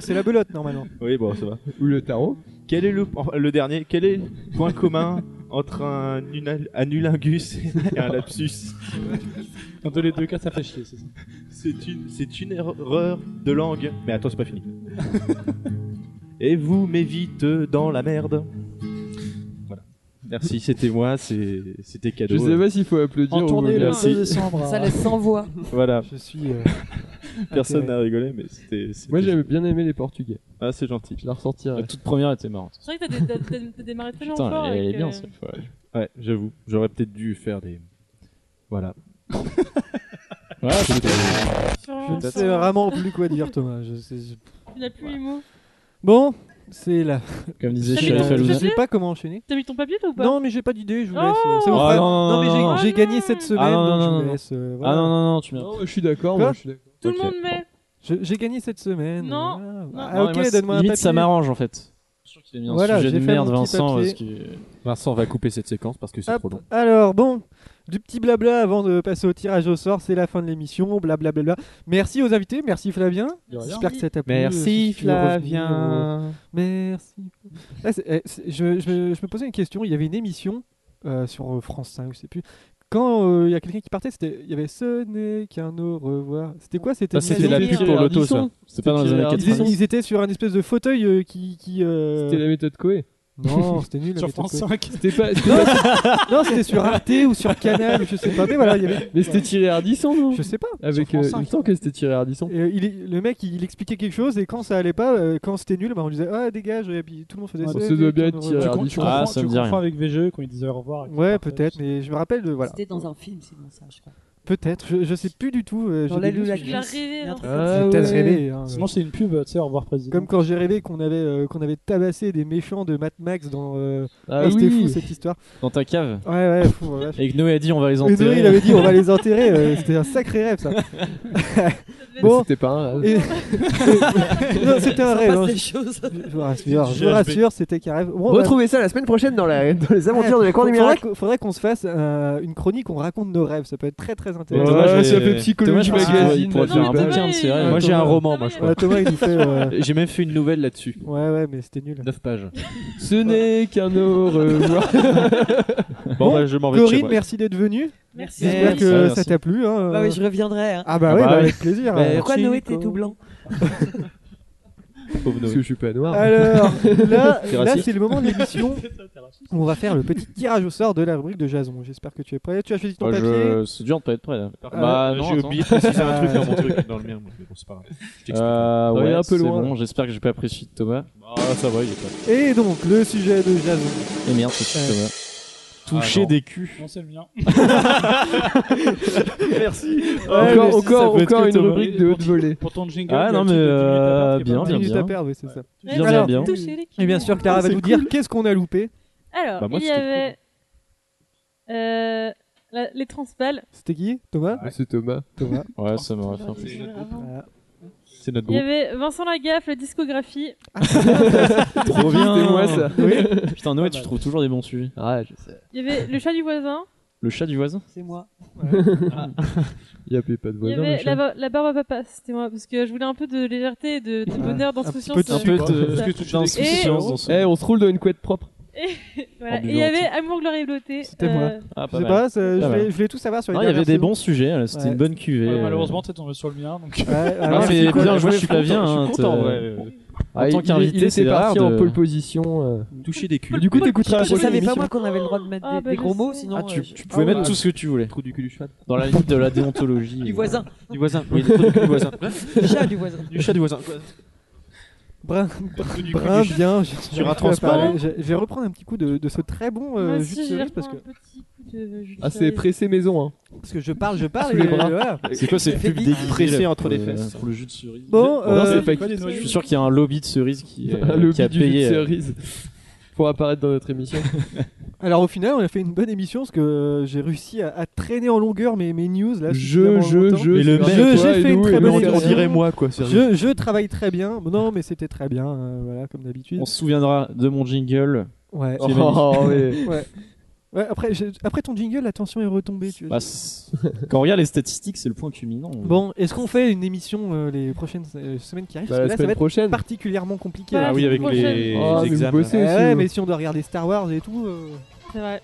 Speaker 4: C'est la belote normalement.
Speaker 11: Oui, bon, ça va.
Speaker 7: Ou le tarot.
Speaker 11: Quel est le, enfin, le dernier Quel est le point commun entre un unal- anulingus et un lapsus
Speaker 6: Dans les deux cas, ça fait chier, c'est ça.
Speaker 11: C'est une, c'est une erreur de langue. Mais attends, c'est pas fini. et vous m'évite dans la merde. Voilà. Merci, c'était moi, c'est, c'était cadeau.
Speaker 7: Je sais pas s'il faut applaudir
Speaker 6: En
Speaker 7: ou
Speaker 6: tournée le
Speaker 7: merci.
Speaker 6: 2 décembre.
Speaker 19: Ça laisse sans voix.
Speaker 11: Voilà.
Speaker 4: Je suis. euh,
Speaker 11: Personne
Speaker 4: atterré.
Speaker 11: n'a rigolé, mais c'était. c'était-
Speaker 7: Moi j'avais bien aimé les Portugais.
Speaker 11: Ah, c'est gentil.
Speaker 7: Je la ressortirai.
Speaker 3: La toute première était marrante.
Speaker 5: C'est vrai que t'as, des- t'as- t'as- t'as démarré très
Speaker 3: Putain,
Speaker 5: fort.
Speaker 3: elle, elle
Speaker 5: avec,
Speaker 3: est bien
Speaker 5: euh,
Speaker 3: cette fois.
Speaker 11: Ouais, j'avoue. J'aurais peut-être dû faire des. Voilà.
Speaker 3: Ouais, c'était-
Speaker 4: Je ne sais vraiment plus quoi dire, Thomas. Je sais- je-
Speaker 5: Tu n'as plus les mots.
Speaker 4: Bon, c'est là.
Speaker 3: Comme disait
Speaker 4: Je sais-
Speaker 3: Sheriff
Speaker 4: Je
Speaker 3: Alouna.
Speaker 4: sais pas comment enchaîner.
Speaker 5: T'as mis ton papier toi, ou pas
Speaker 4: Non, mais j'ai pas d'idée, je vous
Speaker 5: Oh
Speaker 4: laisse. euh, C'est
Speaker 3: Oh
Speaker 4: mon frère.
Speaker 3: non,
Speaker 4: mais
Speaker 3: non, non.
Speaker 4: j'ai- j'ai gagné cette semaine,
Speaker 3: Ah non, non,
Speaker 4: donc
Speaker 3: non,
Speaker 4: je vous
Speaker 3: non.
Speaker 4: laisse. euh, voilà.
Speaker 3: Ah non, non, non, tu m'as.
Speaker 7: Non, je suis d'accord.
Speaker 4: Quoi
Speaker 7: moi, je suis d'accord.
Speaker 5: Tout
Speaker 3: Ok.
Speaker 5: le monde met.
Speaker 4: Je- J'ai gagné cette semaine.
Speaker 5: Non,
Speaker 4: euh,
Speaker 5: non.
Speaker 4: Ah,
Speaker 3: Non, mais
Speaker 4: ok,
Speaker 3: moi, c'est-
Speaker 4: donne-moi un
Speaker 3: Limite,
Speaker 4: papier.
Speaker 3: ça m'arrange en fait. Je suis sûr qu'il a mis un
Speaker 4: Voilà,
Speaker 3: sujet
Speaker 4: j'ai
Speaker 3: de
Speaker 4: fait mon
Speaker 3: merde,
Speaker 4: petit
Speaker 3: Vincent.
Speaker 4: papier.
Speaker 3: Parce que...
Speaker 11: Vincent va couper cette séquence parce que c'est
Speaker 4: Hop,
Speaker 11: trop long.
Speaker 4: Alors bon, du petit blabla avant de passer au tirage au sort, c'est la fin de l'émission, blablabla. Merci aux invités, merci Flavien.
Speaker 6: De rien.
Speaker 4: J'espère que ça t'a plu. euh,
Speaker 16: Merci
Speaker 4: si tu es revenu,
Speaker 16: Flavien.
Speaker 4: euh, Merci. Ah, c'est- eh, c'est- je, je- je me posais une question, il y avait une émission euh, sur euh, France 5, je sais plus. Quand euh, il y a quelqu'un qui partait, c'était il y avait ce n'est qu'un au revoir. C'était quoi Bah, C'était
Speaker 3: Ah,
Speaker 4: une
Speaker 3: c'était
Speaker 4: année-
Speaker 3: la pub pour l'auto, ça. C'est pas dans les
Speaker 7: C'était
Speaker 3: années
Speaker 7: Gérard
Speaker 4: Ils,
Speaker 3: 90.
Speaker 4: ils étaient sur un espèce de fauteuil euh, qui. qui euh,
Speaker 7: C'était la méthode Coé.
Speaker 4: Non, c'était nul. la
Speaker 6: Sur
Speaker 4: méthode
Speaker 6: France
Speaker 4: Coé.
Speaker 6: 5.
Speaker 7: C'était pas. c'était
Speaker 4: Non,
Speaker 7: pas-
Speaker 4: c'est- non, c'était sur Arte ou sur Canal, je sais pas. Mais voilà, il y avait.
Speaker 7: Mais c'était tiré Ardisson, non
Speaker 4: Je sais pas.
Speaker 6: France
Speaker 7: Avec. euh, Il me
Speaker 6: cinq.
Speaker 7: semble que c'était tiré Ardisson.
Speaker 4: Et, euh, il, est- le mec, il, il expliquait quelque chose et quand ça allait pas, euh, quand c'était nul, bah, on lui disait ah dégage et puis tout le monde faisait
Speaker 6: Ouais,
Speaker 4: ça.
Speaker 7: ça doit bien être
Speaker 4: Ouais,
Speaker 7: tiré.
Speaker 6: Tu,
Speaker 7: Ah,
Speaker 6: con- tu
Speaker 7: ça
Speaker 6: comprends,
Speaker 3: me
Speaker 6: tu
Speaker 3: dit rien.
Speaker 6: comprends avec VGE quand ils disaient au revoir. et qu'ils
Speaker 4: Ouais,
Speaker 6: partaient.
Speaker 4: peut-être, mais je me rappelle de voilà.
Speaker 19: C'était dans un film, sinon ça, je crois.
Speaker 4: Peut-être, je, je sais plus du tout. euh,
Speaker 8: Dans
Speaker 4: j'ai
Speaker 8: la
Speaker 4: des
Speaker 8: Lula
Speaker 4: doutes.
Speaker 5: Tu l'as rêvé.
Speaker 8: Merde.
Speaker 5: hein.
Speaker 7: Ah
Speaker 4: J'ai peut-être
Speaker 7: ouais.
Speaker 4: rêvé. hein.
Speaker 6: Sinon, c'est une pub, tu sais, au revoir président.
Speaker 4: Comme quand j'ai rêvé qu'on avait euh, qu'on avait tabassé des méchants de Mad Max dans. euh,
Speaker 3: Ah
Speaker 4: ah, C'était
Speaker 3: oui.
Speaker 4: fou cette histoire.
Speaker 3: Dans ta cave.
Speaker 4: Ouais ouais. Fou, ouais.
Speaker 3: Et que Noé a dit on va les
Speaker 4: Et Noé, il
Speaker 3: enterrer.
Speaker 4: avait dit on va les enterrer. euh, C'était un sacré rêve ça. bon.
Speaker 7: C'était pas un.
Speaker 4: Et- non, c'était un
Speaker 8: Ça
Speaker 4: rêve.
Speaker 8: passe
Speaker 4: hein,
Speaker 8: des
Speaker 4: je-
Speaker 8: choses.
Speaker 4: Je vous rassure, je vous rassure, c'était qu'un rêve. Bon, bah,
Speaker 19: Retrouvez ça la semaine prochaine dans, la, dans les aventures de la Cour
Speaker 4: faudrait,
Speaker 19: du Miracle.
Speaker 4: qu'on- faudrait qu'on se fasse euh, une chronique où on raconte nos rêves, ça peut être très très
Speaker 7: Ouais,
Speaker 4: intéressant.
Speaker 3: Thomas, je vais-
Speaker 7: ça fait
Speaker 3: Thomas,
Speaker 7: psychologie
Speaker 3: je pense qu'il
Speaker 7: magazine.
Speaker 3: pourrait
Speaker 5: Non,
Speaker 3: faire
Speaker 5: mais
Speaker 3: un bouquin de
Speaker 5: Thomas,
Speaker 3: série.
Speaker 5: il-
Speaker 11: Moi, j'ai un
Speaker 4: Thomas.
Speaker 11: roman, moi, je
Speaker 4: Ouais,
Speaker 11: crois.
Speaker 4: Thomas il nous fait. euh,
Speaker 11: J'ai même fait une nouvelle là-dessus.
Speaker 4: Ouais, ouais, mais c'était nul.
Speaker 11: 9 pages.
Speaker 7: Ce n'est qu'un au revoir.
Speaker 11: Bon, bah, je m'en vais de chez
Speaker 4: Corinne,
Speaker 11: moi.
Speaker 4: merci d'être venue.
Speaker 5: Eh,
Speaker 8: Merci.
Speaker 4: J'espère
Speaker 8: Merci.
Speaker 4: que
Speaker 3: Ouais,
Speaker 4: ça
Speaker 3: merci.
Speaker 4: t'a plu. hein.
Speaker 8: Bah oui, je reviendrai. hein.
Speaker 4: Ah bah
Speaker 11: Ah
Speaker 4: ouais,
Speaker 11: bah
Speaker 4: bah,
Speaker 11: oui.
Speaker 4: avec plaisir.
Speaker 11: Bah,
Speaker 4: hein.
Speaker 8: Pourquoi
Speaker 11: Merci,
Speaker 8: Noé, t'es
Speaker 11: Nico.
Speaker 8: tout blanc
Speaker 11: Pauvre
Speaker 7: Parce
Speaker 11: Noé.
Speaker 7: que je suis pas noir.
Speaker 4: Alors là,
Speaker 11: T'es
Speaker 4: là
Speaker 11: raciste.
Speaker 4: c'est le moment de l'émission où on va faire le petit tirage au sort de la rubrique de Jason. J'espère que tu es prêt. Tu as choisi ton
Speaker 3: Bah,
Speaker 4: papier.
Speaker 3: je- C'est dur de pas être prêt là.
Speaker 11: Par
Speaker 4: Ah,
Speaker 11: contre,
Speaker 3: bah,
Speaker 11: euh,
Speaker 3: non,
Speaker 11: j'ai
Speaker 3: attends.
Speaker 11: oublié de préciser un truc dans mon
Speaker 7: Euh,
Speaker 11: truc, dans le mien. Mais bon, c'est pas grave. Je t'explique.
Speaker 3: Euh,
Speaker 7: Ouais,
Speaker 3: ouais,
Speaker 7: un peu
Speaker 3: c'est
Speaker 7: loin,
Speaker 3: bon, j'espère que j'ai pas apprécié de Thomas.
Speaker 11: Ah, ça va, il est pas.
Speaker 4: Et donc le sujet de Jason.
Speaker 3: Et merde, c'est chiant,
Speaker 4: Ouais.
Speaker 3: Thomas.
Speaker 11: Toucher des culs.
Speaker 6: Non, c'est le mien.
Speaker 4: Ouais, mais
Speaker 7: Encore,
Speaker 4: si, ça
Speaker 7: encore,
Speaker 4: peut être
Speaker 7: encore
Speaker 4: que
Speaker 7: une
Speaker 4: Thomas.
Speaker 7: rubrique de haute volée.
Speaker 6: Pour ton jingle. il
Speaker 3: Ah,
Speaker 6: y a
Speaker 3: non,
Speaker 6: le titre
Speaker 3: mais,
Speaker 6: de 10 minutes à
Speaker 3: euh,
Speaker 6: faire qui est pas mal.
Speaker 3: bien,
Speaker 4: Dix minutes
Speaker 3: bien.
Speaker 4: à perdre, oui, c'est ça.
Speaker 5: Ouais,
Speaker 3: Bien,
Speaker 5: alors,
Speaker 3: bien, bien.
Speaker 5: toucher les
Speaker 4: Et bien sûr,
Speaker 5: culottes.
Speaker 4: Clara va nous dire qu'est-ce qu'on a loupé.
Speaker 5: Alors,
Speaker 11: Bah, moi,
Speaker 5: il y
Speaker 11: c'était
Speaker 5: avait euh, la- les transpales.
Speaker 4: C'était qui Thomas Euh,
Speaker 7: C'est Thomas.
Speaker 4: Thomas.
Speaker 3: Ouais, ça m'aurait fait un peu.
Speaker 11: C'est notre
Speaker 5: Il y
Speaker 11: groupe.
Speaker 5: avait Vincent Lagaffe, la discographie.
Speaker 3: Trop bien.
Speaker 7: C'était moi ça.
Speaker 3: Putain, Noé, tu trouves toujours des bons sujets.
Speaker 7: Ouais, je sais.
Speaker 5: Il y avait le chat du voisin.
Speaker 3: Le chat du voisin
Speaker 8: C'est moi.
Speaker 7: Il y a pas de
Speaker 5: Il y
Speaker 7: voisin. le
Speaker 5: avait
Speaker 7: chat.
Speaker 5: la, ba- la barbe à papa, c'était moi, parce que je voulais un peu de légèreté et de, de bonheur d'insouciance.
Speaker 4: petit peu
Speaker 3: Un peu de-
Speaker 5: Ça.
Speaker 3: d'insouciance dans son.
Speaker 7: Eh, on se roule dans une couette propre.
Speaker 5: Voilà. Et il y avait Amour, gloire et beauté. Euh,
Speaker 4: C'était moi.
Speaker 3: Ah,
Speaker 4: Je
Speaker 3: pas
Speaker 4: sais
Speaker 3: mal.
Speaker 4: pas, ça- je
Speaker 3: Pas mal.
Speaker 4: voulais, je voulais tout savoir sur les
Speaker 3: Non, il y avait
Speaker 4: dernières
Speaker 3: des
Speaker 4: saisons.
Speaker 3: bons sujets, là, c'était
Speaker 4: Ouais.
Speaker 3: une bonne cuvée.
Speaker 6: Ouais,
Speaker 3: euh.
Speaker 6: Malheureusement, t'es tombé sur le mien. Donc...
Speaker 4: Ouais,
Speaker 3: Ah,
Speaker 4: alors,
Speaker 3: mais
Speaker 4: c'est cool.
Speaker 3: bien joué,
Speaker 11: Moi, je suis
Speaker 3: Flavien.
Speaker 11: content, je
Speaker 3: hein,
Speaker 11: suis
Speaker 3: t'es-
Speaker 11: content, ouais.
Speaker 3: En tant
Speaker 7: il- il-
Speaker 3: qu'invité,
Speaker 7: il était
Speaker 3: c'est rare
Speaker 7: parti en
Speaker 3: de-
Speaker 7: pole position. euh.
Speaker 11: Toucher des culs.
Speaker 7: Du coup, t'écouteras la
Speaker 8: Je
Speaker 7: prochaine
Speaker 8: savais pas
Speaker 7: émission.
Speaker 8: moi qu'on avait le droit de mettre
Speaker 5: Ah,
Speaker 8: des,
Speaker 5: bah,
Speaker 8: des
Speaker 5: je
Speaker 8: gros mots,
Speaker 5: sais.
Speaker 8: sinon.
Speaker 3: Ah, tu,
Speaker 8: euh, je-
Speaker 3: tu pouvais
Speaker 8: Ah,
Speaker 3: mettre
Speaker 8: ouais.
Speaker 3: tout ce que tu voulais.
Speaker 11: Trou du cul du chat.
Speaker 3: Dans la limite de la déontologie.
Speaker 8: Du voisin,
Speaker 11: euh, Du voisin. Oui, le trou du cul du voisin.
Speaker 8: chat du voisin.
Speaker 11: Du chat du voisin.
Speaker 4: Brun,
Speaker 11: Trou du cul
Speaker 4: brun
Speaker 11: du chat.
Speaker 4: bien.
Speaker 11: Sur un transparent.
Speaker 4: Je je vais reprendre un petit coup de, de ce très bon euh,
Speaker 5: Moi
Speaker 4: jus de
Speaker 5: aussi, j'ai
Speaker 4: cerise parce
Speaker 5: reprends
Speaker 4: que,
Speaker 5: un petit coup de jus de
Speaker 7: Ah, c'est
Speaker 5: cerise.
Speaker 7: pressé maison. Hein.
Speaker 4: parce que je parle, je parle.
Speaker 7: Sous les
Speaker 4: et
Speaker 7: bras.
Speaker 4: voilà.
Speaker 3: C'est quoi cette pub déguisée
Speaker 11: Pressé
Speaker 3: là,
Speaker 11: entre
Speaker 3: pour
Speaker 11: les
Speaker 3: le-
Speaker 11: fesses.
Speaker 3: Pour le jus de cerise.
Speaker 4: Bon,
Speaker 7: Non,
Speaker 4: euh,
Speaker 7: c'est pas
Speaker 6: Quoi, les noix de
Speaker 3: Je
Speaker 6: jus
Speaker 3: suis sûr qu'il y a un lobby de cerises qui, est-
Speaker 7: le
Speaker 3: qui a
Speaker 7: du jus de
Speaker 3: payé. euh,
Speaker 7: cerise. pour apparaître dans notre émission.
Speaker 4: Alors au final, on a fait une bonne émission parce que euh, j'ai réussi à, à traîner en longueur mes, mes news là. suffisamment
Speaker 7: Je, je,
Speaker 4: longtemps.
Speaker 7: je.
Speaker 11: Mais le mec,
Speaker 7: c'est grave.
Speaker 11: toi,
Speaker 4: j'ai fait
Speaker 11: et
Speaker 4: une
Speaker 11: nous,
Speaker 4: très
Speaker 11: et
Speaker 4: bonne
Speaker 11: nous, on
Speaker 4: émission.
Speaker 11: dirait moi, quoi, sérieux.
Speaker 4: Je, je travaille très bien. Non, mais c'était très bien, euh, voilà, comme d'habitude.
Speaker 3: On Oh. se souviendra de mon jingle.
Speaker 4: Ouais.
Speaker 3: C'est magnifique.
Speaker 4: ouais. Ouais, après, j'ai- après ton jingle, la tension est retombée. Tu vois.
Speaker 3: Bah, c'est- Quand on regarde les statistiques, c'est le point culminant.
Speaker 4: Bon, est-ce qu'on fait une émission euh, les prochaines euh, semaines qui arrivent
Speaker 3: Bah,
Speaker 4: Parce que
Speaker 3: la
Speaker 4: là, ça
Speaker 3: semaine
Speaker 4: va être
Speaker 3: prochaine.
Speaker 4: particulièrement compliqué.
Speaker 3: Ah
Speaker 5: Bah,
Speaker 4: là.
Speaker 3: oui, avec les- les Ah, mais vous examens.
Speaker 4: Eh
Speaker 3: bossez
Speaker 4: Ouais,
Speaker 3: aussi,
Speaker 11: euh.
Speaker 4: ouais,
Speaker 3: vous.
Speaker 4: mais si on doit regarder Star Wars et tout. euh,
Speaker 5: C'est vrai.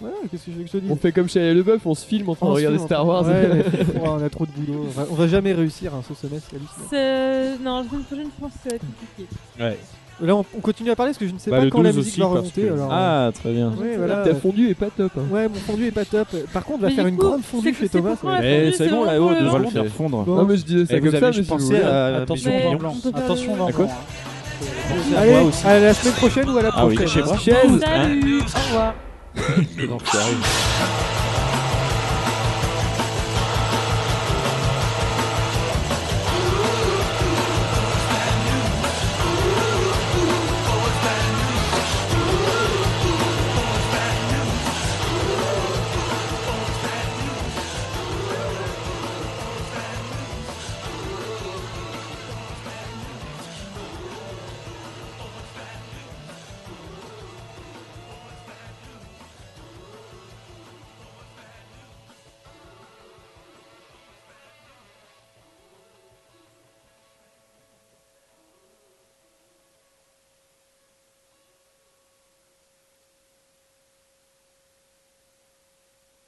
Speaker 4: Voilà, qu'est-ce que je veux que je te dise
Speaker 7: On fait comme chez Shia Leboeuf, on se filme en train de
Speaker 4: se
Speaker 7: regarder
Speaker 4: filme,
Speaker 7: Star
Speaker 4: on-
Speaker 7: Wars.
Speaker 4: ouais, mais- ouais, on a trop de boulot. On va, on va jamais réussir hein, ce semestre. c'est hallucinant.
Speaker 5: C'est- Euh, Non, la semaine prochaine, je pense que ça va être compliqué.
Speaker 11: Ouais.
Speaker 4: Là, on, on continue à parler parce que je ne sais
Speaker 11: Bah,
Speaker 4: pas
Speaker 11: le
Speaker 4: quand la
Speaker 11: 12
Speaker 4: musique
Speaker 11: aussi,
Speaker 4: va
Speaker 11: parce
Speaker 4: remonter.
Speaker 11: que-
Speaker 4: alors, euh.
Speaker 3: Ah, très bien.
Speaker 4: Ouais, voilà.
Speaker 7: Ta fondue est pas top. hein.
Speaker 4: Ouais, mon fondu est pas top. Par contre, on va
Speaker 5: Mais
Speaker 4: faire
Speaker 5: du
Speaker 4: une
Speaker 5: coup,
Speaker 4: grande
Speaker 5: c'est-
Speaker 4: fondue chez
Speaker 5: c'est
Speaker 4: Thomas.
Speaker 5: pourquoi
Speaker 4: ça
Speaker 3: Eh,
Speaker 4: va
Speaker 5: la
Speaker 4: être-
Speaker 5: fondue,
Speaker 11: bon,
Speaker 5: c'est vraiment
Speaker 11: là,
Speaker 5: pour
Speaker 11: on
Speaker 5: le
Speaker 11: devrait
Speaker 5: vent.
Speaker 11: le faire fondre.
Speaker 7: Non, mais je disais
Speaker 11: Eh,
Speaker 7: ça
Speaker 11: vous
Speaker 7: comme
Speaker 11: avez
Speaker 7: ça, mais
Speaker 11: juste
Speaker 7: si
Speaker 11: pensé
Speaker 7: vous voulez-
Speaker 11: à-
Speaker 7: Attention,
Speaker 5: Mais
Speaker 7: Jean
Speaker 5: on
Speaker 7: Blanc.
Speaker 5: peut pas-
Speaker 7: Attention, Jean
Speaker 11: À
Speaker 7: Blanc.
Speaker 11: quoi
Speaker 4: Allez, à la semaine prochaine ou à la
Speaker 11: Ah oui,
Speaker 4: prochaine.
Speaker 11: je sais pas.
Speaker 4: Ciao.
Speaker 5: Salut Au revoir
Speaker 11: Donc, ça arrive.